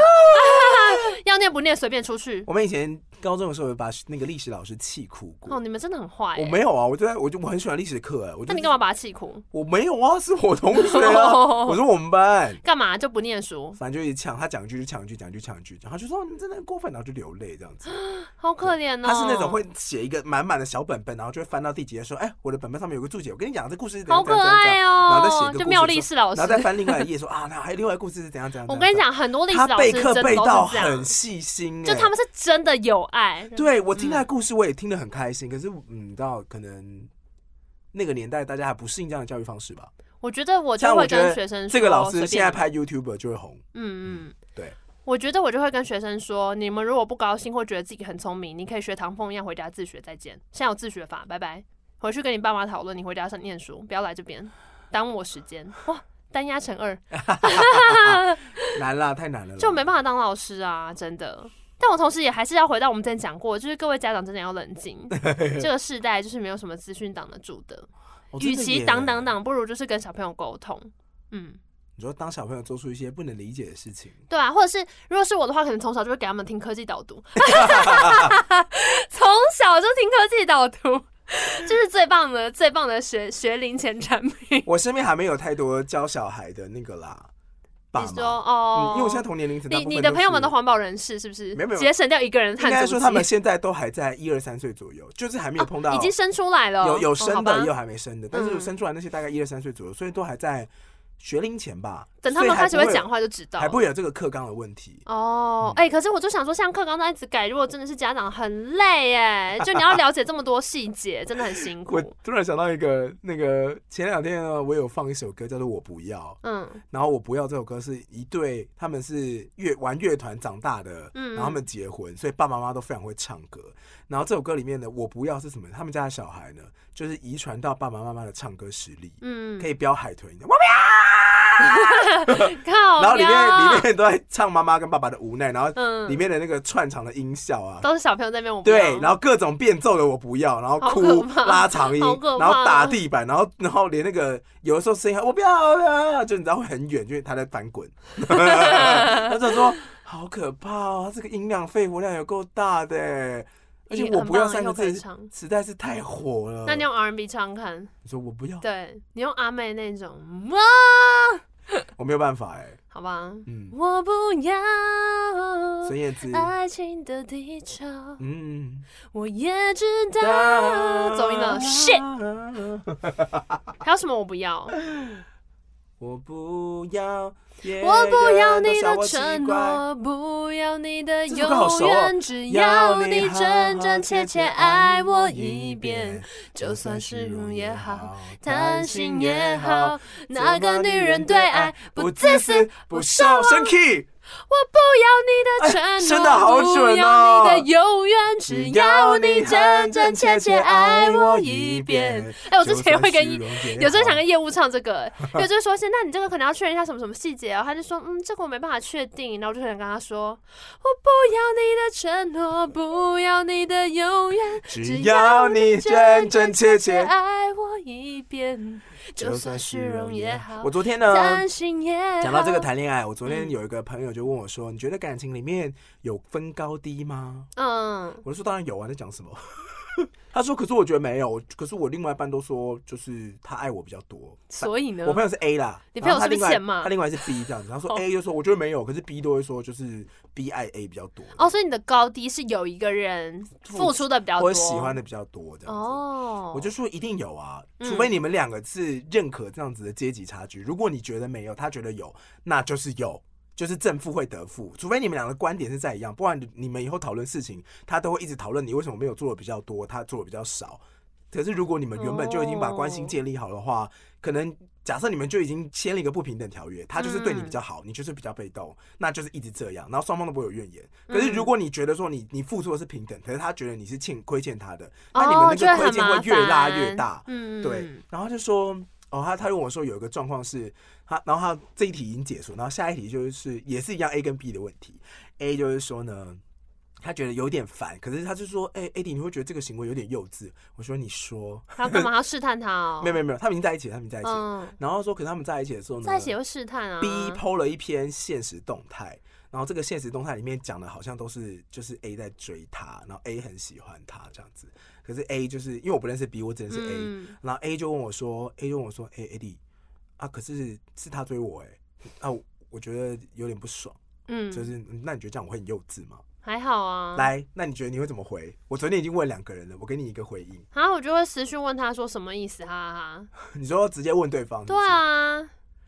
要念不念随便出去。
我们以前高中的时候有把那个历史老师气哭过。
哦，你们真的很坏、欸。
我没有啊，我就在我就我很喜欢历史课哎、我就
那你干嘛把他气哭？
我没有啊，是我同学 啊，我说我们班，
干嘛就不念书？
反正就一直抢，他讲一句就抢一句，讲一句抢一句，然后就说嗯你真的很过分，啊然后就流泪这样子。
好可怜哦。
他是那种会写一个满满的小本本，然后就会翻到第几页说，哎，我的本本上面有个注解，我跟你讲这故事是怎
好
样怎
可
样怎样怎
爱
样，然后再写一
哦
个，故事
就妙丽
说
是老师
然后。再翻另外一页说啊，那还有另外一个故事是怎样怎样。
我跟你
怎样，
讲，很多历史
他
老
备
师真
课
的都
背
是
到
这样
很，细心、哎
就他们是真的有爱。
对我听他的
嗯
故事，我也听得很开心。可是，嗯，到可能那个年代，大家还不适应这样的教育方式吧。
我觉得我就
像我
会
觉得
跟学嗯生说，
这个老
随
师
便
现在
你
拍 YouTube 就会红，
嗯嗯，
对。
我觉得我就会跟学生说，你们如果不高兴或觉得自己很聪明，你可以学唐凤一样回家自学，再见。现在有自学法，拜拜。回去跟你爸妈讨论，你回家上念书，不要来这边耽误我时间。哇，单压乘二，
难啦，太难了啦。
就没办法当老师啊，真的。但我同时也还是要回到我们之前讲过，就是各位家长真的要 冷静，这个世代就是没有什么资讯挡得住的。
哦真
与
的
其
耶
挡挡挡，不如就是跟小朋友沟通。嗯，
你说当小朋友做出一些不能理解的事情，
对啊，或者是如果是我的话，可能从小就会给他们听科技导读， 从小就听科技导读， 这、是最棒的、最棒的学学龄前产品。
我身边还没有太多教小孩的那个啦，爸
你说
妈。
哦
嗯，，因为我现在同年龄层，大
你
部分
你的
都
朋友们
是
都环保人士是不是？
没有没有
节省掉一个人的
应该
碳足
说
迹，
他们现在都还在一二三岁左右，就是还没有碰到、
哦已经生出来了，
有有
哦好
生
吧
的，也有还没生的，但是
嗯
生出来那些大概一二三岁左右，所以都还在学龄前吧。
等他们开始
所以
会
还不
讲话就知道
还。不会有这个课纲的问题。
哦，哎、可是我就想说，像课纲那样子改，如果真的是家长很累哎，就你要了解这么多细节，真的很辛
我
苦。
突然想到一个，那个前两天呢，我有放一首歌叫做《我不要
嗯》，
然后《我不要》这首歌是一对他们是乐玩乐团长大的，
嗯
然后他们结婚，所以爸爸妈妈都非常会唱歌。然后这首歌里面的“我不要”是什么？他们家的小孩呢，就是遗传到爸爸妈妈的唱歌实力，
嗯
可，以飙海豚，
靠腰，
然后里面里面都在唱妈妈跟爸爸的无奈，然后
嗯
里面的那个串场的音效啊，
都是小朋友在那边，我不
对
要，
然后各种变奏的我不要，然后
好
哭
可怕
拉长音
好可，怕
然后打地板，然后然后连那个有的时候声音还我哦不要我不要，就你知道会很远，因为他在翻 滚，他就说好可怕哦，他这个音量肺活量有够大的欸，而且
你
我
很
不要
棒
三
以
个
后可以
字
唱
实在是太火了，
那你用 R&B 唱看，
你说我不要，
对你用阿妹那种，哇，
我没有办法哎，
好吧，
嗯，
我不要
孙燕姿，
爱情的地球，
嗯，
我也知道啊走音了，shit，还有什么我不要？
我不要，
我
我
不要
哎
你的承诺，不要你的
这首歌好
永
熟哦
远，只要你真真切切爱我一遍，，就算是辱也好，，贪心也好，哪个女人对爱不自私、不受
生气，
我不要你的承
哎真
诺，
的好准哦
不要你的永远，只要你真真切切爱我一遍。哎，我之前会跟有时候想跟业务唱这 个、因为就是说现在你这个可能要确认一下什么什么细节啊，他就说嗯，这个我没办法确定，然后我就很想跟他说，我不要你的承诺，不要你的永远，
只要你真真切切
爱我一遍，就算虚荣也好
我，昨天呢，
担心也好。
讲到这个，谈恋爱，我昨天有一个朋友就问我说：“你觉得感情里面有分高低吗
嗯？”
我就说：“当然有啊，你在讲什么？” 他说：“可是我觉得没有，可是我另外一半都说，就是他爱我比较多。”
所以呢，
我朋友是 A 啦，
你朋友
然后他
是不是
另外
欠骂哦
他另外是 B 这样子，他说 A 就说我觉得没有，可是 B 都会说就是 B 爱 A 比较多，
哦，所以你的高低是有一个人付出的比较多，
我喜欢的比较多这样子。
哦。
我就说一定有啊，
嗯
除非你们两个是认可这样子的阶级差距。如果你觉得没有，他觉得有，那就是有，就是正负会得负。除非你们两个观点是在一样，不然你们以后讨论事情，他都会一直讨论你为什么没有做的比较多，他做的比较少。可是如果你们原本就已经把关系建立好的话，
哦
可能假设你们就已经签了一个不平等条约，他就是对你比较
嗯
好，你就是比较被动，那就是一直这样，然后双方都不会有怨言。
嗯
可是如果你觉得说你你付出的是平等，可是他觉得你是欠亏欠他的，那你们
哦
那
就会
个亏
很
欠
麻
会
烦，
越拉越大。
嗯，
对，然后他就说，哦，他他跟我说有一个状况是，他然后他这一题已经结束，然后下一题就是也是一样 A 跟 B 的问题。A 就是说呢，他觉得有点烦，可是他就说，哎、a d 你会觉得这个行为有点幼稚。我说你说，
他干嘛要试探他哦？
没有没有没有，他们已经在一起了，他们已经在一起了。
嗯，
然后说，可是他们在一起的时候呢，
在一起也会试探啊。
B 抛了一篇现实动态，然后这个现实动态里面讲的好像都是就是 A 在追他，然后 A 很喜欢他这样子。可是 A 就是因为我不认识 B，我只认识 A，、
嗯
然后 A 就问我说，A 就问我说，哎、a d 啊，可是是他追我哎、啊，我我觉得有点不爽，
嗯，
就是嗯那你觉得这样我会很幼稚吗？
还好啊。
来，那你觉得你会怎么回？我昨天已经问两个人了，我给你一个回应，
啊，我就会私讯问他说什么意思，哈哈哈。
你说直接问对方，
对，啊，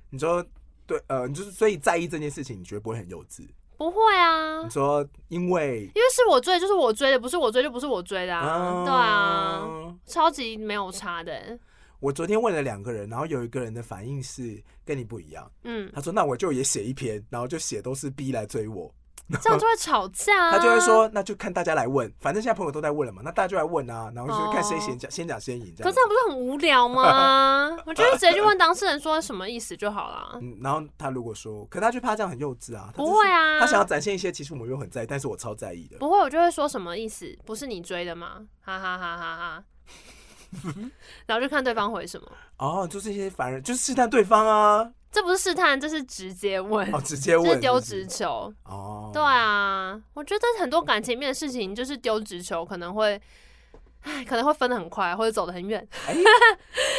你说对，呃，你就是所以在意这件事情，你觉得不会很幼稚？
不会啊
你，说因为
因为是我追就是我追的，不是我追就不是我追的
哦
啊。对啊，
嗯
超级没有差的。欸
我昨天问了两个人，然后有一个人的反应是跟你不一样，
嗯，
他说那我就也写一篇，然后就写都是 B 来追我，
这样就会吵架啊。
他就会说那就看大家来问，反正现在朋友都在问了嘛，那大家就来问啊，然后就是看谁先讲、先讲先赢这
哦可
样
这样
子。
不是很无 聊吗？我就是直接去问当事人说什么意思就好了。
嗯，然后他如果说，可他就怕这样很幼稚啊，他就是
不会啊
他想要展现一些其实我们没有很在意，但是我超在意的。
不会，我就会说什么意思？不是你追的吗？哈哈哈哈 哈。然后就看对方回什么。
哦，就这些反而就是试探对方啊，
这不是试探，这是直接问，
哦，直接
这
问
是丢
是不
直
是
球。
哦，
对啊，我觉得很多感情面的事情，就是丢直球可能会，唉，可能会分得很快，或者走得很远。
哎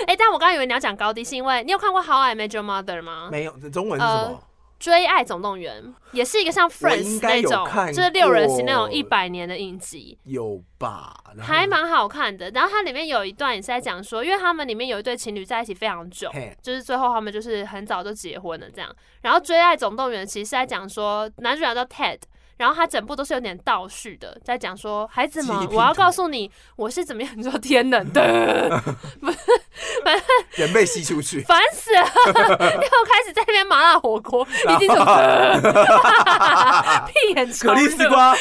哎、但我刚刚以为你要讲高低，是因为你有看过《How I Met Your Mother》吗？
没有，中文是什么？
《追爱总动员》也是一个像
我应
Friends
该
那
有看
种，
过嗯
就是六人行那种一百年的影集。
有吧？然后
还蛮好看的，然后它里面有一段也是在讲说，因为他们里面有一对情侣在一起非常久，
嘿，
就是最后他们就是很早就结婚了这样。然后《追爱总动员》其实是在讲说，男主角叫 Ted，然后他整部都是有点倒叙的，在讲说孩子
记忆
们，
拼
我要
图
告诉你我是怎么样，你说天冷的，
人被吸出去，
烦死了， 又开始在那边麻辣火锅，已经怎么的 屁眼
可
超
丽丝
热，
瓜，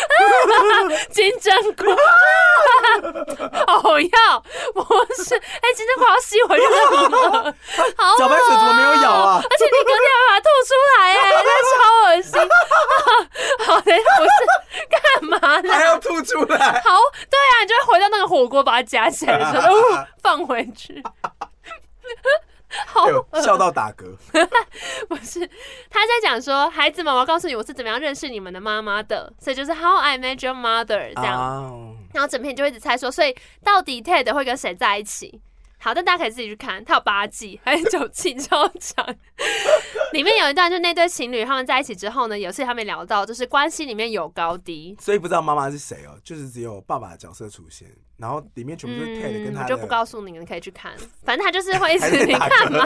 金针菇， 哦要不是，哎、金针菇要吸回去，好
小白水怎么没有咬啊？
而且你隔天还把它吐出来、 哎，那超恶心。 好的，不是干嘛
还
呢？
要吐出来，
好，对啊，你就会回到那个火锅，把它夹起来的 时候，哦放回去。 好
哎呦，笑到打嗝。
不是，他在讲说，孩子们，我要告诉你，我是怎么样认识你们的妈妈的，所以就是 How I Met Your Mother 这样。
啊，
然后整篇就一直猜说，所以到底 Ted 会跟谁在一起？好，但大家可以自己去看，它有八季，还有九季，超长。里面有一段，就那对情侣他们在一起之后呢，有次他们聊到，就是关系里面有高低。
所以不知道妈妈是谁哦，就是只有爸爸的角色出现，然后里面全部都是 Ted 跟他的，
我就不告诉你，你可以去看。反正他就是会一
还在
直你
打
干嘛？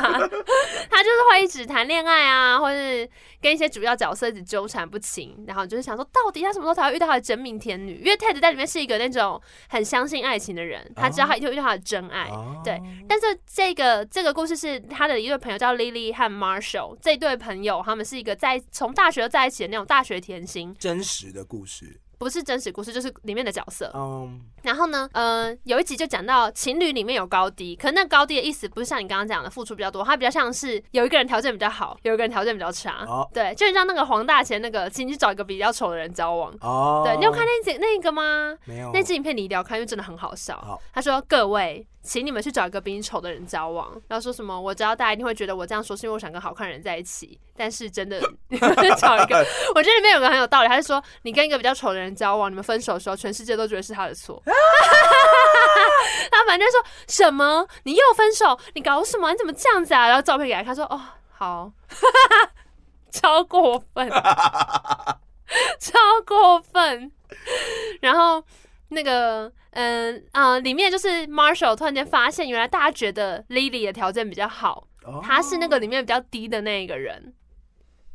他就是会一直谈恋爱啊，或是跟一些主要角色一直纠缠不清，然后你就是想说，到底他什么时候才会遇到他的真命天女？因为 Ted 在里面是一个那种很相信爱情的人，他知道他一定会遇到他的真爱。
哦
对，但是这个这个故事是他的一对朋友叫 Lily 和 Marshall 这对朋友，他们是一个在从大学就在一起的那种大学甜心，
真实的故事，
不是真实故事，就是里面的角色。
嗯，
然后呢，呃，有一集就讲到情侣里面有高低，可能那高低的意思不是像你刚刚讲的付出比较多，它比较像是有一个人条件比较好，有一个人条件比较差。
哦
对，就很像那个黄大仙那个，请去找一个比较丑的人交往。
哦，
对，你有看那集那个吗？
没有？
那支影片你一定要看，因为真的很好笑。
好
他说：“各位，请你们去找一个比你丑的人交往。”然后说什么？我知道大家一定会觉得我这样说是因为我想跟好看的人在一起，但是真的 你们去找一个。我觉得里面有个很有道理，他是说你跟一个比较丑的人交往，你们分手的时候，全世界都觉得是他的错。 他反正就说什么你又分手，你搞什么？你怎么这样子啊？然后照片给他看，说哦好， 超过分， 超过分。然后那个嗯啊、呃里面就是 Marshall 突然间发现，原来大家觉得 Lily 的条件比较好，
哦
他是那个里面比较低的那一个人。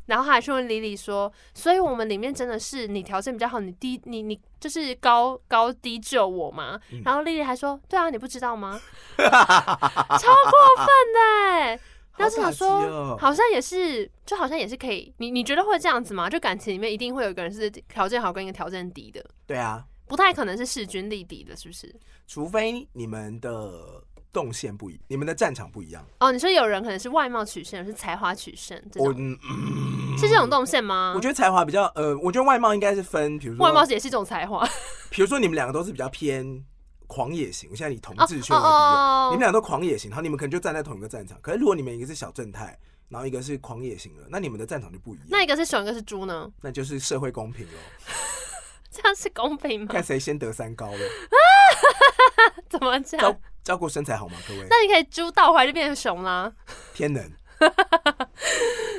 然后他还去问 Lily 说：“所以我们里面真的是你条件比较好，你低你你就是高高低救我吗？”
嗯
然后 Lily 还说：“对啊，你不知 道吗？”超过分的欸。然后就想
好打击
说
哦，
好像也是，就好像也是可以。你你觉得会这样子吗？就感情里面一定会有一个人是条件好跟一个条件低的，
对啊，
不太可能是势均力敌的，是不是？
除非你们的动线不一，你们的战场不一样。
哦，你说有人可能是外貌取胜，有人是才华取胜，这
我
种
嗯
是这种动线吗？
我觉得才华比较，呃，我觉得外貌应该是分，比如
外貌
说，
也是一种才华。
比如说你们两个都是比较偏狂野型，现在以同
哦
志圈为敌友，你们
哦哦，
俩都狂野型，然后你们可能就站在同一个战场。可是如果你们一个是小正太，然后一个是狂野型的，那你们的战场就不一样，
那一个是熊，一个是猪呢？
那就是社会公平 喽，
这样是公平吗？
看谁先得三高了。
怎么讲？
照照顾身材好吗，各位？
那你可以猪倒回来就变成熊啦。
天能。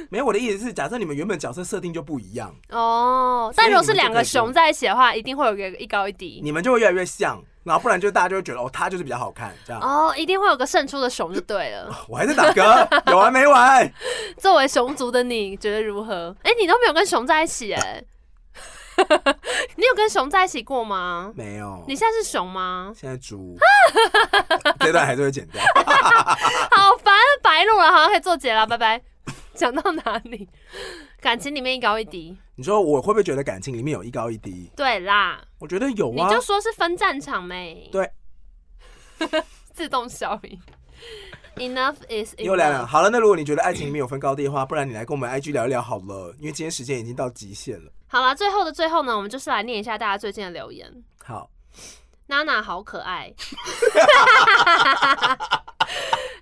没有，我的意思是，假设你们原本角色设定就不一样，
哦，
所以
但
你
如果
们
是
就
两
可
个
以说
熊在一起的话，一定会有一个一高一低。
你们就会越来越像，然后不然就大家就会觉得哦，他就是比较好看这样。
哦，一定会有个胜出的熊就对了。
我还在打嗝，有完没完？
作为熊族的你，觉得如何？哎、你都没有跟熊在一起哎、 你有跟熊在一起过吗？
没有，
你现在是熊吗？
现在 猪，这段还是会剪掉。
好烦，白录了，好像可以做结了，拜拜。 讲到哪里？感情里面一高一低，
你说我会不会觉得感情里面有一高一低？
对啦，
我觉得有
你
啊
就，说是分战场没？
对，
自动消音。Enough is
又来了。
enough。
好了，那如果你觉得爱情里面有分高低的话，不然你来跟我们 IG 聊一聊好了，因为今天时间已经到极限了。
好啦，最后的最后呢，我们就是来念一下大家最近的留言。
好，
娜娜好可爱。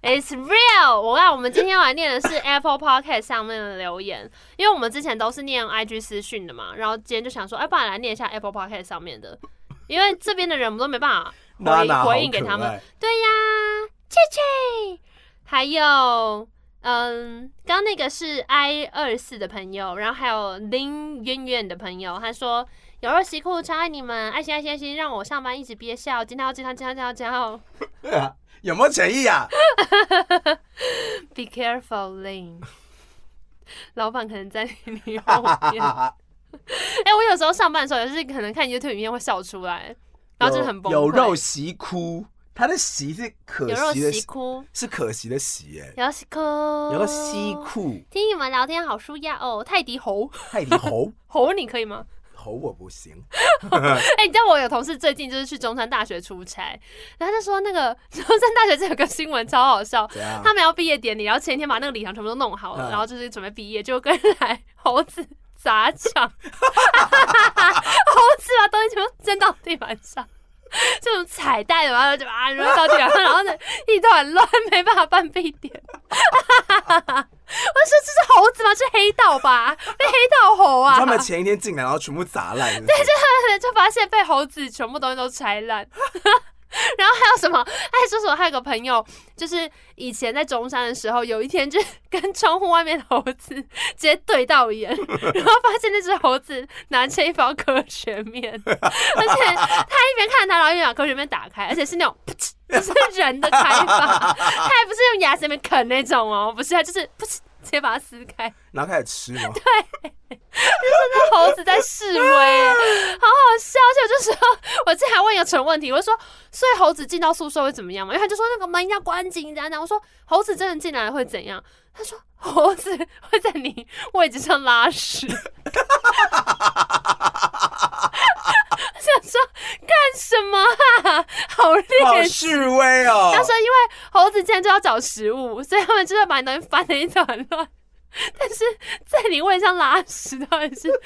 It's real！我看我们今天要来念的是 Apple Podcast 上面的留言，因为我们之前都是念 IG 私讯的嘛，然后今天就想说，哎、不然来念一下 Apple Podcast 上面的，因为这边的人我们都没办法
娜娜
回
好
回应给
可
他们
爱
对呀，切切，还有嗯，刚刚那个是 I 二四的朋友，然后还有林远远的朋友，他说有肉西裤超爱你们，爱心爱心爱心，让我上班一直憋笑，今天要今天今天今天要
对啊， 有没有诚意 啊？
Be careful, Lin。老板可能在你后面。哎、我有时候上班的时候也是可能看 YouTube 影片会笑出来，然后就是很崩溃。
有有肉席哭，他的席是可
有肉
惜的
西
席，
哭，
是可惜的席哎，
有肉西哭，有
有个西。裤，
听你们聊天好舒压哦，泰迪猴
泰迪猴
猴你可以吗？
猴我不行，
哎、你知道我有同事最近就是去中山大学出差，然后他就说那个 中山大学这有个新闻超好笑，
怎样？
他们要毕业典礼，然后前一天把那个礼堂全部都弄好了，
啊嗯
然后就是准备毕业，就跟来猴子 砸场，猴子把东西全部扔到地板上。这种彩带然后就把它扔到地板上，然后呢一团乱，没办法办毕点。我说这是猴子吗？是黑道吧？被黑道猴啊！
他们前一天进来，然后全部砸烂，对，
就发现被猴子全部东西都拆烂。 然后还有什么？还说什么？还有个朋友，就是以前在中山的时候，有一天就 跟窗户外面的猴子直接对到眼， 然后发现那只猴子拿着一包科学面，而且他一边看它，然后一边把科学面打开，而且是那种噗嗤不是人的开法， 他还不是用牙齿那边啃那种哦，不是，他就是噗嗤直接把它撕开。
然后开始吃嘛，
猴子在示威，好好笑！而且我就说，我之前还问一个蠢问题，我就说，所以猴子进到宿舍会怎么样嘛？因为他就说那个门要关紧，这样这样。我说猴子真的进来会怎样？他说猴子会在你位置上拉屎。 我想说干什么啊？好
好
猎奇！
示威哦
他。说因为猴子进来就要找食物，所以他们就会把你东西翻得一团乱。但是在你胃上拉屎到底是为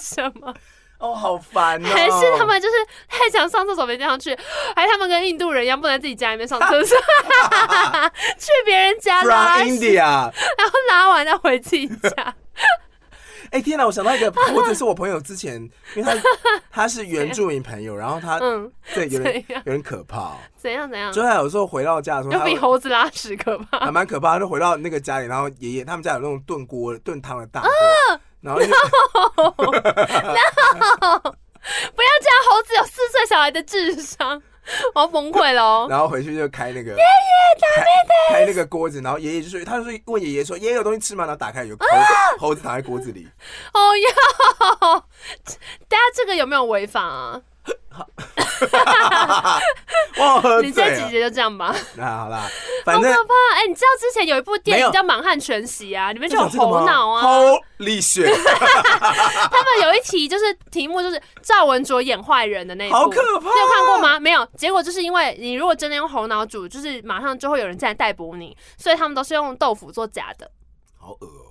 什么？
哦，好烦哦。
还是他们就是太想上厕所没地方去，还是他们跟印度人一样不能自己家里面上厕 所，去别人家拉
from
屎，
India？
然后拉完再回自己家。
哎、天哪！我想到一 个，或者是我朋友之前，因为他他是原住民朋友，然后他、
嗯，
对有点
怎样嗯
有点可怕、哦，
怎样怎样
就？他有时候回到家的时候，
有
他
比
会
猴子拉屎可怕。
还蛮可怕的。就回到那个家里，然后爷爷他们家有那种炖锅、炖汤的大锅，
啊
然后就
不要这样，猴子有四岁小孩的智商，我要崩溃了哦！
然后回去就开那个爷爷开开那个锅子，然后爷爷就说，他就说问爷爷说，爷爷有东西吃吗？然后打开有猴
啊
子，猴子躺在锅子里，
哦哟，大家这个有没有违法啊？
哇，喝
你这
醉
几
了。
节就这样吧，
那好啦，
好
呃啊反
可
正
怕！哎、你知道之前有一部电
没有
影叫《满汉全席》啊，里面就有
讲这个吗
猴脑啊。
，Holy shit！
他们有一题就是题目就是赵文卓演坏人的那一部，
好可怕
你有看过吗？没有。结果就是因为你如果真的用猴脑煮，就是马上就会有人进来逮捕你，所以他们都是用豆腐做假的。
好恶哦。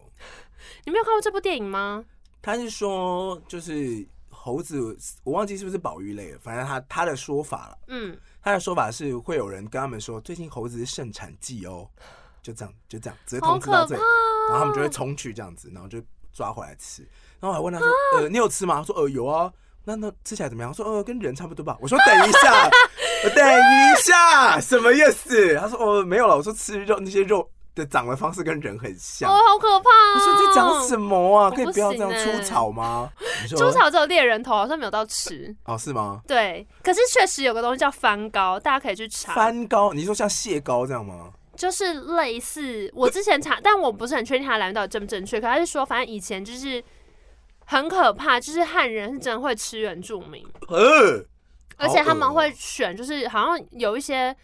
你没有看过这部电影吗？
他是说，就是猴子，我忘记是不是保育类了，反正他他的说法了，
嗯，
他的说法是会有人跟他们说，最近猴子是盛产季哦，就这样就这样，直接
好
通知到
可
这
怕
里，
哦。
然后他们就会冲去这样子，然后就抓回来吃。然后我还问他说，
啊
呃，你有吃吗？他说，呃，有啊。那那吃起来怎么样？他说呃，跟人差不多吧。我说等一 下，我等一下，什么意思？他说哦，没有了。我说吃肉那些肉的长的方式跟人很像。
哦，好可怕、哦！
我说你在讲什么啊？
不
可以不要这样
行欸欸
出草吗？你说
猪草只有猎人头，好像没有到吃。
哦是吗？
对，可是确实有个东西叫翻糕，大家可以去查，
翻高，你说像蟹膏这样吗？
就是类似我之前查，但我不是很确定它的来源到底正不正确。可他是说，反正以前就是很可怕，就是汉人是真的会吃原住民，
呃，
而且他们
好恶哦
会选，就是好像有一些。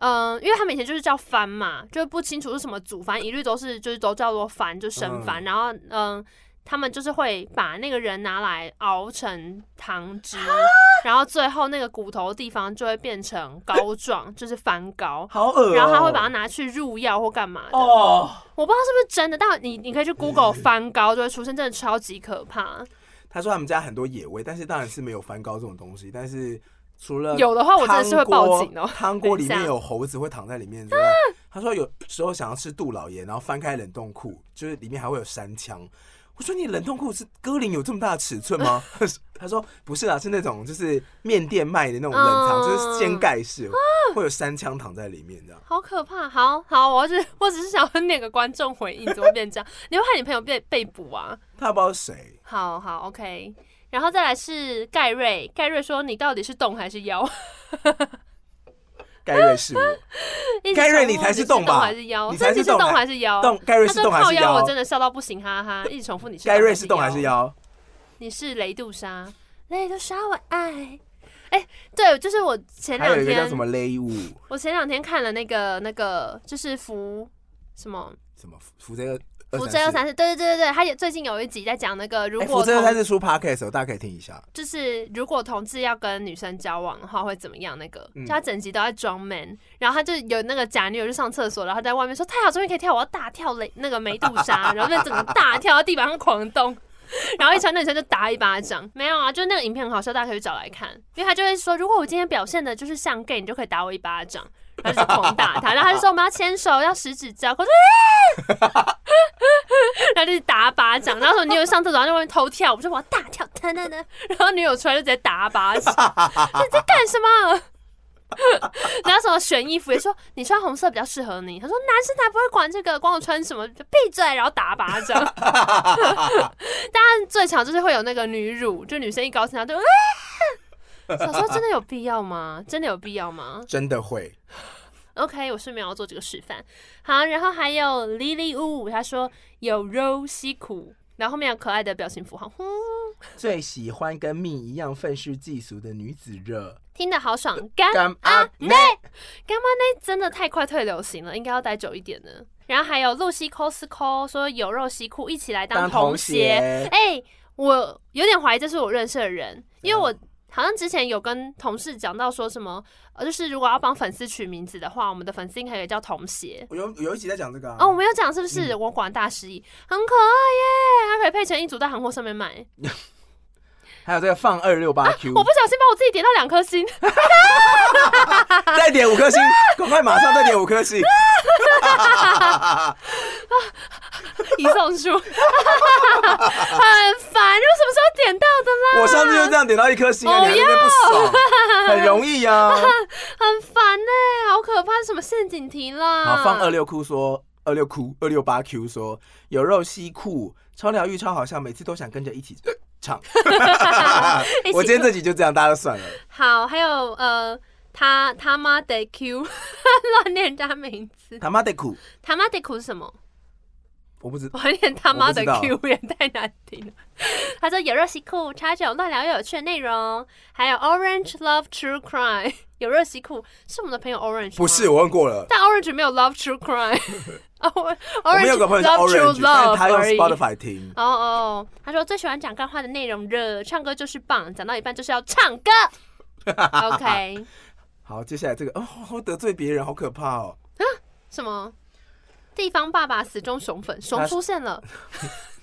嗯，因为他们以前就是叫番嘛，就不清楚是什么族，反正一律都是就是都叫做番，就生番。然后嗯，他们就是会把那个人拿来熬成汤汁，然后最后那个骨头的地方就会变成膏状，就是番膏。
好恶哦。
然后他会把它拿去入药或干嘛的，
哦，
我不知道是不是真的，但你你可以 去 Google 翻高，就会出现，真的超级可怕。
他说他们家很多野味，但是当然是没有番膏这种东西，但是除了
有的话我真的是会报
汤
警
锅
哦
汤锅里面有猴子会躺在里面之外，他说有时候想要吃杜老爷，然后翻开冷冻库，就是里面还会有山枪。我说你冷冻库是歌林有这么大的尺寸吗？ 他说不是啦，是那种就是面店卖的那种冷藏，
嗯
就是掀盖式，会有山枪躺在里面这样。
好可怕！好好，我只我只是想问哪个观众回应，怎么变这样？你会害你朋友被被捕啊？
他不知道是谁，
好好，OK。然后再来是盖瑞，盖瑞说你到底是动还是妖？
盖瑞是
哦
我，
一直
盖瑞
重复
你才是
是
动吧
还是妖？
你
这
才
题
是
是
动
动
还
还是妖？
动盖瑞
他
是
说
动还
靠
是
腰，
妖
我？真的笑到不行，哈哈！一直重复你是
盖瑞是动还是
妖？
妖？
你是雷杜 莎，雷杜莎我爱。哎、对，就是我前
还有
两
一个叫什
天，
么雷舞，
我前两天看了那个那个，就是福什么
什么福泽二
福州二三四，对对对对对，他也最近有一集在讲那个，如
哎，
果
福泽二三
同
四出 podcast，哦大家可以听一下。
就是如果同志要跟女生交往的话会怎么样？那个
嗯
就他整集都在装 man，然后他就有那个假女友就上厕所，然后在外面说太好，终于可以跳，我要大跳雷那个梅杜莎，然后那整个大跳到地板上狂动。 然后一传那女生就打一巴掌，没有啊，就是那个影片很好笑，大家可以去找来看，因为他就会说，如果我今天表现的就是像 gay，你就可以打我一巴掌，然后就狂打他，然后他就说我们要牵手，要十指交扣，我说， 欸然后就是打巴掌，然后说女友上厕所，然后在外面偷跳，我说我要大跳， 噔噔噔，然后女友出来就直接打巴掌，说你在干什么？ 然后什么选衣服也说你穿红色比较适合你，他说男生才不会管这个，管我穿什么，就闭嘴，然后打巴掌。 最强就是会有那个女乳，就女生一高兴，她就啊。想说真的有必要吗？真的有必要吗
真的会，
？OK，我是没有要做这个示范。好，然后还有 Lily Wu，她说有肉西苦，然后后面有可爱的表情符号，哼，
最喜欢跟蜜一样愤世嫉俗的女子热
听得好爽，干
干
啊
阿妹，
真的太快退流行了，应该要待久一点呢。然后还有露西 Cosco 说有肉西裤一起来当童鞋，嗯
鞋，
哎、我有点怀疑这是我认识的人，因为我好像之前有跟同事讲到说什么，呃，就是如果要帮粉丝取名字的话，我们的粉丝应该也叫童鞋。
我有有一集在讲这个啊
哦，我没有讲是不是？我广大失忆，很可爱耶！它可以配成一组，在韩货上面买。
还有这个放二六八 Q，
我不小心把我自己点到两颗星，
再点五颗星，赶快马上再点五颗 星，
移送 书，很烦。我什么时候点到的啦？
我上次就这样点到一颗星
哦
啊，你还在那边不爽， 很容易 啊。
很烦呢、好可怕！什么陷阱题啦？
好，放二六哭说二六哭二六八 Q 说有肉西裤，超疗愈，超好笑，每次都想跟着一起呃唱。
一起
我今天这集就这样，大家都算了。
好，还有呃，他他妈的 Q 乱念人家名字，
他妈的苦，
他妈的 Q 是什么？
我不知
我还念他妈的
我
Q 也太难听了。 他说有热西裤，插这种乱聊又有趣的内容，还有 Orange Love True Crime 有热西裤是我们的朋友 Orange，吗
不是，我问过了。
但 Orange 没有 Love True Crime，哦我
我们有个朋友
Orange
是
Love True
Orange，但
Love
他用
而已。
Spotify 听。
哦哦，他说最喜欢讲干话的内容热，唱歌就是棒，讲到一半就是要 唱歌。OK，
好，接下来这个哦，好得罪别人，好可怕哦。
什么？地方爸爸死忠熊粉，熊
他
出现了。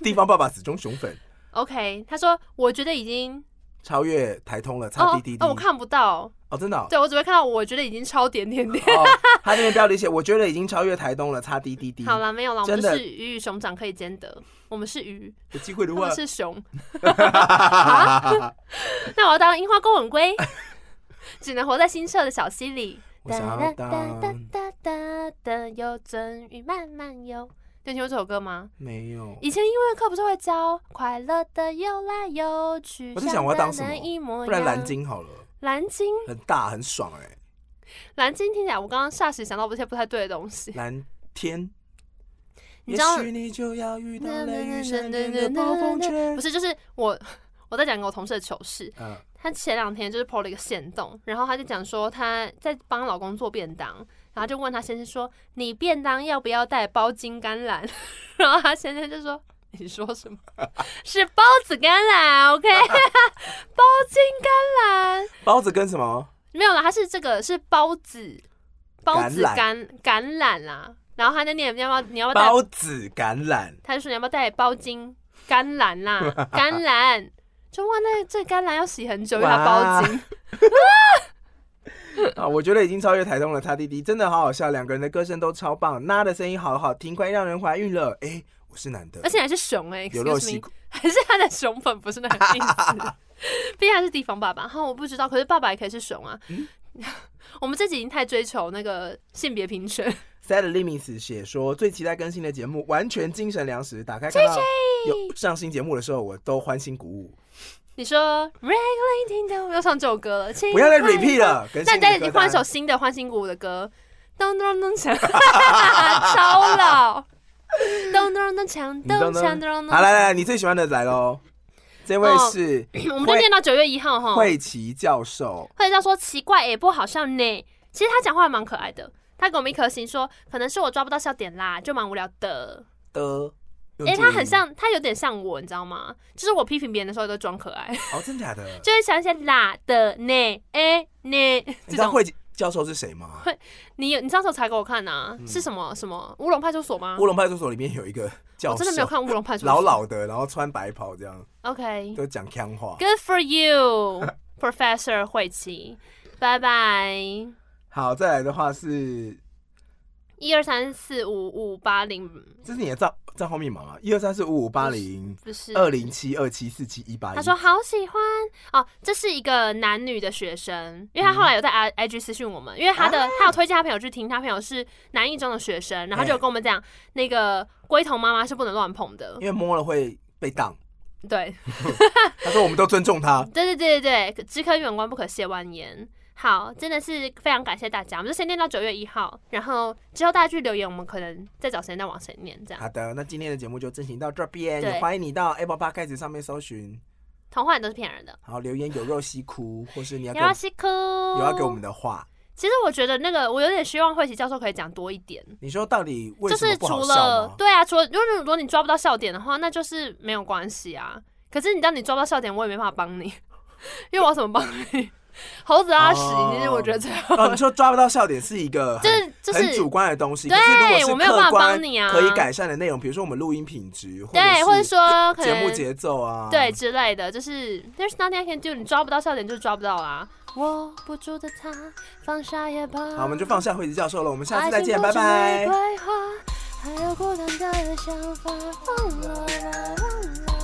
地方爸爸死忠熊粉
OK，他说我觉得已经
超越台通了，差滴滴滴。
哦，哦我看不到，
哦，真的哦。
对我只会看到我觉得已经超点点点。
哦，他那边标题写，我觉得已经超越台东了，差 滴滴滴。
好，啦，没有啦，我们
真的
是鱼与熊掌可以兼得，我们是 鱼，
有机会的
他
话
们，是熊。那我要当樱花公吻龟，只能活在新社的小溪里。
我想要当
哒哒哒，有鳟鱼慢慢游。你有听过这首歌吗？
没有。
以前音乐课不是会教快乐的游来游去，
我在想我要当什么
像大人一模一样
不然蓝，鲸好了，
蓝鲸，
很大很爽哎、
蓝鲸听起来我刚刚霎时想到一些不太对的东西。
蓝天。
你
也
知道
许你就要遇到
那那
雷雨
那那
闪电
那
的
那
暴
那
风
那
圈
不。是，就是我 我在讲一个我同事的糗事，
嗯，
她前两天就是 PO 了一个线动，然后她就讲说她在帮老公做便当，然后就问她先生说：“你便当要不要带包金甘蓝？” 然后她先生就说：“ 你说什么？是包子甘蓝，OK？包金甘蓝
包子跟什么？
没有啦，它是这个是包子，包子
橄
橄橄榄啦。然后她就念你要不要你要不要带？
包子橄榄。
她就说你要不要带包金甘蓝啦？甘蓝就哇，那这甘蓝要洗很久，因为它包
哇
金。
啊，我觉得已经超越台东了。他弟弟真的好好笑，两个人的歌声都超棒，那的声音好好听，快让人怀孕了。哎、我是男的，
而且还是熊哎、
有肉
excuse
吸
me，还是他的熊粉不是那个意思， 毕竟他是地方爸爸。哈，我不知道，可是爸爸也可以是熊啊。
嗯
我们这集已经太追求那个性别平权，
Sad Limits 写说最期待更新的节目，完全精神粮食。打开看到有上新节目的时候，我都欢欣鼓舞。
你说 Ringling 叮咚又唱这首歌了，亲
不要再
快乐
repeat 了，更新
那
你的
嗯你再
歌单
换一首新的欢欣鼓舞的歌，咚咚咚锵， 超老， 咚咚咚锵，
你
咚
懂
锵咚咚。
好，来来，来，你最喜欢的来喽。这位
哦
是
我们就念到九月一号哈。
惠琪教授，
会到说奇怪，也不好笑呢。其实他讲话还蛮可爱的，他给我们一颗心说，可能是我抓不到笑点啦，就蛮无聊的。
的。
哦诶、他很像，他有点像我，你知道吗？就是我批评别人的时候都装可爱，
哦，真假的？
就会想一些啦的呢，诶、呢
你
这
知道
种。
惠琪教授是谁吗？
你有你上次有才给我看呐、是什么什么乌龙派出所吗？
嗯乌龙派出所里面有一个教授，
我嗯哦真的没有看乌龙派出所。
老老的，然后穿白袍这样，
OK，Good、
都讲腔话。
for you，Professor 慧琪，拜拜。
好，再来的话是，
一二三四五五八零，
这是你的账账号密码吗？一二三四五五八零
不是
二零七二七四七一八一。
他说好喜欢哦，这是一个男女的学生，因为他
嗯
后来有在 I I G 私讯我们，因为他
啊
的、他有推荐他朋友去听，他朋友是南一中的学生，然后
哎
就有跟我们讲，那个龟头妈妈是不能乱碰的
因，为摸了会被当。
对，。
他说我们都尊重他
对对对对对，只可远观不可亵玩焉。好，真的是非常感谢大家，我们就先念到九月一号，然后之后大家去留言，我们可能再找时间再往前念，这样
好的，那今天的节目就进行到这边，
对
也欢迎你到 Apple Podcast 上面搜寻，
童话你都是骗人的。
然后留言有肉西哭，或是你要给
亚拉
我
西库，
有啊
有
要给我们。的话，
其实我觉得那个，我有点希望慧琪教授可以讲多一点。
你说到底为
就
什么
是
不好
除
笑
了
吗？
对啊，除了如果如果你抓不到笑点的话，那就是没有关系啊。可是你当你抓不到笑点，我也没办法帮你， 因为我要怎么帮你？猴子阿屎，
哦
其实我觉得最 后
哦，你说抓不到笑点是一个
就
很
是就
很
是
主观的东西，
对
可是如果是
我没有办法
客观
帮你啊
可以改善的内容，比如说我们录音品质，
对，或者
是
说可
节目
能
节奏啊，
对，之类的，就是 there's nothing I can do，你抓不到笑点就抓不到啦。握不住的他，放下也罢。
好，我们就放下惠子教授了，我们下次再
爱情
见，
不
拜
止
拜
玫。瑰花还有孤单的想法。啦啦啦啦啦